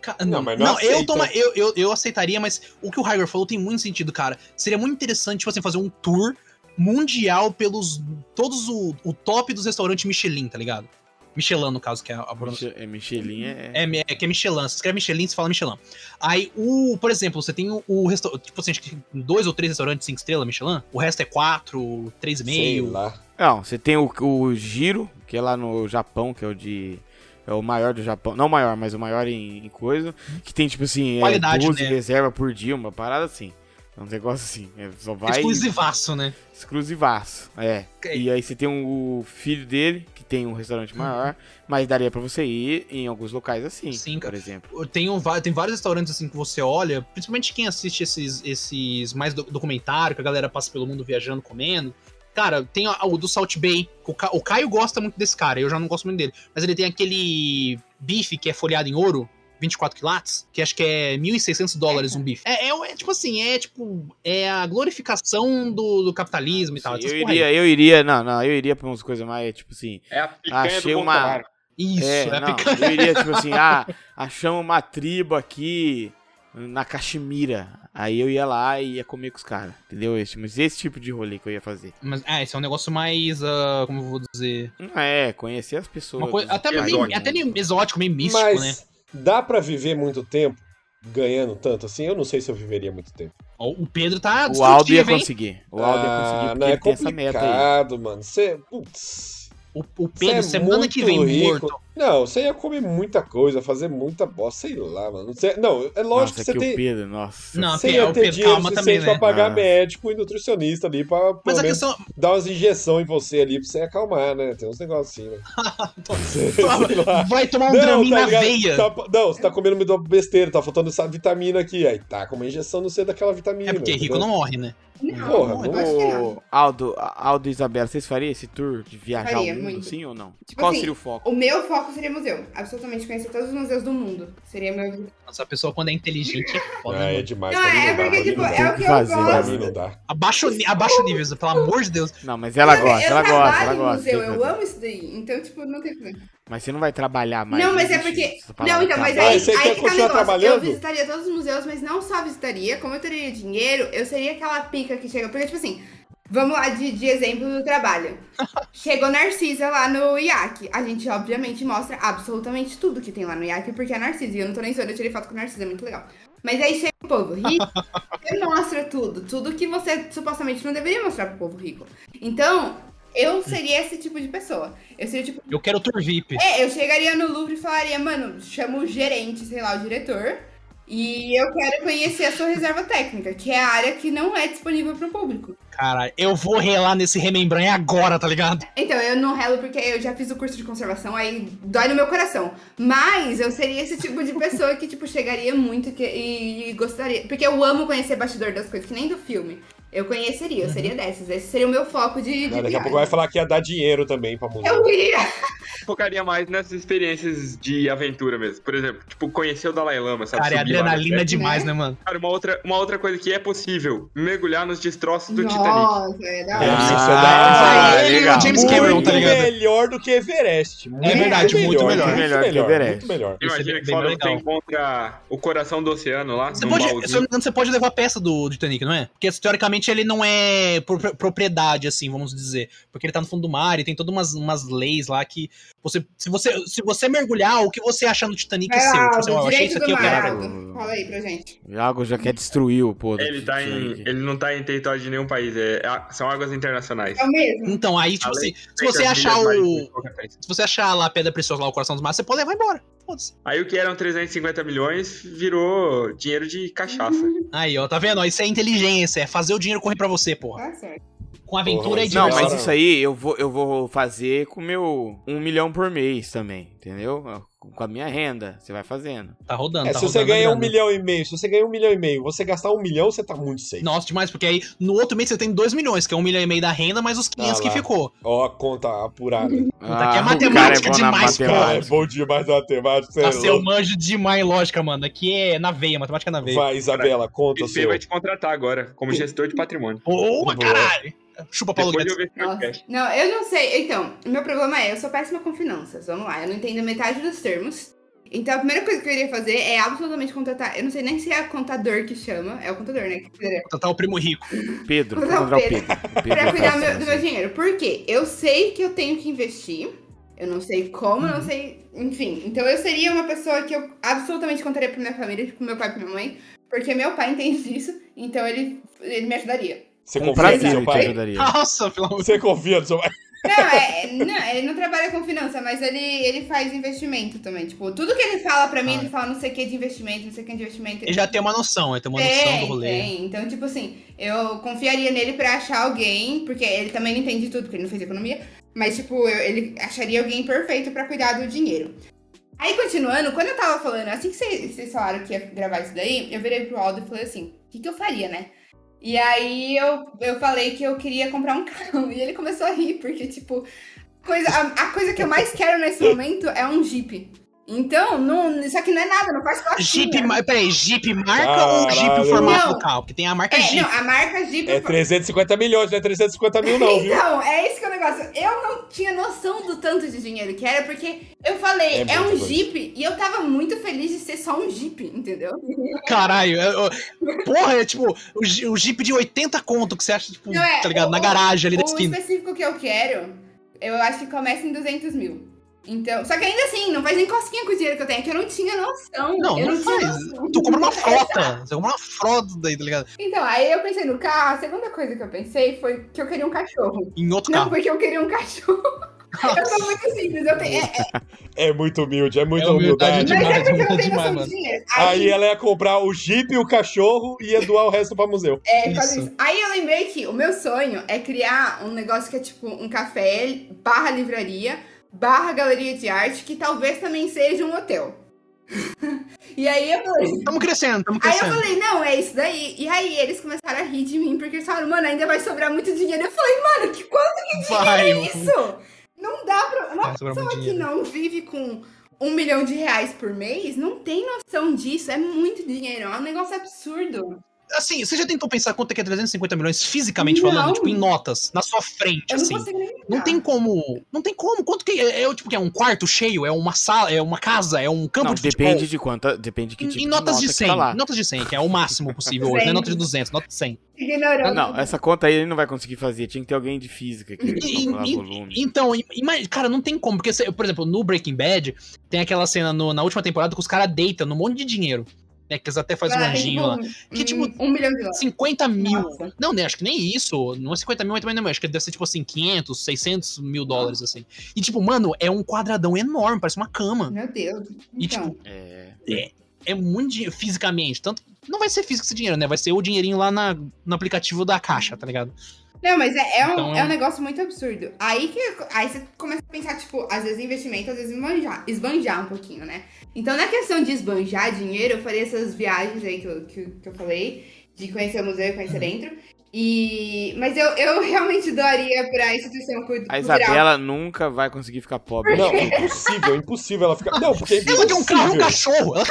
Speaker 2: Ca-
Speaker 3: Não,
Speaker 2: Não,
Speaker 3: mas não
Speaker 2: não, eu,
Speaker 3: aceita.
Speaker 2: toma, eu, eu, eu aceitaria, mas o que o Raigor falou tem muito sentido, cara. Seria muito interessante, tipo assim, fazer um tour mundial pelos. Todos o, o top dos restaurantes Michelin, tá ligado? Michelin, no caso, que é a a pronúncia.
Speaker 4: Miche- é, Michelin é...
Speaker 2: É, mi- é que é Michelin. Se escreve Michelin, se fala Michelin. Aí, o, por exemplo, você tem o, o restaurante. Tipo assim, acho que dois ou três restaurantes cinco estrelas Michelin. O resto é quatro, três e
Speaker 3: Sei
Speaker 2: meio.
Speaker 3: lá.
Speaker 4: Não, você tem o, o Giro, que é lá no Japão, que é o de. É o maior do Japão. Não o maior, mas o maior em, em coisa. Que tem, tipo assim, é,
Speaker 2: Qualidade,
Speaker 4: 12
Speaker 2: né?
Speaker 4: reserva por dia, uma parada assim. É um negócio assim. É, só vai.
Speaker 2: Exclusivaço, né?
Speaker 4: Exclusivaço. É. E aí você tem o filho dele, que tem um restaurante maior, mas daria pra você ir em alguns locais assim.
Speaker 2: Sim,
Speaker 4: por
Speaker 2: cara.
Speaker 4: exemplo.
Speaker 2: Tem, um, va- tem vários restaurantes assim que você olha, principalmente quem assiste esses, esses mais do, documentário, que a galera passa pelo mundo viajando, comendo. Cara, tem a- o do Salt Bay. que O, Ca- o Caio gosta muito desse cara, eu já não gosto muito dele. Mas ele tem aquele bife que é folheado em ouro, 24 quilates, que acho que é 1.600 dólares um bife. É, é, é tipo assim, é tipo. É a glorificação do, do capitalismo e tal. essas
Speaker 4: eu
Speaker 2: porra aí.
Speaker 4: iria, eu iria, não, não, eu iria pra umas coisas mais, tipo assim.
Speaker 6: É a picanha
Speaker 4: Achei
Speaker 6: do
Speaker 4: uma-
Speaker 6: Bolsonaro.
Speaker 2: Isso,
Speaker 4: é,
Speaker 2: é,
Speaker 4: não,
Speaker 2: picanha.
Speaker 5: <laughs>
Speaker 4: eu iria, tipo assim, ah, achamos uma tribo aqui, na Caxemira. Aí eu ia lá e ia comer com os caras, entendeu? Esse, mas esse tipo de rolê que eu ia fazer.
Speaker 2: Mas, ah, esse é um negócio mais, ah, como eu vou dizer...
Speaker 4: Não é, conhecer as pessoas. assim,
Speaker 2: Uma coisa, até,
Speaker 4: é
Speaker 6: exótico.
Speaker 2: meio, até meio exótico, meio místico, né?
Speaker 3: Mas dá pra viver muito tempo ganhando tanto assim? Eu não sei se eu viveria muito tempo.
Speaker 2: Ó, O Pedro tá
Speaker 4: O é Aldo ia
Speaker 2: destrutivo, hein?
Speaker 4: conseguir. O Aldo ia conseguir,
Speaker 3: Ah,
Speaker 4: porque
Speaker 3: não, é
Speaker 4: ele tem essa meta aí.
Speaker 3: complicado, mano. Você, putz,
Speaker 2: O, o
Speaker 3: você
Speaker 2: Pedro,
Speaker 3: é
Speaker 2: semana que vem,
Speaker 3: muito rico.
Speaker 2: morto.
Speaker 3: Não, você ia comer muita coisa, fazer muita bosta, sei lá, mano. Você- não, é lógico que
Speaker 4: nossa,
Speaker 3: você
Speaker 4: o
Speaker 3: tem...
Speaker 4: Pedro, nossa.
Speaker 2: Não,
Speaker 3: Você
Speaker 2: Pedro, é
Speaker 3: ia
Speaker 2: o
Speaker 3: ter
Speaker 2: Pedro,
Speaker 3: dinheiro
Speaker 2: calma também,
Speaker 3: suficiente pra
Speaker 2: né?
Speaker 3: pagar
Speaker 4: Ah.
Speaker 3: médico e nutricionista ali pra pelo
Speaker 2: Mas é a
Speaker 3: menos,
Speaker 2: questão...
Speaker 3: dar umas injeções em você ali pra você acalmar, né? Tem uns negócios assim, né? Sei lá.
Speaker 2: Vai tomar um Dramin na
Speaker 3: tá ligado?
Speaker 2: veia.
Speaker 3: Tá- não, você tá comendo muita besteira, tá faltando essa vitamina aqui. Aí tá com uma injeção não sei daquela vitamina.
Speaker 2: É porque rico
Speaker 3: entendeu?
Speaker 2: não morre, né?
Speaker 5: Não,
Speaker 3: Porra,
Speaker 5: eu acho que não.
Speaker 4: Ô, Aldo, Aldo e Isabela, vocês fariam esse tour de viajar
Speaker 5: Faria,
Speaker 4: o mundo,
Speaker 5: muito.
Speaker 4: sim ou não?
Speaker 5: Tipo
Speaker 4: Qual
Speaker 5: assim,
Speaker 4: seria o foco?
Speaker 5: O meu foco seria museu. Absolutamente conhecer todos os museus do mundo. Seria meu.
Speaker 2: Essa pessoa, quando é inteligente, é foda.
Speaker 3: Ah, é
Speaker 2: mano.
Speaker 3: demais.
Speaker 5: Não,
Speaker 3: pra mim
Speaker 5: é
Speaker 3: não dá,
Speaker 5: porque,
Speaker 3: pra mim
Speaker 5: tipo,
Speaker 3: não dá.
Speaker 5: é o que eu
Speaker 4: Fazer.
Speaker 3: Pra
Speaker 5: gosto.
Speaker 3: mim não dá.
Speaker 2: Abaixa, o ni- abaixa o nível, pelo amor de Deus.
Speaker 4: Não, mas ela gosta,
Speaker 5: eu
Speaker 4: ela gosta,
Speaker 5: trabalho
Speaker 4: ela
Speaker 5: em
Speaker 4: gosta.
Speaker 5: museu,
Speaker 4: sei,
Speaker 5: eu
Speaker 4: Pedro.
Speaker 5: amo isso daí. Então, tipo, não tem problema.
Speaker 4: Mas você não vai trabalhar mais.
Speaker 5: não, mas é
Speaker 4: existe
Speaker 5: porque.
Speaker 4: essa palavra,
Speaker 5: Não, então, mas
Speaker 4: trabalho.
Speaker 5: aí,
Speaker 3: você
Speaker 5: aí
Speaker 3: quer
Speaker 5: que tá o
Speaker 3: continuar
Speaker 5: negócio.
Speaker 3: trabalhando?
Speaker 5: Eu visitaria todos os museus, mas não só visitaria. Como eu teria dinheiro, eu seria aquela pica que chega. Porque, tipo assim, vamos lá de, de exemplo
Speaker 3: <laughs>
Speaker 5: do trabalho. Chegou Narcisa lá no IAC. A gente, obviamente, mostra absolutamente tudo que tem lá no IAC, porque é Narcisa. E eu não tô nem zoando, eu tirei foto com Narcisa, é muito legal. Mas aí chega o povo
Speaker 3: <laughs>
Speaker 5: rico, você mostra tudo. Tudo que você supostamente não deveria mostrar pro povo rico. Então, eu seria esse tipo de pessoa. Eu seria, tipo,
Speaker 2: Eu quero tour VIP.
Speaker 5: é, eu chegaria no Louvre e falaria, mano, chama o gerente, sei lá, o diretor. E eu quero conhecer a sua reserva técnica, que é a área que não é disponível pro público.
Speaker 2: Caralho, eu vou relar nesse Remembrança agora, tá ligado?
Speaker 5: Então, eu não relo porque eu já fiz o curso de conservação, aí dói no meu coração. Mas eu seria esse tipo de pessoa que, tipo, chegaria muito que- e, e gostaria. Porque eu amo conhecer bastidor das coisas, que nem do filme. Eu conheceria, eu
Speaker 2: Uhum.
Speaker 5: seria dessas. Esse seria o meu foco de. de
Speaker 3: Não, daqui a
Speaker 5: viagem. É
Speaker 3: pouco vai falar que ia dar dinheiro também pra mulher.
Speaker 5: Eu iria!
Speaker 6: Focaria mais nessas experiências de aventura mesmo. Por exemplo, tipo, conhecer o Dalai Lama, sabe?
Speaker 2: Cara, é
Speaker 6: Subir Tá lá na
Speaker 2: adrenalina
Speaker 6: pedra.
Speaker 2: demais, né, mano?
Speaker 6: Cara, uma outra, uma outra coisa que é possível, mergulhar nos destroços do Titanic.
Speaker 5: Nossa, é da hora.
Speaker 3: Ah,
Speaker 4: Ah,
Speaker 2: Ele e o
Speaker 4: legal.
Speaker 2: James
Speaker 3: muito
Speaker 2: Cameron, tá ligado? É
Speaker 3: melhor do que Everest. Muito
Speaker 2: verdade, muito melhor.
Speaker 3: Muito
Speaker 4: Melhor que
Speaker 3: melhor,
Speaker 4: Everest.
Speaker 3: muito melhor.
Speaker 2: Isso é
Speaker 6: Imagina
Speaker 2: bem
Speaker 6: que fora você
Speaker 2: legal.
Speaker 6: encontra o coração do oceano lá,
Speaker 2: Você
Speaker 6: num
Speaker 2: pode, se eu não
Speaker 6: baúzinho.
Speaker 2: me engano, você pode levar a peça do, do Titanic, não é? Porque teoricamente ele não é pro- propriedade, assim, vamos dizer. Porque ele tá no fundo do mar e tem todas umas, umas leis lá que. Você, se, você, se você mergulhar, o que você achar no Titanic é
Speaker 5: Vai
Speaker 2: seu.
Speaker 5: lá,
Speaker 2: Tipo assim, ó,
Speaker 5: Aldo,
Speaker 2: eu achei isso
Speaker 5: direito
Speaker 2: aqui,
Speaker 5: do
Speaker 2: eu quero.
Speaker 5: mar,
Speaker 4: quero.
Speaker 5: Aldo. Fala aí pra gente.
Speaker 4: O Iago já quer destruir o pô. do
Speaker 6: Ele, tá em,
Speaker 4: Titanic.
Speaker 6: ele não tá em território de nenhum país, é- é- são águas internacionais.
Speaker 5: É o mesmo.
Speaker 2: Então, aí, tipo
Speaker 6: Além
Speaker 2: assim, se você
Speaker 6: Entre as
Speaker 2: achar
Speaker 6: milhas
Speaker 2: o.
Speaker 6: marítimas, qualquer coisa.
Speaker 2: Se você achar lá a pedra preciosa lá, o coração dos mares, você pode levar embora. Foda-se.
Speaker 6: Aí o que eram 350 milhões virou dinheiro de cachaça.
Speaker 2: Aí, ó, tá vendo? Ó, Isso é inteligência, é fazer o dinheiro correr pra você, porra.
Speaker 5: Tá certo.
Speaker 2: Com aventura é
Speaker 3: Porra,
Speaker 2: e
Speaker 4: Não,
Speaker 2: diversão.
Speaker 4: mas isso aí eu vou, eu vou fazer com o meu um milhão por mês também, entendeu? Com a minha renda, você vai fazendo.
Speaker 2: Tá rodando,
Speaker 3: É,
Speaker 2: tá
Speaker 3: se você
Speaker 2: rodando,
Speaker 3: ganhar um
Speaker 2: rodando.
Speaker 3: milhão e meio, se você ganhar um milhão e meio, você gastar um milhão, você tá muito safe.
Speaker 2: Nossa, demais, porque aí no outro mês você tem 2 milhões, que é um milhão e meio da renda, mais os 500
Speaker 3: Ah lá.
Speaker 2: que ficou.
Speaker 3: Ó, a conta apurada.
Speaker 2: Puta, que é
Speaker 4: Ah, o
Speaker 2: matemática
Speaker 4: cara bom na
Speaker 2: demais, cara.
Speaker 3: Cara, é
Speaker 4: matemática.
Speaker 3: bom demais a matemática. você é
Speaker 2: Nossa, eu
Speaker 3: louco.
Speaker 2: Tá manjo demais lógica, mano. Aqui é na veia, matemática na veia.
Speaker 3: Vai, Isabela, conta
Speaker 6: O
Speaker 3: o
Speaker 6: IP
Speaker 3: seu.
Speaker 6: vai te contratar agora, como gestor de patrimônio.
Speaker 2: Boa,
Speaker 3: Boa.
Speaker 2: caralho! Chupa Paulo
Speaker 6: Depois de
Speaker 2: Guedes.
Speaker 6: eu ver esse
Speaker 5: Nossa.
Speaker 6: podcast.
Speaker 5: Não, eu não sei. Então, o meu problema é, eu sou péssima com finanças. Vamos lá, eu não entendo metade dos termos. Então, a primeira coisa que eu iria fazer é absolutamente contratar. Eu não sei nem se é contador que chama. É o contador, né? que seria.
Speaker 2: Tá o primo rico.
Speaker 4: Pedro,
Speaker 5: Não,
Speaker 4: vou encontrar o
Speaker 5: Pedro.
Speaker 4: Pedro. O Pedro assim.
Speaker 5: Pra
Speaker 4: vai
Speaker 5: cuidar
Speaker 4: fazer
Speaker 5: meu- do meu
Speaker 4: isso.
Speaker 5: dinheiro. Por quê? Eu sei que eu tenho que investir. Eu não sei como, não sei. Enfim, então eu seria uma pessoa que eu absolutamente contaria pra minha família, pro meu pai e pra minha mãe. Porque meu pai entende disso, então ele, ele me ajudaria.
Speaker 3: Você
Speaker 2: um
Speaker 4: Com
Speaker 3: confia no
Speaker 4: prazer
Speaker 2: né,
Speaker 4: eu
Speaker 3: seu
Speaker 4: te
Speaker 3: pai?
Speaker 4: ajudaria.
Speaker 2: Nossa, pelo amor de
Speaker 3: Você confia no seu pai?
Speaker 5: Não, é, não, ele não trabalha com finança, mas ele, ele faz investimento também. Tipo, tudo que ele fala pra mim, ele fala não sei o que de investimento, não sei o que de investimento.
Speaker 2: Ele já tem uma noção, ele tem uma noção do
Speaker 5: tem,
Speaker 2: rolê.
Speaker 5: tem. Então, tipo assim, eu confiaria nele pra achar alguém, porque ele também não entende tudo, porque ele não fez economia. Mas, tipo, eu- ele acharia alguém perfeito pra cuidar do dinheiro. Aí, continuando, quando eu tava falando, assim que vocês vocês falaram que ia gravar isso daí, eu virei pro Aldo e falei assim, o que, que eu faria, né? E aí eu, eu falei que eu queria comprar um <laughs> carro. E ele começou a rir, porque, tipo, coisa, a, a coisa que eu mais quero nesse momento é um Jeep. Então, não, isso aqui não é nada, não faz parte.
Speaker 2: Jeep,
Speaker 5: marca.
Speaker 2: ma- peraí, Jeep marca ou Jeep o
Speaker 3: Caralho.
Speaker 2: formato
Speaker 5: Não.
Speaker 2: do carro? Porque tem a marca
Speaker 5: É,
Speaker 2: Jeep.
Speaker 5: não, a marca Jeep.
Speaker 3: É 350 milhões, não é 350 mil, não, viu?
Speaker 5: Então, é isso que é o negócio. Eu não tinha noção do tanto de dinheiro que era, porque
Speaker 3: É
Speaker 5: eu falei, é,
Speaker 3: muita
Speaker 5: um
Speaker 3: coisa.
Speaker 5: Jeep, e eu tava muito feliz de ser só um Jeep, entendeu?
Speaker 2: Caralho, eu- eu- porra, é tipo o, Ji- o Jeep de 80 conto que você acha, tipo,
Speaker 5: Não, é,
Speaker 2: tá ligado? Na
Speaker 5: o-
Speaker 2: garagem ali da
Speaker 5: o
Speaker 2: esquina.
Speaker 5: específico que eu quero, eu acho que começa em 200 mil. Então, só que ainda assim, não faz nem cosquinha com o dinheiro que eu tenho, é que eu não tinha noção.
Speaker 2: Não,
Speaker 5: eu
Speaker 2: não
Speaker 5: tinha
Speaker 2: faz.
Speaker 5: noção.
Speaker 2: Tu
Speaker 5: <laughs>
Speaker 2: compra uma
Speaker 5: Exato.
Speaker 2: frota. Você compra uma frota daí, tá ligado?
Speaker 5: Então, aí eu pensei no carro, a segunda coisa que eu pensei foi que eu queria um cachorro.
Speaker 2: Em outro
Speaker 5: Não,
Speaker 2: carro.
Speaker 5: porque eu queria
Speaker 2: <laughs>
Speaker 5: um cachorro. eu sou muito simples, eu tenho. é- é-
Speaker 3: É muito humilde, é muita
Speaker 2: É humildade tá
Speaker 3: humildade.
Speaker 5: mas é
Speaker 2: demais, tá
Speaker 5: porque eu não
Speaker 2: demais,
Speaker 5: tenho noção
Speaker 2: mano.
Speaker 5: de dinheiro.
Speaker 3: Aí ela ia comprar o Jeep e o cachorro e ia doar o resto pra museu.
Speaker 5: É, quase
Speaker 2: Isso.
Speaker 5: isso. Aí eu lembrei que o meu sonho é criar um negócio que é tipo um café barra livraria barra galeria de arte, que talvez também seja um hotel. <laughs> e aí eu falei.
Speaker 2: Tamo crescendo, tamo
Speaker 5: Aí eu
Speaker 2: crescendo.
Speaker 5: falei, não, é isso daí. E aí eles começaram a rir de mim, porque eles falaram, mano, ainda vai sobrar muito dinheiro. Eu falei, mano, que quanto
Speaker 2: Vai,
Speaker 5: é isso? Não dá pra. Uma
Speaker 2: Vai sobrar muito
Speaker 5: pessoa que
Speaker 2: dinheiro.
Speaker 5: não vive com um milhão de reais por mês não tem noção disso. É muito dinheiro. É um negócio absurdo.
Speaker 2: Assim, você já tentou pensar quanto é que é 350 milhões fisicamente
Speaker 5: Não.
Speaker 2: falando, tipo, em notas, na sua frente,
Speaker 5: Eu não
Speaker 2: assim.
Speaker 5: consigo nem.
Speaker 2: Não
Speaker 5: lembrar.
Speaker 2: tem como. Não tem como. Quanto que. É, é, tipo, que é um quarto cheio? É uma sala? É uma casa? É um campo
Speaker 4: Não,
Speaker 2: de futebol?
Speaker 4: depende de quanta. Depende de que
Speaker 2: Em-
Speaker 4: tipo
Speaker 2: em notas
Speaker 4: nota
Speaker 2: de
Speaker 4: que
Speaker 2: 100.
Speaker 4: tá lá.
Speaker 2: notas de 100, que é o máximo possível hoje. Não é nota de 200, nota de 100.
Speaker 5: Ignorando.
Speaker 4: Não, não, essa conta aí ele não vai conseguir fazer. Tinha que ter alguém de física aqui. pra
Speaker 2: E-
Speaker 4: calcular
Speaker 2: e-
Speaker 4: volume.
Speaker 2: Então, im- ima- cara, não tem como. Porque, você- por exemplo, no Breaking Bad, tem aquela cena no- na última temporada que os caras deitam num monte de dinheiro. Né, que eles até fazem um
Speaker 5: Vai lá, tem
Speaker 2: anjinho lá.
Speaker 5: um-
Speaker 2: Que,
Speaker 5: um-
Speaker 2: tipo,
Speaker 5: Um milhão de dólares.
Speaker 2: 50 mil.
Speaker 5: Nossa.
Speaker 2: Não, né, acho que nem isso. Não é 50 mil, mas não. Acho que deve ser tipo assim, 500, 600 mil dólares, assim. E, tipo, mano, é um quadradão enorme, parece uma cama.
Speaker 5: Meu Deus.
Speaker 2: E, tipo,
Speaker 5: Então,
Speaker 4: É.
Speaker 2: é muito dinheiro fisicamente. Tanto não vai ser físico esse dinheiro, né? Vai ser o dinheirinho lá na, no aplicativo da caixa, tá ligado?
Speaker 5: não, mas é, é um,
Speaker 2: Então,
Speaker 5: é
Speaker 2: é-
Speaker 5: um negócio muito absurdo. Aí que aí você começa a pensar, tipo, às vezes investimento, às vezes esbanjar, esbanjar um pouquinho, né? Então, na questão de esbanjar dinheiro, eu falei essas viagens aí que eu, que, que eu falei, de conhecer o museu e conhecer dentro. E, mas eu, eu realmente doaria pra instituição cu- cultural.
Speaker 4: A Isabela nunca vai conseguir ficar pobre.
Speaker 3: Não, impossível, impossível ela ficar. Não, porque é
Speaker 2: Ela tem um carro e um
Speaker 3: impossível.
Speaker 2: cachorro. Ela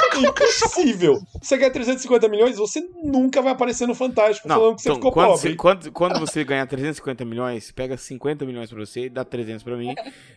Speaker 3: Impossível. Você ganha 350 milhões, você nunca vai aparecer no Fantástico
Speaker 4: Não,
Speaker 3: falando que você
Speaker 4: então,
Speaker 3: ficou
Speaker 4: quando,
Speaker 3: pobre.
Speaker 4: você, quando, quando você ganhar 350 milhões, pega 50 milhões pra você, dá 300
Speaker 3: <laughs>
Speaker 4: pra mim,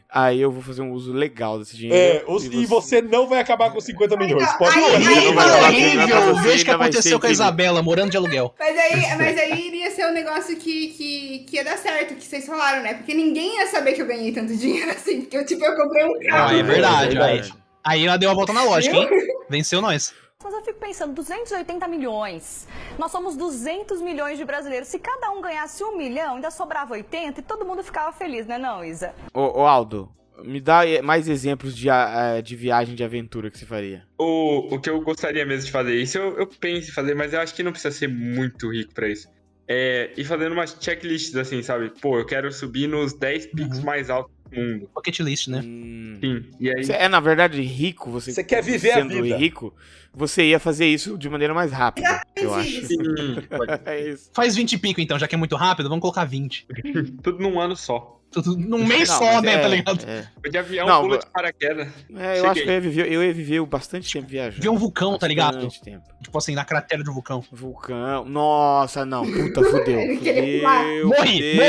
Speaker 4: aí eu vou fazer um uso legal desse dinheiro.
Speaker 3: É, os- e você não vai acabar com 50 milhões. Pode
Speaker 5: Aí-
Speaker 3: falar.
Speaker 5: aí-
Speaker 3: Não vai
Speaker 5: aí-
Speaker 3: acabar.
Speaker 5: aí-
Speaker 2: É horrível. Veja o que
Speaker 4: Ainda vai
Speaker 2: aconteceu
Speaker 4: ser
Speaker 2: com a
Speaker 4: incrível.
Speaker 2: Isabela, morando de aluguel.
Speaker 5: Mas
Speaker 4: <laughs>
Speaker 5: aí, mas aí iria ser um negócio que, que, que ia dar certo, que vocês falaram, né? Porque ninguém ia saber que eu ganhei tanto dinheiro <laughs> assim, porque eu, tipo, eu comprei um
Speaker 2: Ah,
Speaker 5: carro.
Speaker 2: é verdade, aí. Aí ela deu a volta na lógica, hein? Venceu nós.
Speaker 8: Mas eu fico pensando, 280 milhões. Nós somos 200 milhões de brasileiros. Se cada um ganhasse um milhão, ainda sobrava 80 e todo mundo ficava feliz, né, não, Isa?
Speaker 4: Ô, ô, Aldo, me dá eh, mais exemplos de, ah, eh, de viagem de aventura que você faria.
Speaker 6: O, o que eu gostaria mesmo de fazer, isso eu, eu penso em fazer, mas eu acho que não precisa ser muito rico pra isso. É, e fazendo umas checklists assim, sabe? Pô, eu quero subir nos 10
Speaker 2: Uhum.
Speaker 6: picos mais altos do mundo.
Speaker 2: Pocket list, né?
Speaker 4: Hum.
Speaker 6: Sim. E aí,
Speaker 4: Você é, na verdade, rico, você,
Speaker 3: Você quer viver a
Speaker 4: sendo
Speaker 3: vida.
Speaker 4: rico, você ia fazer isso de maneira mais rápida, eu acho.
Speaker 6: sim, pode-
Speaker 4: <laughs> É isso.
Speaker 2: Faz 20 e pico, então, já que é muito rápido, vamos colocar 20.
Speaker 6: tudo num ano só.
Speaker 2: Tudo num mês
Speaker 4: Não,
Speaker 2: só,
Speaker 4: mas
Speaker 2: né,
Speaker 4: é,
Speaker 2: tá ligado?
Speaker 4: é.
Speaker 6: O de avião
Speaker 4: Não,
Speaker 6: pula
Speaker 4: mas-
Speaker 6: de paraquedas.
Speaker 4: É, eu
Speaker 6: Cheguei.
Speaker 4: acho que eu ia viver, eu ia viver bastante tempo viajando.
Speaker 2: Ver um vulcão, tá ligado?
Speaker 4: Bastante tempo.
Speaker 2: Tipo assim, na cratera de um vulcão.
Speaker 4: Vulcão. Nossa, não. Puta,
Speaker 5: <laughs>
Speaker 4: fudeu.
Speaker 5: Aquele pular.
Speaker 4: fudeu
Speaker 2: Morri,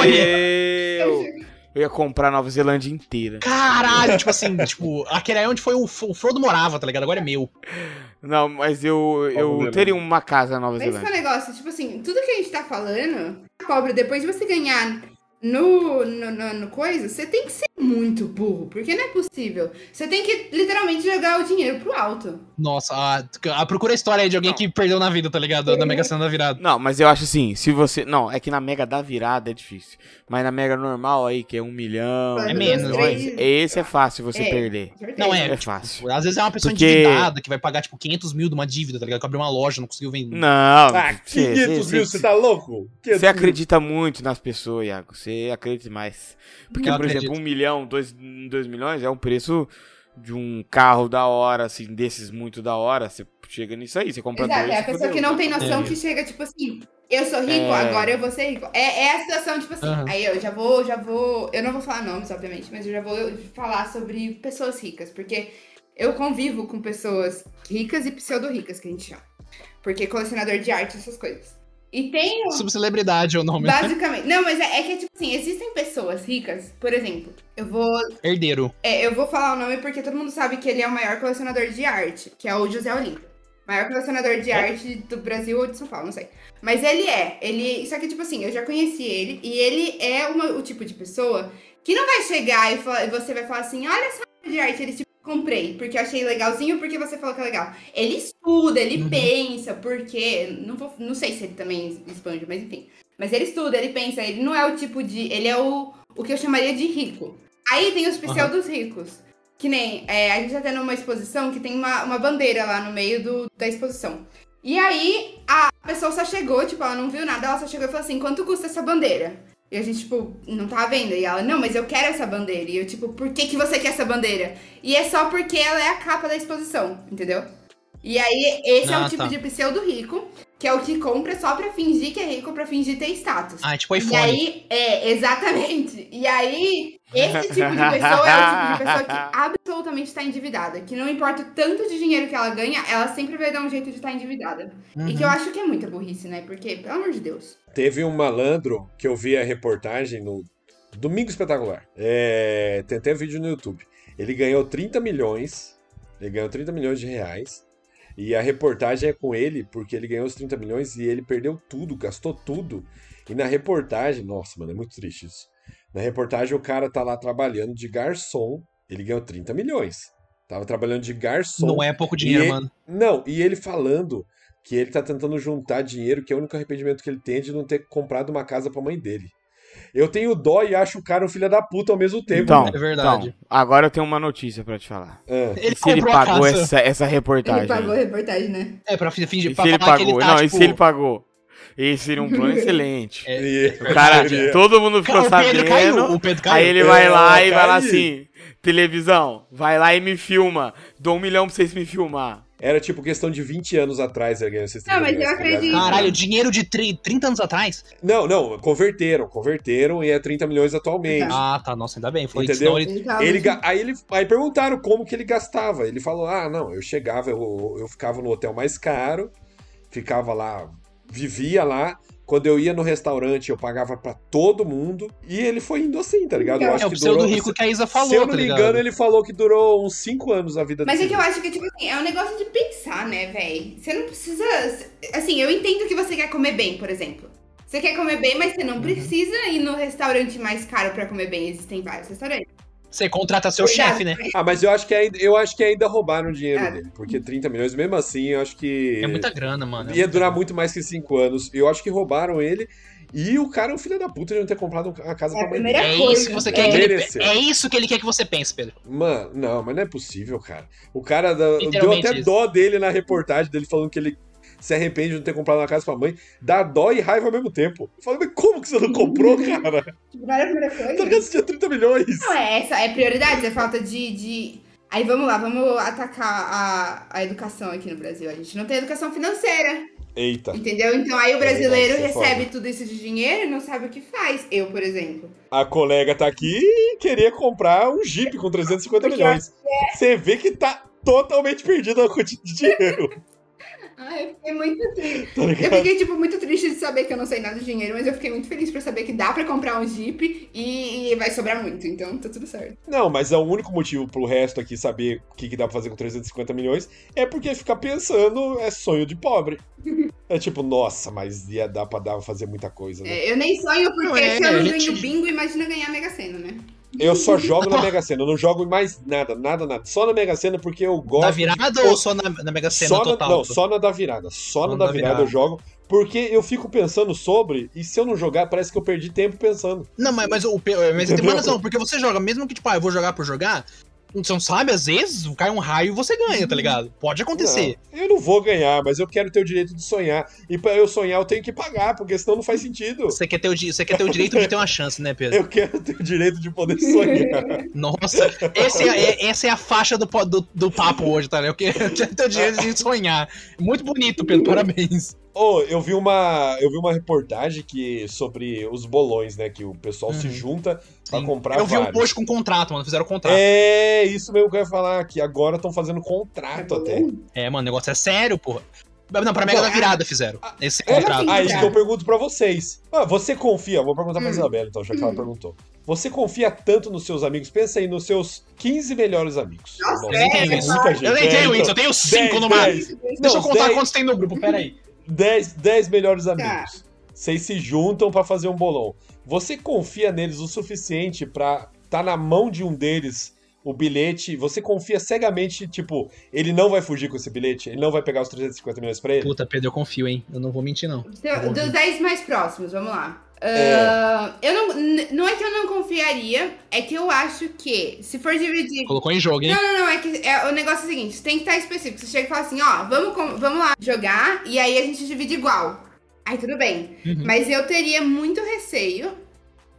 Speaker 4: morri. Eu ia comprar a Nova Zelândia inteira.
Speaker 2: Caralho, tipo
Speaker 4: <laughs>
Speaker 2: assim, tipo, aquele aí onde foi o, F- o Frodo morava, tá ligado? Agora é meu.
Speaker 4: Não, mas eu, eu
Speaker 6: Zelândia.
Speaker 4: teria uma casa na Nova
Speaker 5: Mas esse é o
Speaker 4: Zelândia.
Speaker 5: negócio, tipo assim, tudo que a gente tá falando, pobre, depois de você ganhar no, no, no, no coisa, você tem que ser muito burro, porque não é possível. Você tem que literalmente jogar o dinheiro pro alto.
Speaker 2: Nossa, a, a- procura a história aí de alguém que perdeu na vida, tá ligado?
Speaker 5: Uhum.
Speaker 2: Da Mega Sena da virada.
Speaker 4: Não, mas eu acho assim, se você. Não, é que na Mega da virada é difícil. Mas na Mega normal aí, que é um milhão.
Speaker 5: É
Speaker 4: dois
Speaker 2: menos,
Speaker 4: milhões,
Speaker 5: né?
Speaker 4: Esse é fácil você
Speaker 5: É.
Speaker 4: perder.
Speaker 2: Não, é,
Speaker 4: É
Speaker 2: tipo,
Speaker 4: fácil.
Speaker 2: Às vezes é uma pessoa
Speaker 4: Porque-
Speaker 2: endividada que vai pagar, tipo, 500 mil de uma dívida, tá ligado? Que abriu uma loja, não conseguiu vender.
Speaker 4: Não,
Speaker 3: Ah,
Speaker 4: cê-
Speaker 3: 500
Speaker 4: cê-
Speaker 3: mil, você
Speaker 4: cê-
Speaker 3: tá louco? 500
Speaker 4: Você
Speaker 3: mil.
Speaker 4: acredita muito nas pessoas, Iago. Você acredita mais. Porque,
Speaker 2: Eu
Speaker 4: por exemplo,
Speaker 2: acredito.
Speaker 4: um milhão, dois, dois milhões é um preço de um carro da hora, assim, desses muito da hora. Você chega nisso aí, você compra
Speaker 5: Exato,
Speaker 4: um dois.
Speaker 5: é a
Speaker 4: você
Speaker 5: pessoa
Speaker 4: fudeu.
Speaker 5: que não tem noção
Speaker 2: É.
Speaker 5: que chega, tipo assim, eu sou rico,
Speaker 4: É.
Speaker 5: agora eu vou ser rico. É, é a situação, tipo assim,
Speaker 2: Aham.
Speaker 5: aí eu já vou, já vou. Eu não vou falar nomes, obviamente, mas eu já vou falar sobre pessoas ricas, porque eu convivo com pessoas ricas e pseudo-ricas, que a gente chama. Porque colecionador de arte, essas coisas. E tem um-
Speaker 2: Subcelebridade é o nome. né?
Speaker 5: Basicamente. Não, mas é, é que, tipo assim, existem pessoas ricas, por exemplo, eu vou,
Speaker 2: Herdeiro.
Speaker 5: é, eu vou falar o nome porque todo mundo sabe que ele é o maior colecionador de arte, que é o José Olímpio. Maior colecionador de arte do Brasil ou de São Paulo, não sei. Mas ele é, ele. Só que, tipo assim, eu já conheci ele e ele é uma- o tipo de pessoa que não vai chegar e, fala- e você vai falar assim, olha essa obra de arte, ele tipo, comprei, porque eu achei legalzinho, porque você falou que é legal. Ele estuda, ele
Speaker 2: Uhum.
Speaker 5: pensa, porque. Não, vou, não sei se ele também expande, mas enfim. Mas ele estuda, ele pensa, ele não é o tipo de. Ele é o, o que eu chamaria de rico. Aí tem os pseudos ricos. Que nem. é, a gente tá tendo uma exposição que tem uma, uma bandeira lá no meio do, da exposição. E aí a pessoa só chegou, tipo, ela não viu nada, ela só chegou e falou assim: quanto custa essa bandeira? E a gente, tipo, não tá vendo. E ela, não, mas eu quero essa bandeira. E eu, tipo, por que, que você quer essa bandeira? E é só porque ela é a capa da exposição, entendeu? E aí, esse é
Speaker 2: Ah,
Speaker 5: o tipo
Speaker 2: tá.
Speaker 5: de pseudo rico, que é o que compra só pra fingir que é rico, pra fingir ter status.
Speaker 2: Ah, é tipo
Speaker 5: E
Speaker 2: iPhone.
Speaker 5: aí, é, exatamente. E aí, esse tipo de pessoa é o tipo de pessoa que absolutamente tá endividada. Que não importa o tanto de dinheiro que ela ganha, ela sempre vai dar um jeito de estar endividada. E que eu acho que é muita burrice, né? Porque, pelo amor de Deus.
Speaker 3: Teve um malandro que eu vi a reportagem no Domingo Espetacular. É, tem até vídeo no YouTube. Ele ganhou 30 milhões. Ele ganhou 30 milhões de reais. E a reportagem é com ele, porque ele ganhou os 30 milhões e ele perdeu tudo, gastou tudo. E na reportagem, nossa, mano, é muito triste isso. Na reportagem, o cara tá lá trabalhando de garçom. Ele ganhou 30 milhões. Tava trabalhando de garçom.
Speaker 2: Não é pouco dinheiro,
Speaker 3: E-
Speaker 2: mano.
Speaker 3: Não, e ele falando que ele tá tentando juntar dinheiro, que é o único arrependimento que ele tem é de não ter comprado uma casa pra mãe dele. Eu tenho dó e acho o cara um filho da puta ao mesmo tempo.
Speaker 4: Então,
Speaker 3: né?
Speaker 2: É verdade.
Speaker 4: então, agora eu tenho uma notícia pra te falar.
Speaker 3: Ah,
Speaker 2: Ele
Speaker 4: se ele
Speaker 2: comprou a
Speaker 4: pagou
Speaker 2: casa.
Speaker 4: essa, essa reportagem.
Speaker 5: Ele pagou a reportagem, né?
Speaker 2: É, pra fi- fingir.
Speaker 4: E
Speaker 2: Pra
Speaker 4: se ele
Speaker 2: falar que
Speaker 4: pagou?
Speaker 2: ele tá,
Speaker 4: Não, e
Speaker 2: tipo,
Speaker 4: se ele pagou? Esse seria um
Speaker 5: <laughs>
Speaker 4: plano excelente.
Speaker 2: É,
Speaker 3: e- <laughs>
Speaker 4: O cara,
Speaker 3: Seria.
Speaker 4: todo mundo
Speaker 2: Cara,
Speaker 4: ficou
Speaker 2: o Pedro caiu.
Speaker 4: sabendo.
Speaker 2: O Pedro caiu.
Speaker 4: Aí ele vai lá
Speaker 3: É,
Speaker 4: e vai lá
Speaker 3: caiu.
Speaker 4: assim: televisão, vai lá e me filma. Dou um milhão pra vocês me filmar.
Speaker 3: Era tipo questão de 20 anos atrás ele ganhou esses 30
Speaker 5: Não, mas eu
Speaker 3: milhões, tá ligado?
Speaker 5: acredito.
Speaker 2: Caralho, dinheiro de tri- 30 anos atrás?
Speaker 3: Não, não, converteram, converteram e é 30 milhões atualmente.
Speaker 2: Ah, tá. Nossa, ainda bem. Foi isso.
Speaker 3: Entendeu?
Speaker 2: Senão ele...
Speaker 5: Ele tá tava
Speaker 3: Ele,
Speaker 5: de-
Speaker 3: ga- aí, ele, aí perguntaram como que ele gastava. Ele falou: ah, não, eu chegava, eu, eu ficava no hotel mais caro, ficava lá, vivia lá. Quando eu ia no restaurante, eu pagava pra todo mundo. E ele foi indo assim, tá ligado? Eu
Speaker 5: É,
Speaker 3: acho
Speaker 2: É o
Speaker 3: que
Speaker 2: pseudo
Speaker 3: durou.
Speaker 2: rico que a Isa falou,
Speaker 3: se eu não
Speaker 2: tá
Speaker 3: me
Speaker 2: ligado?
Speaker 3: engano, ele falou que durou uns 5 anos a vida
Speaker 5: Mas é
Speaker 3: desse
Speaker 5: que eu
Speaker 3: jeito.
Speaker 5: acho que, tipo assim, é um negócio de pensar, né, véi? Você não precisa. Assim, eu entendo que você quer comer bem, por exemplo. Você quer comer bem, mas você
Speaker 3: Uhum.
Speaker 5: não precisa ir no restaurante mais caro pra comer bem. Existem vários restaurantes.
Speaker 2: Você contrata seu
Speaker 5: Cuidado.
Speaker 2: chefe, né?
Speaker 3: Ah, mas eu acho que ainda, eu acho que ainda roubaram o dinheiro
Speaker 5: É.
Speaker 3: dele. Porque 30 milhões, mesmo assim, eu acho que.
Speaker 2: É muita grana, mano.
Speaker 3: Ia durar muito mais que 5 anos. Eu acho que roubaram ele. E o cara é um filho da puta de não ter comprado a casa
Speaker 5: É
Speaker 3: pra
Speaker 5: a
Speaker 3: mãe dele.
Speaker 5: primeira
Speaker 2: É
Speaker 5: coisa.
Speaker 2: isso que você quer
Speaker 5: É.
Speaker 2: que ele...
Speaker 3: Mereceu.
Speaker 2: É isso que ele quer que você pense, Pedro.
Speaker 3: Mano, não, mas não é possível, cara. O cara da- deu
Speaker 2: Literalmente
Speaker 3: até
Speaker 2: isso.
Speaker 3: dó dele na reportagem dele falando que ele se arrepende de não ter comprado uma casa pra mãe. Dá dó e raiva ao mesmo tempo. Eu falo, mas como que você
Speaker 2: <laughs>
Speaker 3: não comprou, cara?
Speaker 5: Tipo, não era a primeira coisa.
Speaker 3: Tá ligado? Você tinha 30 milhões.
Speaker 5: Não, é essa, é prioridade, é falta de, de. Aí vamos lá, vamos atacar a, a educação aqui no Brasil. A gente não tem educação financeira,
Speaker 3: Eita.
Speaker 5: entendeu? Então aí o brasileiro
Speaker 3: verdade, isso é
Speaker 5: recebe tudo isso de dinheiro e não sabe o que faz. Eu, por exemplo.
Speaker 3: A colega tá aqui e queria comprar um Jeep com 350
Speaker 5: Porque
Speaker 3: milhões. Você vê que tá totalmente perdido a quantia de dinheiro.
Speaker 5: Ah, eu fiquei muito triste.
Speaker 3: Tá
Speaker 5: Eu
Speaker 3: ligado?
Speaker 5: fiquei, tipo, muito triste de saber que eu não sei nada de dinheiro, mas eu fiquei muito feliz por saber que dá pra comprar um Jeep e, e vai sobrar muito, então tá tudo certo.
Speaker 3: Não, mas é o único motivo pro resto aqui saber o que, que dá pra fazer com 350 milhões é porque ficar pensando é sonho de pobre. É tipo, nossa, mas ia dar pra dar pra fazer muita coisa, né?
Speaker 5: É, eu nem sonho porque
Speaker 2: Não, é,
Speaker 5: se eu
Speaker 2: a
Speaker 5: não
Speaker 2: gente-
Speaker 5: ganho bingo, imagina ganhar Mega Sena, né?
Speaker 3: Eu só jogo na Mega Sena, eu não jogo em mais nada, nada, nada. Só na Mega Sena porque eu
Speaker 2: Na
Speaker 3: gosto.
Speaker 2: virada
Speaker 3: Ou-
Speaker 2: Tá ou só na, na Mega Sena
Speaker 3: tipo, só na,
Speaker 2: total?
Speaker 3: não, só na da virada. Só na da, virada, eu jogo. Porque eu fico pensando sobre, e se eu não jogar, parece que eu perdi tempo pensando.
Speaker 2: Não, mas, mas, o, pe- mas tem
Speaker 3: Entendeu?
Speaker 2: uma razão, porque você joga, mesmo que, tipo, ah, eu vou jogar por jogar, você não sabe, às vezes cai um raio e você ganha, tá ligado? Pode acontecer.
Speaker 3: Não, eu não vou ganhar, mas eu quero ter o direito de sonhar. E pra eu sonhar, eu tenho que pagar, porque senão não faz sentido.
Speaker 2: Você quer, ter o, di- você quer ter o direito de ter uma chance, né, Pedro?
Speaker 3: Eu quero ter o direito de
Speaker 2: <laughs>
Speaker 3: poder sonhar.
Speaker 2: Nossa, essa é, a- é- essa é a faixa do, po- do, do papo hoje, tá? ligado? <laughs> Eu quero ter o direito de sonhar. Muito bonito, Pedro, parabéns.
Speaker 3: Ô, eu vi uma, eu vi uma reportagem que sobre os bolões, né, que o pessoal se
Speaker 2: Uhum.
Speaker 3: junta Pra comprar
Speaker 2: Eu vi um
Speaker 3: vários.
Speaker 2: post com contrato, mano. Fizeram contrato. É,
Speaker 3: Tá É isso mesmo que eu ia falar, que agora estão fazendo contrato até.
Speaker 2: mano, o negócio é sério, porra. Não, pra Mega da Virada fizeram esse
Speaker 3: É,
Speaker 2: contrato.
Speaker 5: assim,
Speaker 3: ah, isso
Speaker 5: cara.
Speaker 3: que eu pergunto pra vocês. Ah, você confia, vou perguntar pra
Speaker 5: Hum.
Speaker 3: Isabela então, já que ela perguntou. Você confia tanto nos seus amigos? Pensa aí nos seus 15 melhores amigos.
Speaker 5: Nossa,
Speaker 3: Nossa,
Speaker 5: é,
Speaker 3: tem
Speaker 2: é,
Speaker 3: muita gente.
Speaker 2: Eu nem tenho
Speaker 3: É,
Speaker 2: isso, eu
Speaker 3: então,
Speaker 2: tenho cinco
Speaker 3: dez,
Speaker 2: no máximo.
Speaker 5: Então,
Speaker 3: dez.
Speaker 2: Deixa eu
Speaker 3: Não,
Speaker 2: contar
Speaker 3: dez.
Speaker 2: quantos tem no grupo, peraí.
Speaker 3: 10, 10 melhores
Speaker 5: Tá.
Speaker 3: amigos. Vocês se juntam pra fazer um bolão. Você confia neles o suficiente pra tá na mão de um deles o bilhete? Você confia cegamente, tipo, ele não vai fugir com esse bilhete? Ele não vai pegar os 350 milhões pra ele?
Speaker 2: Puta, Pedro, eu confio, hein? Eu não vou mentir, não.
Speaker 5: Então, dos 10 mais próximos, vamos lá. Ah, Eu não, n- não é que eu não confiaria, é que eu acho que se for dividir.
Speaker 2: Colocou em jogo, hein?
Speaker 5: Não, não, não, é que é, o negócio é o seguinte: você tem que estar específico. Você chega e fala assim: ó, vamos, com- vamos lá jogar e aí a gente divide igual. Aí tudo bem.
Speaker 2: Uhum.
Speaker 5: Mas eu teria muito receio.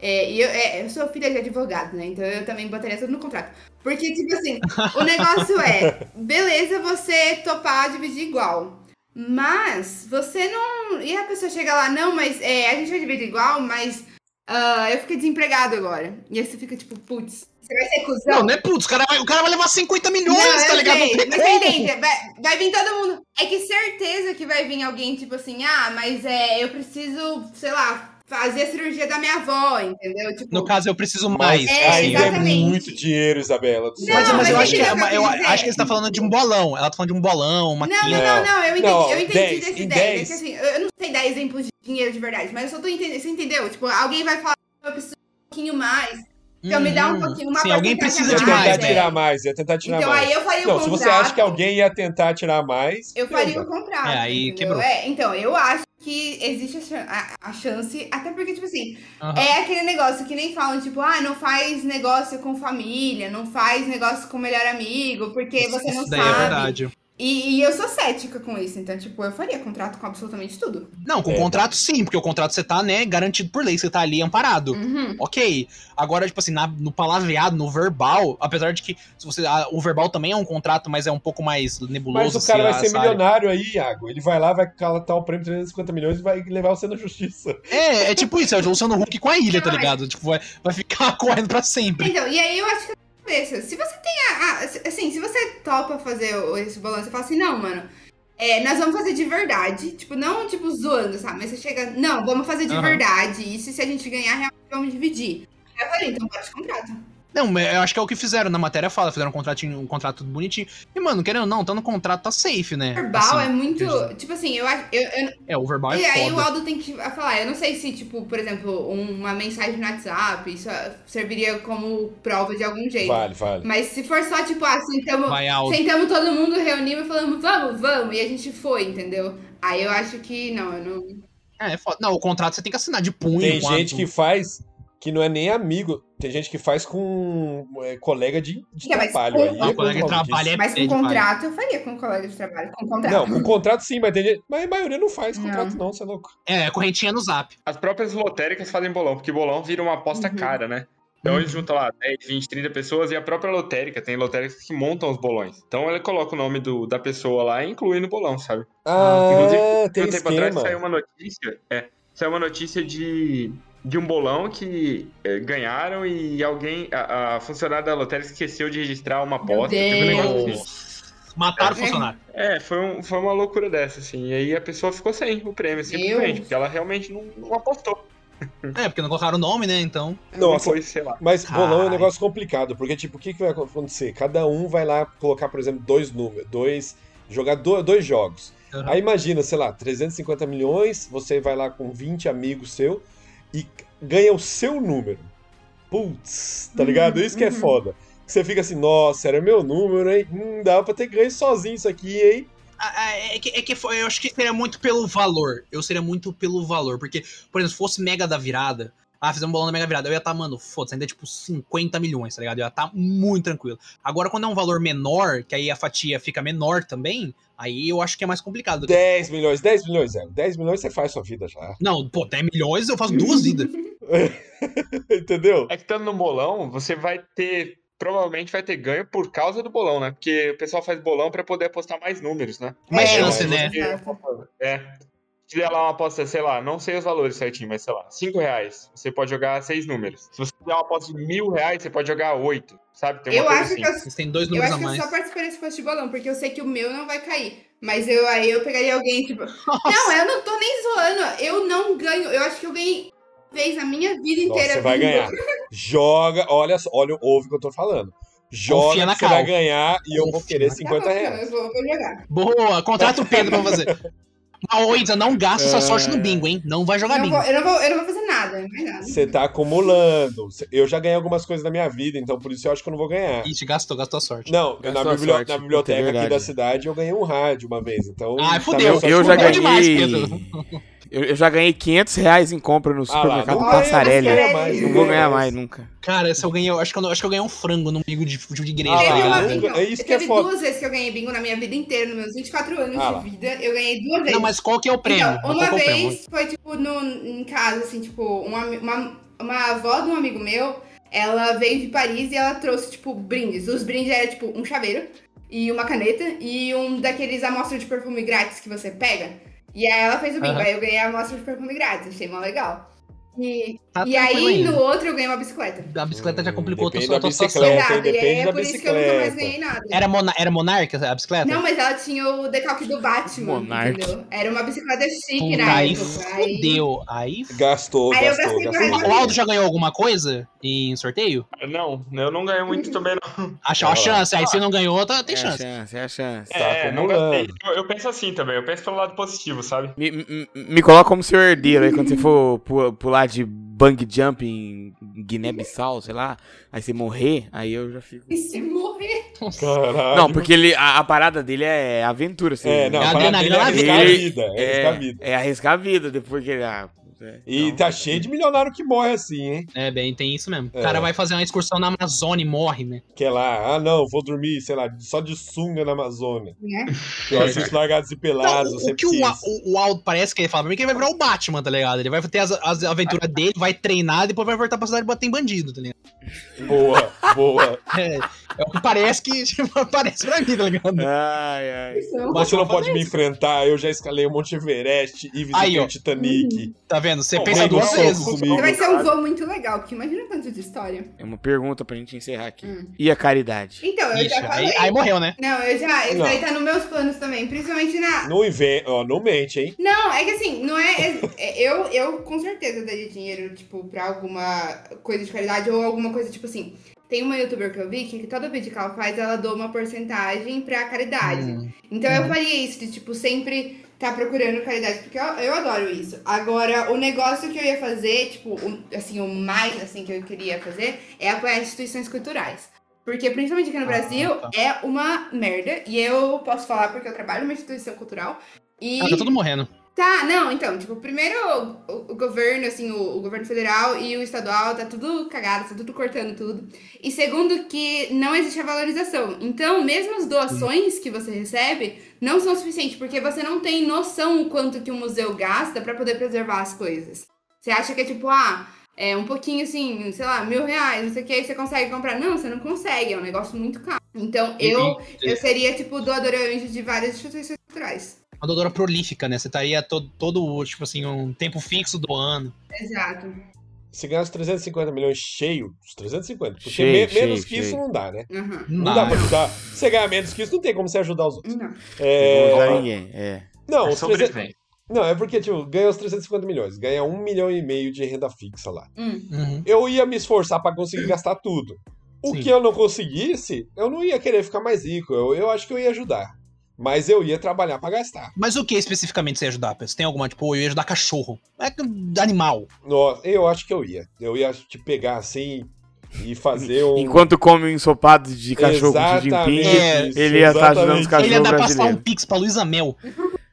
Speaker 5: é, e eu, é, eu sou filha de advogado, né? Então eu também botaria tudo no contrato. Porque, tipo assim, o negócio
Speaker 2: <laughs>
Speaker 5: é: beleza, você topar dividir igual. Mas você não. E a pessoa chega lá, não, mas é, a gente vai dividir igual, mas ah, eu fiquei desempregado agora. E aí você fica tipo, putz, você vai ser cuzão?
Speaker 2: Não, não é putz, o cara vai, o cara vai levar 50 milhões,
Speaker 5: Não, é,
Speaker 2: tá
Speaker 5: eu
Speaker 2: ligado? Não
Speaker 5: sei,
Speaker 2: tem
Speaker 5: mas
Speaker 2: como.
Speaker 5: você entende, vai, vai vir todo mundo. É que certeza que vai vir alguém, tipo assim, ah, mas é, eu preciso, sei lá, fazer a cirurgia da minha avó, entendeu? Tipo,
Speaker 2: No caso, eu preciso mais. assim.
Speaker 5: É,
Speaker 3: Ainda é
Speaker 5: exatamente.
Speaker 3: muito dinheiro, Isabela. do céu.
Speaker 2: Mas,
Speaker 5: Não,
Speaker 2: mas eu,
Speaker 5: mas
Speaker 2: acho que,
Speaker 5: entendeu
Speaker 2: é
Speaker 5: o que eu
Speaker 2: uma- eu
Speaker 5: quis dizer?
Speaker 2: acho que você tá falando de um bolão. Ela tá falando de um bolão, uma
Speaker 5: não,
Speaker 2: quina.
Speaker 5: não, não, não, eu entendi,
Speaker 3: Não,
Speaker 5: eu entendi
Speaker 3: dez,
Speaker 5: desse
Speaker 3: em
Speaker 5: 10. É
Speaker 3: dez.
Speaker 5: que, assim, eu- eu não sei dar exemplos de dinheiro de verdade, mas eu só tô entendendo, você entendeu? Tipo, alguém vai falar, eu preciso um pouquinho mais, então me dá um
Speaker 2: Hum,
Speaker 5: pouquinho, uma
Speaker 2: Sim, alguém
Speaker 5: porcentagem
Speaker 2: precisa
Speaker 3: Ia
Speaker 5: a
Speaker 2: de
Speaker 5: mais,
Speaker 2: mais,
Speaker 3: tentar
Speaker 5: né?
Speaker 2: velho.
Speaker 3: tirar mais, ia tentar tirar
Speaker 5: Então
Speaker 3: mais.
Speaker 5: aí eu faria o
Speaker 3: Não, se
Speaker 5: contrato.
Speaker 3: você acha que é um alguém ia tentar tirar mais.
Speaker 5: Eu faria um o contrato.
Speaker 2: É, aí
Speaker 5: entendeu?
Speaker 2: quebrou.
Speaker 5: É, então, eu acho que existe a chan- a, a chance, até porque, tipo assim,
Speaker 2: Aham.
Speaker 5: é aquele negócio que nem falam, tipo, ah, não faz negócio com família, não faz negócio com o melhor amigo, porque você não
Speaker 2: Isso daí
Speaker 5: sabe.
Speaker 2: é verdade.
Speaker 5: E, e eu sou cética com isso, então, tipo, eu faria contrato com absolutamente tudo.
Speaker 2: Não, com
Speaker 3: É.
Speaker 2: contrato sim, porque o contrato você tá, né, garantido por lei, você tá ali amparado.
Speaker 5: Uhum.
Speaker 2: Ok. Agora, tipo assim, na- no palavreado, no verbal, apesar de que se você, ah, o verbal também é um contrato, mas é um pouco mais nebuloso.
Speaker 3: Mas o
Speaker 2: se
Speaker 3: cara vai
Speaker 2: a-
Speaker 3: ser
Speaker 2: essa área-
Speaker 3: milionário aí, Iago. Ele vai lá, vai calatar o prêmio de 350 milhões e vai levar você na justiça.
Speaker 2: É, é tipo isso, é o Luciano Huck com a ilha, tá
Speaker 5: Ai.
Speaker 2: ligado? Tipo, vai, vai ficar <laughs> correndo pra sempre.
Speaker 5: Então, e aí eu acho que cabeça. Se você tem a, a- Assim, se você topa fazer o- esse balanço, você fala assim, não, mano. é, nós vamos fazer de verdade. Tipo, não, tipo, zoando, sabe? Mas você chega. Não, vamos fazer de
Speaker 2: Aham.
Speaker 5: verdade. Isso se a gente ganhar, realmente vamos dividir. Aí eu falei, então bora de contrato.
Speaker 2: Não, mas eu acho que é o que fizeram na matéria fala, fizeram um contratinho, um contrato tudo bonitinho. E, mano, querendo ou não, tá no contrato, tá safe, né?
Speaker 5: Verbal
Speaker 2: Assim,
Speaker 5: é muito.
Speaker 2: entendi.
Speaker 5: Tipo assim, eu acho. Eu, eu-
Speaker 2: É, o verbal
Speaker 5: e
Speaker 2: é
Speaker 5: aí o
Speaker 2: foda.
Speaker 5: Aldo tem que falar. Eu não sei se, tipo, por exemplo, um- uma mensagem no WhatsApp, isso ah, serviria como prova de algum jeito.
Speaker 3: Vale, vale.
Speaker 5: Mas se for só, tipo, ah, sentamos,
Speaker 2: Vai, Aldo.
Speaker 5: sentamos todo mundo, reunimos e falamos, vamos, vamos, e a gente foi, entendeu? Aí eu acho que não, eu não.
Speaker 2: É, é foda. Não, o contrato você tem que assinar de punho.
Speaker 3: Tem
Speaker 2: com
Speaker 3: gente
Speaker 2: a-
Speaker 3: que faz que não é nem amigo. Tem gente que faz com é, colega de, de
Speaker 5: É, mas
Speaker 3: trabalho.
Speaker 5: com-
Speaker 3: aí é
Speaker 5: com
Speaker 2: Não, colega que
Speaker 3: maluquice.
Speaker 2: trabalha é
Speaker 5: Mas com
Speaker 2: é demais.
Speaker 5: contrato eu faria com um colega de trabalho, com contrato.
Speaker 3: Não, com contrato sim, mas, tem gente- mas a maioria não faz
Speaker 5: Não.
Speaker 3: contrato, não, você é louco.
Speaker 2: É, correntinha no zap.
Speaker 6: As próprias lotéricas fazem bolão, porque bolão vira uma aposta
Speaker 5: Uhum.
Speaker 6: cara, né? Então
Speaker 2: Uhum.
Speaker 6: eles juntam lá 10, 20, 30 pessoas e a própria lotérica, tem lotéricas que montam os bolões. Então ele coloca o nome do, da pessoa lá e inclui no bolão, sabe?
Speaker 3: Ah, tem
Speaker 6: um tempo atrás
Speaker 3: esquema.
Speaker 6: saiu uma notícia, é, saiu uma notícia de, de um bolão que é, ganharam e alguém, a, a funcionária da lotérica esqueceu de registrar uma aposta. teve um negócio assim.
Speaker 2: Nossa. É. Mataram o
Speaker 5: É.
Speaker 2: funcionário.
Speaker 6: É, foi, um- foi uma loucura dessa, assim. E aí a pessoa ficou sem o prêmio, simplesmente, porque ela realmente não, não apostou.
Speaker 2: É, porque não colocaram o nome, né? Então.
Speaker 3: Nossa,
Speaker 6: Não foi, sei lá.
Speaker 3: Mas bolão é um
Speaker 2: Ai.
Speaker 3: negócio complicado, porque tipo, o que, que vai acontecer? Cada um vai lá colocar, por exemplo, dois números, dois jogar do- dois jogos.
Speaker 2: Uhum.
Speaker 3: Aí imagina, sei lá, 350 milhões, você vai lá com 20 amigos seu e ganha o seu número. Putz, tá ligado? Isso que é
Speaker 5: uhum.
Speaker 3: foda. Você fica assim, nossa, era meu número, hein? Hum, dava pra ter ganho sozinho isso aqui, hein?
Speaker 2: Ah, ah, É que, é que foi- eu acho que seria muito pelo valor. Eu seria muito pelo valor. Porque, por exemplo, se fosse Mega da Virada. Ah, fizemos um bolão da Mega Virada. Eu ia estar, mano, foda-se, ainda é tipo 50 milhões, tá ligado? Eu ia estar muito tranquilo. Agora, quando é um valor menor, que aí a fatia fica menor também, aí eu acho que é mais complicado.
Speaker 3: 10 milhões, 10 milhões, é. 10 milhões você faz sua vida já. <laughs>
Speaker 2: Não, pô, 10 milhões eu faço duas vidas.
Speaker 3: Entendeu?
Speaker 6: É que estando no bolão, você vai ter. Provavelmente vai ter ganho por causa do bolão, né? Porque o pessoal faz bolão pra poder apostar mais números, né?
Speaker 2: Mais
Speaker 5: É,
Speaker 2: chance,
Speaker 5: é,
Speaker 2: né?
Speaker 5: exato.
Speaker 6: É. te der lá uma aposta, sei lá, não sei os valores certinho, mas sei lá, 5 reais, você pode jogar seis números. Se você der uma aposta de mil reais, você pode jogar oito, sabe? Tem uma
Speaker 5: Eu
Speaker 6: coisa
Speaker 5: acho
Speaker 6: assim.
Speaker 5: que eu
Speaker 2: Vocês têm dois
Speaker 5: Eu
Speaker 2: números
Speaker 5: acho
Speaker 2: a
Speaker 5: que eu
Speaker 2: mais.
Speaker 5: só participaria desse futebolão, porque eu sei que o meu não vai cair. Mas eu aí eu pegaria
Speaker 3: <laughs>
Speaker 5: alguém, tipo. Não, eu não tô nem zoando. Eu não ganho. Eu acho que eu ganhei uma vez na minha vida
Speaker 3: Nossa,
Speaker 5: inteira.
Speaker 3: você vai
Speaker 5: bingo.
Speaker 3: ganhar. Joga, olha, só, olha, ouve o que eu tô falando. Joga,
Speaker 2: Confia na
Speaker 3: que você vai
Speaker 2: Cal.
Speaker 3: ganhar e eu vou
Speaker 2: Confia
Speaker 3: querer
Speaker 2: na
Speaker 5: Tá
Speaker 3: 50
Speaker 5: bom,
Speaker 3: reais.
Speaker 5: Eu vou, vou jogar.
Speaker 2: Boa, contrata o Pedro pra fazer.
Speaker 5: <laughs>
Speaker 2: Mas, ô, Isa, não gasta sua sorte no bingo, hein? Não vai jogar
Speaker 5: Não
Speaker 2: bingo.
Speaker 5: vou- É. eu, não vou, eu não vou fazer nada, mais nada.
Speaker 3: Você tá acumulando. Eu já ganhei algumas coisas na minha vida, então por isso eu acho que eu não vou ganhar.
Speaker 2: Ixi, gastou, gastou a sorte.
Speaker 3: Não,
Speaker 4: Gastou
Speaker 3: na,
Speaker 4: a
Speaker 3: biblio-
Speaker 4: sorte,
Speaker 3: na biblioteca
Speaker 4: puta, é
Speaker 3: aqui da
Speaker 4: verdade.
Speaker 3: cidade eu ganhei um rádio uma vez, então...
Speaker 2: Ai,
Speaker 3: tá
Speaker 2: fudeu.
Speaker 3: minha sorte
Speaker 4: Eu já
Speaker 3: mudada.
Speaker 4: ganhei.
Speaker 2: Fudeu demais, Pedro.
Speaker 4: <laughs> Eu, eu já ganhei 500 reais em compra
Speaker 3: Ah
Speaker 4: no
Speaker 3: lá,
Speaker 4: supermercado
Speaker 3: não
Speaker 5: ganhei,
Speaker 4: Passarelli.
Speaker 5: mas
Speaker 3: ganha mais,
Speaker 4: Não vou
Speaker 2: é
Speaker 4: ganhar
Speaker 3: ganha
Speaker 4: mais nunca.
Speaker 2: Cara, se eu ganhei, eu acho que eu, não- acho que eu ganhei um frango no bingo de, de igreja.
Speaker 3: Ah,
Speaker 5: Teve
Speaker 2: tá
Speaker 3: lá,
Speaker 5: uma
Speaker 2: ligado?
Speaker 3: eu
Speaker 5: vez, não.
Speaker 3: é isso que é
Speaker 5: teve
Speaker 3: foda.
Speaker 5: duas vezes que eu ganhei bingo na minha vida inteira, nos meus 24 anos
Speaker 3: Ah, lá.
Speaker 5: de vida. Eu ganhei duas vezes.
Speaker 2: Não, mas qual que é o prêmio?
Speaker 5: Então,
Speaker 2: Mas qual
Speaker 5: uma
Speaker 2: que é o prêmio?
Speaker 5: vez foi, tipo, no, em casa, assim, tipo, um ami- uma, uma avó de um amigo meu, ela veio de Paris e ela trouxe, tipo, brindes. Os brindes eram, tipo, um chaveiro e uma caneta e um daqueles amostras de perfume grátis que você pega. E aí ela fez o bingo,
Speaker 2: Aham.
Speaker 5: aí eu ganhei a amostra de perfume grátis, achei mó legal. E,
Speaker 2: Tá
Speaker 5: e aí,
Speaker 2: tranquilo ainda.
Speaker 5: no outro, eu ganhei uma bicicleta.
Speaker 2: A bicicleta já complicou a
Speaker 3: Depende
Speaker 2: tua,
Speaker 3: da
Speaker 2: tua situação.
Speaker 3: bicicleta.
Speaker 5: Exato, e aí
Speaker 3: Então, depende
Speaker 5: é
Speaker 3: da
Speaker 5: por isso que eu nunca mais
Speaker 3: bicicleta.
Speaker 5: ganhei nada.
Speaker 2: Era, mona, era monarca a bicicleta?
Speaker 5: Não, mas ela tinha o decalque do Batman,
Speaker 4: Monarca.
Speaker 5: entendeu? Era uma bicicleta chique
Speaker 2: Puta,
Speaker 5: na
Speaker 2: aí
Speaker 5: época. aí-
Speaker 2: fudeu. Aí
Speaker 3: Gastou,
Speaker 5: Aí eu
Speaker 3: gastou,
Speaker 5: gastei
Speaker 3: gastou.
Speaker 5: mais.
Speaker 2: O Aldo já ganhou alguma coisa em sorteio?
Speaker 6: Não, eu não ganhei muito também, não.
Speaker 2: Achou a
Speaker 3: Olha lá.
Speaker 2: chance. Aí se não ganhou, tá, tem
Speaker 4: é
Speaker 2: chance.
Speaker 4: a chance, é a chance.
Speaker 3: Tá
Speaker 6: é, não
Speaker 3: acumulando.
Speaker 6: gastei. Eu, eu penso assim também, eu penso pelo lado positivo, sabe?
Speaker 4: Me, me, me coloca como seu herdeiro aí quando você for pu- pular de bang jump em Guiné-Bissau, sei lá. Aí você morrer, aí eu já fico.
Speaker 5: E se morrer?
Speaker 3: <laughs> Caralho.
Speaker 4: Não, porque ele, a, a parada dele é aventura, assim.
Speaker 3: Ah, É, não,
Speaker 2: É
Speaker 3: a
Speaker 2: a
Speaker 3: parada dele é
Speaker 2: adrenalina
Speaker 3: arriscar a
Speaker 4: na
Speaker 3: vida. É
Speaker 4: É,
Speaker 3: arriscar a vida.
Speaker 4: é arriscar a vida depois que ele. Ah, é,
Speaker 3: E
Speaker 4: então-
Speaker 3: tá cheio de milionário que morre assim, hein?
Speaker 2: É, bem, tem isso mesmo.
Speaker 3: É.
Speaker 2: O cara vai fazer uma excursão na Amazônia e morre, né?
Speaker 3: Que é lá, ah não, vou dormir, sei lá, só de sunga na Amazônia.
Speaker 5: Né?
Speaker 3: Eu assisto largados e pelados,
Speaker 2: Não, o-
Speaker 3: você
Speaker 2: o que o,
Speaker 3: precisa.
Speaker 2: A- o, o Aldo parece que ele fala pra mim é que ele vai virar o Batman, tá ligado? Ele vai ter as, as aventuras dele, vai treinar, depois vai voltar pra cidade e bater em bandido, tá ligado?
Speaker 3: Boa,
Speaker 2: <laughs>
Speaker 3: boa.
Speaker 2: É, é o que parece que <laughs> parece pra mim, tá ligado?
Speaker 4: Ai, ai.
Speaker 5: Então,
Speaker 3: Você não
Speaker 2: Batman
Speaker 3: pode
Speaker 2: fala
Speaker 3: me enfrentar, eu já escalei o Monte Everest e visitei
Speaker 2: Aí, ó.
Speaker 3: o Titanic. um
Speaker 2: Tá vendo? Você
Speaker 6: Bom,
Speaker 2: pensa
Speaker 3: nem
Speaker 2: duas
Speaker 3: dos
Speaker 2: vezes.
Speaker 3: socos.
Speaker 5: Você vai ser um
Speaker 6: Obrigado.
Speaker 5: voo muito legal, porque imagina tanto de história.
Speaker 4: É uma pergunta pra gente encerrar aqui.
Speaker 5: Hum.
Speaker 4: E a caridade?
Speaker 5: Então, eu
Speaker 2: Ixi,
Speaker 5: já falei.
Speaker 2: aí, aí morreu, né?
Speaker 5: Não, eu já. Isso
Speaker 3: Não.
Speaker 5: aí tá nos meus planos também, principalmente na.
Speaker 3: Não inventa, ó, não mente, hein?
Speaker 5: Não, é que assim, não é. é- é- eu, eu com certeza daria dinheiro, tipo, pra alguma coisa de caridade ou alguma coisa, tipo assim. Tem uma youtuber que eu vi que todo vídeo que ela faz, ela doa uma porcentagem pra caridade.
Speaker 2: Hum.
Speaker 5: Então eu faria isso, de tipo, sempre tá procurando caridade, porque eu, eu adoro isso. Agora, o negócio que eu ia fazer, tipo, o- assim, o mais assim que eu queria fazer é apoiar instituições culturais. Porque principalmente
Speaker 2: Ah,
Speaker 5: aqui no Brasil
Speaker 2: tá.
Speaker 5: é uma merda. E eu posso falar porque eu trabalho numa instituição cultural. E
Speaker 2: Ah, tá tudo morrendo.
Speaker 5: Tá, não, então, tipo, primeiro o, o governo, assim, o, o governo federal e o estadual tá tudo cagado, tá tudo cortando tudo. E segundo que não existe a valorização. Então, mesmo as doações que você recebe não são suficientes, porque você não tem noção o quanto que o museu gasta pra poder preservar as coisas. Você acha que é tipo, ah, é um pouquinho assim, sei lá, mil reais, não sei o que, você consegue comprar. Não, você não consegue, é um negócio muito caro. Então,
Speaker 2: E-
Speaker 5: eu,
Speaker 2: e-
Speaker 5: eu seria, tipo, doadora anjo de várias instituições culturais.
Speaker 2: Uma doadora prolífica, né? Você estaria todo, todo, tipo assim, um tempo fixo do ano.
Speaker 5: Exato.
Speaker 3: Se ganhar os 350 milhões cheio, os 350. Porque
Speaker 4: Cheio,
Speaker 3: me-
Speaker 4: cheio,
Speaker 3: menos que
Speaker 4: cheio.
Speaker 3: isso não dá, né?
Speaker 5: Aham.
Speaker 3: Não dá pra ajudar. Se você ganhar menos que isso, não tem como você ajudar os outros.
Speaker 5: Não.
Speaker 4: Não vou
Speaker 3: É...
Speaker 4: ajudar ninguém. É.
Speaker 3: Não,
Speaker 6: Eu
Speaker 3: os 300...
Speaker 6: sobrevivi.
Speaker 3: Não, é porque, tipo, ganha os 350 milhões, ganha um milhão e meio de renda fixa lá.
Speaker 5: Hum.
Speaker 2: Uhum.
Speaker 3: Eu ia me esforçar pra conseguir gastar tudo. O
Speaker 2: Sim.
Speaker 3: que eu não conseguisse, eu não ia querer ficar mais rico. Eu, eu acho que eu ia ajudar. Mas eu ia trabalhar pra gastar.
Speaker 2: Mas o que especificamente você ia ajudar? Pedro? Você tem alguma, tipo, "Pô, eu ia ajudar cachorro. É que- animal.
Speaker 3: Nossa, eu acho que eu ia. Eu ia te pegar assim e
Speaker 4: <laughs>
Speaker 3: fazer um.
Speaker 4: Enquanto come um ensopado de cachorro com Xi Jinping,
Speaker 2: É,
Speaker 3: isso,
Speaker 4: ele ia estar ajudando os
Speaker 3: exatamente.
Speaker 4: cachorros
Speaker 2: Ele ia dar passar um
Speaker 4: brasileiros.
Speaker 2: pix pra Luísa Mel.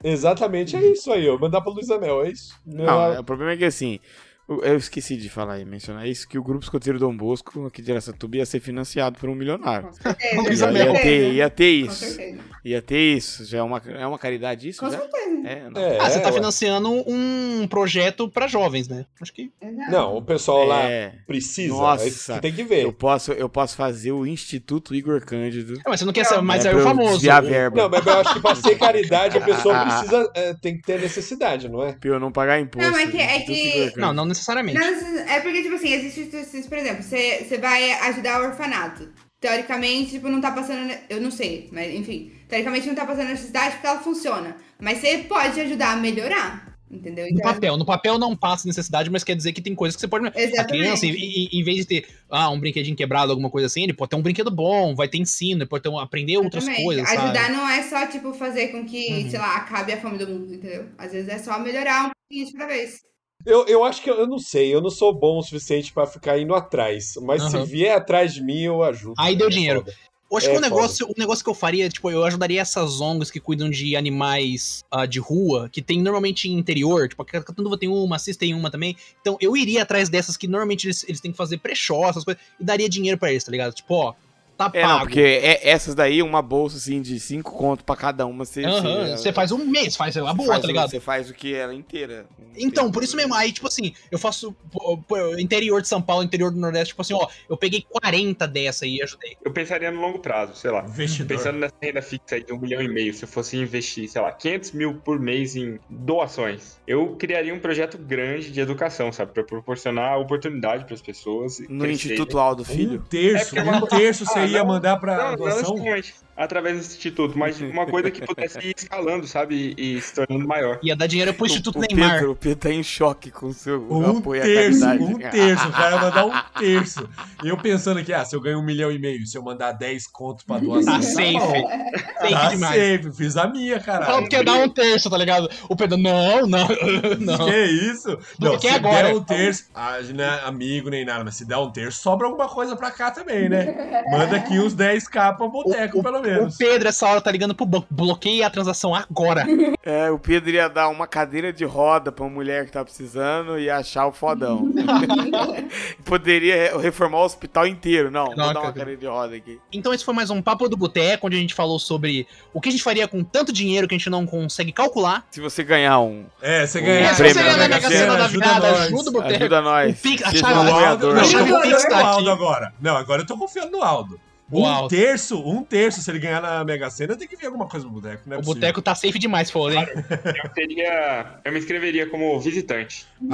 Speaker 3: Exatamente, é isso aí. Eu mandar pra Luiz Amel, é isso.
Speaker 4: Não, é, o problema é que assim, o- eu esqueci de falar e mencionar isso, que o Grupo Escoteiro Dom Bosco, aqui de Araçatuba, ia ser financiado por um milionário.
Speaker 5: Com certeza.
Speaker 2: Luísa
Speaker 5: com
Speaker 4: ia,
Speaker 2: Mel.
Speaker 4: ia, ter, ia
Speaker 5: certeza.
Speaker 4: ter
Speaker 5: Com
Speaker 4: é isso.
Speaker 5: certeza.
Speaker 4: Ia ter isso. Já é uma, é uma caridade isso?
Speaker 5: Com
Speaker 4: já?
Speaker 5: certeza.
Speaker 4: É, não.
Speaker 3: É,
Speaker 2: Ah, você tá
Speaker 3: ué.
Speaker 2: financiando um projeto pra jovens, né? Acho que.
Speaker 5: Exato.
Speaker 3: Não, o pessoal lá
Speaker 4: É.
Speaker 3: precisa.
Speaker 4: Nossa.
Speaker 3: aí você tem que
Speaker 4: Eu
Speaker 3: ver.
Speaker 4: posso, eu posso fazer o Instituto Igor Cândido.
Speaker 2: Ah, mas você
Speaker 5: É,
Speaker 2: não quer ser mais
Speaker 4: né,
Speaker 2: aí
Speaker 4: pra
Speaker 2: o
Speaker 4: eu
Speaker 2: famoso.
Speaker 4: Desviar a verba.
Speaker 3: Não, mas eu acho que pra ser caridade a pessoa precisa, é, tem que ter necessidade, não é?
Speaker 4: Pra eu não pagar imposto. né?
Speaker 5: Não, mas que- é
Speaker 4: Instituto
Speaker 5: que-
Speaker 4: Igor Cândido.
Speaker 2: Não, não necessariamente.
Speaker 5: Não, mas é porque, tipo assim, existe instituições, por exemplo, você, você vai ajudar o orfanato. Teoricamente, tipo, não tá passando. ne- Eu não sei, mas enfim. Teoricamente não tá passando necessidade porque ela funciona. Mas você pode ajudar a melhorar. Entendeu?
Speaker 2: No
Speaker 5: Então,
Speaker 2: papel. No papel não passa necessidade, mas quer dizer que tem coisas que você pode. A criança, em,
Speaker 5: é exatamente.
Speaker 2: em- em vez de ter ah, um brinquedinho quebrado, alguma coisa assim, ele pode ter um brinquedo bom, vai ter ensino, ele pode ter um- aprender outras
Speaker 5: Exatamente.
Speaker 2: coisas. sabe?
Speaker 5: Ajudar não é só, tipo, fazer com que,
Speaker 2: Uhum.
Speaker 5: sei lá, acabe a fome do mundo, entendeu? Às vezes é só melhorar um pouquinho de cada vez.
Speaker 3: Eu, eu acho que eu, eu não sei, eu não sou bom o suficiente pra ficar indo atrás. Mas se
Speaker 2: Aham.
Speaker 3: vier atrás de mim, eu ajudo.
Speaker 2: Aí deu dinheiro.
Speaker 3: foda.
Speaker 2: Eu acho
Speaker 3: É
Speaker 2: que o negócio, o negócio que eu faria, tipo, eu ajudaria essas ONGs que cuidam de animais ah, de rua, que tem normalmente em interior, tipo, a Catanduva tem uma, a Assis tem uma também. Então, eu iria atrás dessas que normalmente eles, eles têm que fazer brechó, essas coisas, e daria dinheiro pra eles, tá ligado? Tipo, ó, tá
Speaker 4: É, não,
Speaker 2: pago.
Speaker 4: porque é- essas daí, uma bolsa assim de 5 conto pra cada uma, você.
Speaker 2: Aham, você faz um mês, faz a boa,
Speaker 4: é. faz
Speaker 2: tá
Speaker 4: o-
Speaker 2: ligado?
Speaker 4: Você faz o que ela inteira.
Speaker 2: Então, por isso mesmo, aí, tipo assim, eu faço pô, pô, interior de São Paulo, interior do Nordeste, tipo assim, ó, eu peguei 40 dessa aí e ajudei.
Speaker 6: Eu pensaria no longo prazo, sei lá.
Speaker 9: Investidor.
Speaker 6: Pensando nessa renda fixa aí de um milhão e meio, se eu fosse investir, sei lá, 500 mil por mês em doações, eu criaria um projeto grande de educação, sabe? Pra proporcionar oportunidade pras pessoas. né?
Speaker 4: No
Speaker 6: crescerem.
Speaker 4: Instituto Aldo Filho.
Speaker 9: Um terço,
Speaker 6: É porque
Speaker 9: um terço você
Speaker 6: Ah,
Speaker 9: ia
Speaker 6: não,
Speaker 9: mandar pra
Speaker 6: Não, não
Speaker 9: doação.
Speaker 6: necessariamente através do instituto, mas uma coisa que pudesse ir escalando, sabe? E, e se tornando maior.
Speaker 2: Ia dar dinheiro pro Instituto
Speaker 4: o, o
Speaker 2: Neymar.
Speaker 4: Pedro, o Pedro tá em choque com o seu
Speaker 9: Um
Speaker 4: apoio
Speaker 9: terço,
Speaker 4: à caridade.
Speaker 9: um terço, o cara vai dar
Speaker 6: <laughs>
Speaker 9: um terço. E eu pensando aqui, ah, se eu ganho um milhão e meio, se eu mandar 10 conto pra doação,
Speaker 2: Tá safe. Safe
Speaker 9: tá
Speaker 2: demais.
Speaker 9: safe, fiz a minha,
Speaker 2: Fala
Speaker 9: caralho.
Speaker 2: porque dá um terço, tá ligado? O Pedro, não, não, <laughs> não.
Speaker 9: Que é isso? Não,
Speaker 2: Porque é
Speaker 9: se
Speaker 2: agora-
Speaker 9: der um terço, ah, não é amigo nem nada, mas se der um terço, sobra alguma coisa pra cá também,
Speaker 2: <laughs>
Speaker 9: né? Manda aqui uns 10k pra boteco, pelo
Speaker 2: O
Speaker 9: menos.
Speaker 2: Pedro, essa hora, tá ligando pro banco. Bloqueia a transação agora.
Speaker 4: É, o Pedro ia dar uma cadeira de roda pra uma mulher que tá precisando e achar
Speaker 2: <laughs>
Speaker 4: o fodão. Poderia re- reformar o hospital inteiro. Não, vou
Speaker 2: Não,
Speaker 4: dar
Speaker 2: cara.
Speaker 4: uma cadeira de roda aqui.
Speaker 2: Então, esse foi mais um Papo do Boteco, onde a gente falou sobre o que a gente faria com tanto dinheiro que a gente não consegue calcular.
Speaker 4: Se você ganhar um,
Speaker 9: É, você ganha.
Speaker 4: É,
Speaker 2: Essa
Speaker 4: prêmio
Speaker 2: seria a
Speaker 4: da
Speaker 2: Mega Sena da
Speaker 9: ajuda
Speaker 2: virada,
Speaker 9: nós.
Speaker 2: ajuda o Boteco.
Speaker 4: ajuda nós.
Speaker 2: O Pix- a
Speaker 4: Seja um
Speaker 2: chave-
Speaker 9: O Aldo,
Speaker 4: apoiador.
Speaker 9: não,
Speaker 2: A
Speaker 9: eu
Speaker 2: chave
Speaker 9: tô
Speaker 2: do Pix
Speaker 9: confiando
Speaker 2: tá
Speaker 9: no Aldo
Speaker 2: aqui.
Speaker 9: agora. Não, agora eu tô confiando no Aldo.
Speaker 2: O
Speaker 9: Um
Speaker 2: Aldo.
Speaker 9: terço, um terço, se ele ganhar na Mega Sena, tem que vir alguma coisa pro boteco, né?
Speaker 2: O Boteco tá safe demais, pô, hein?
Speaker 6: Eu teria. Eu me inscreveria como visitante.
Speaker 9: <laughs>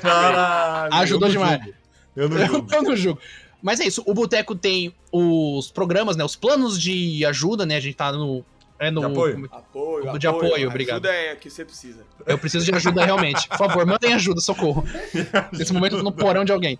Speaker 9: Caralho.
Speaker 2: Ajudou
Speaker 9: eu não
Speaker 2: demais.
Speaker 9: julgo. Eu não
Speaker 2: Eu <laughs>
Speaker 9: julgo.
Speaker 2: eu não julgo. Mas é isso, o Boteco tem os programas, né? Os planos de ajuda, né? A gente tá no. É no
Speaker 9: De apoio.
Speaker 4: Apoio,
Speaker 2: De apoio, obrigado.
Speaker 4: Ajuda é o que você precisa.
Speaker 2: Eu preciso de ajuda realmente. Por favor, mandem ajuda,
Speaker 9: <laughs>
Speaker 2: socorro. Nesse momento eu tô no porão de alguém.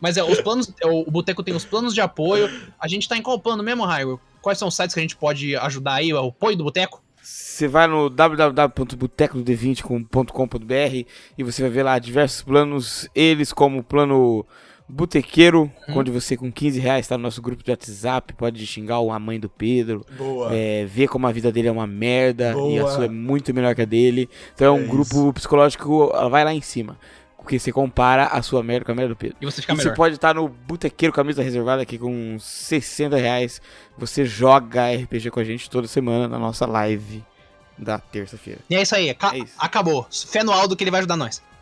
Speaker 2: Mas é, os planos. é, O Boteco tem os planos de apoio. A gente tá em qual plano mesmo, Raio? Quais são os sites que a gente pode ajudar aí? é O apoio do Boteco?
Speaker 4: Você vai no www.botecod20.com.br e você vai ver lá diversos planos, eles como o plano Botequeiro,
Speaker 2: Hum.
Speaker 4: onde você com 15 reais está no nosso grupo de WhatsApp, pode xingar a mãe do Pedro,
Speaker 9: Boa.
Speaker 4: é, ver como a vida dele é uma merda e a
Speaker 9: Boa.
Speaker 4: sua é muito melhor que a dele. Então é um
Speaker 9: É
Speaker 4: grupo psicológico, ah, vai lá em cima, porque você compara a sua merda com a merda do Pedro.
Speaker 2: E você fica
Speaker 4: E você
Speaker 2: melhor.
Speaker 4: pode estar no Botequeiro Camisa Reservada aqui com 60 reais. Você joga RPG com a gente toda semana na nossa live da terça-feira.
Speaker 2: E é isso aí. aca-
Speaker 4: É isso.
Speaker 2: Acabou. Fé no Aldo que ele vai ajudar nós.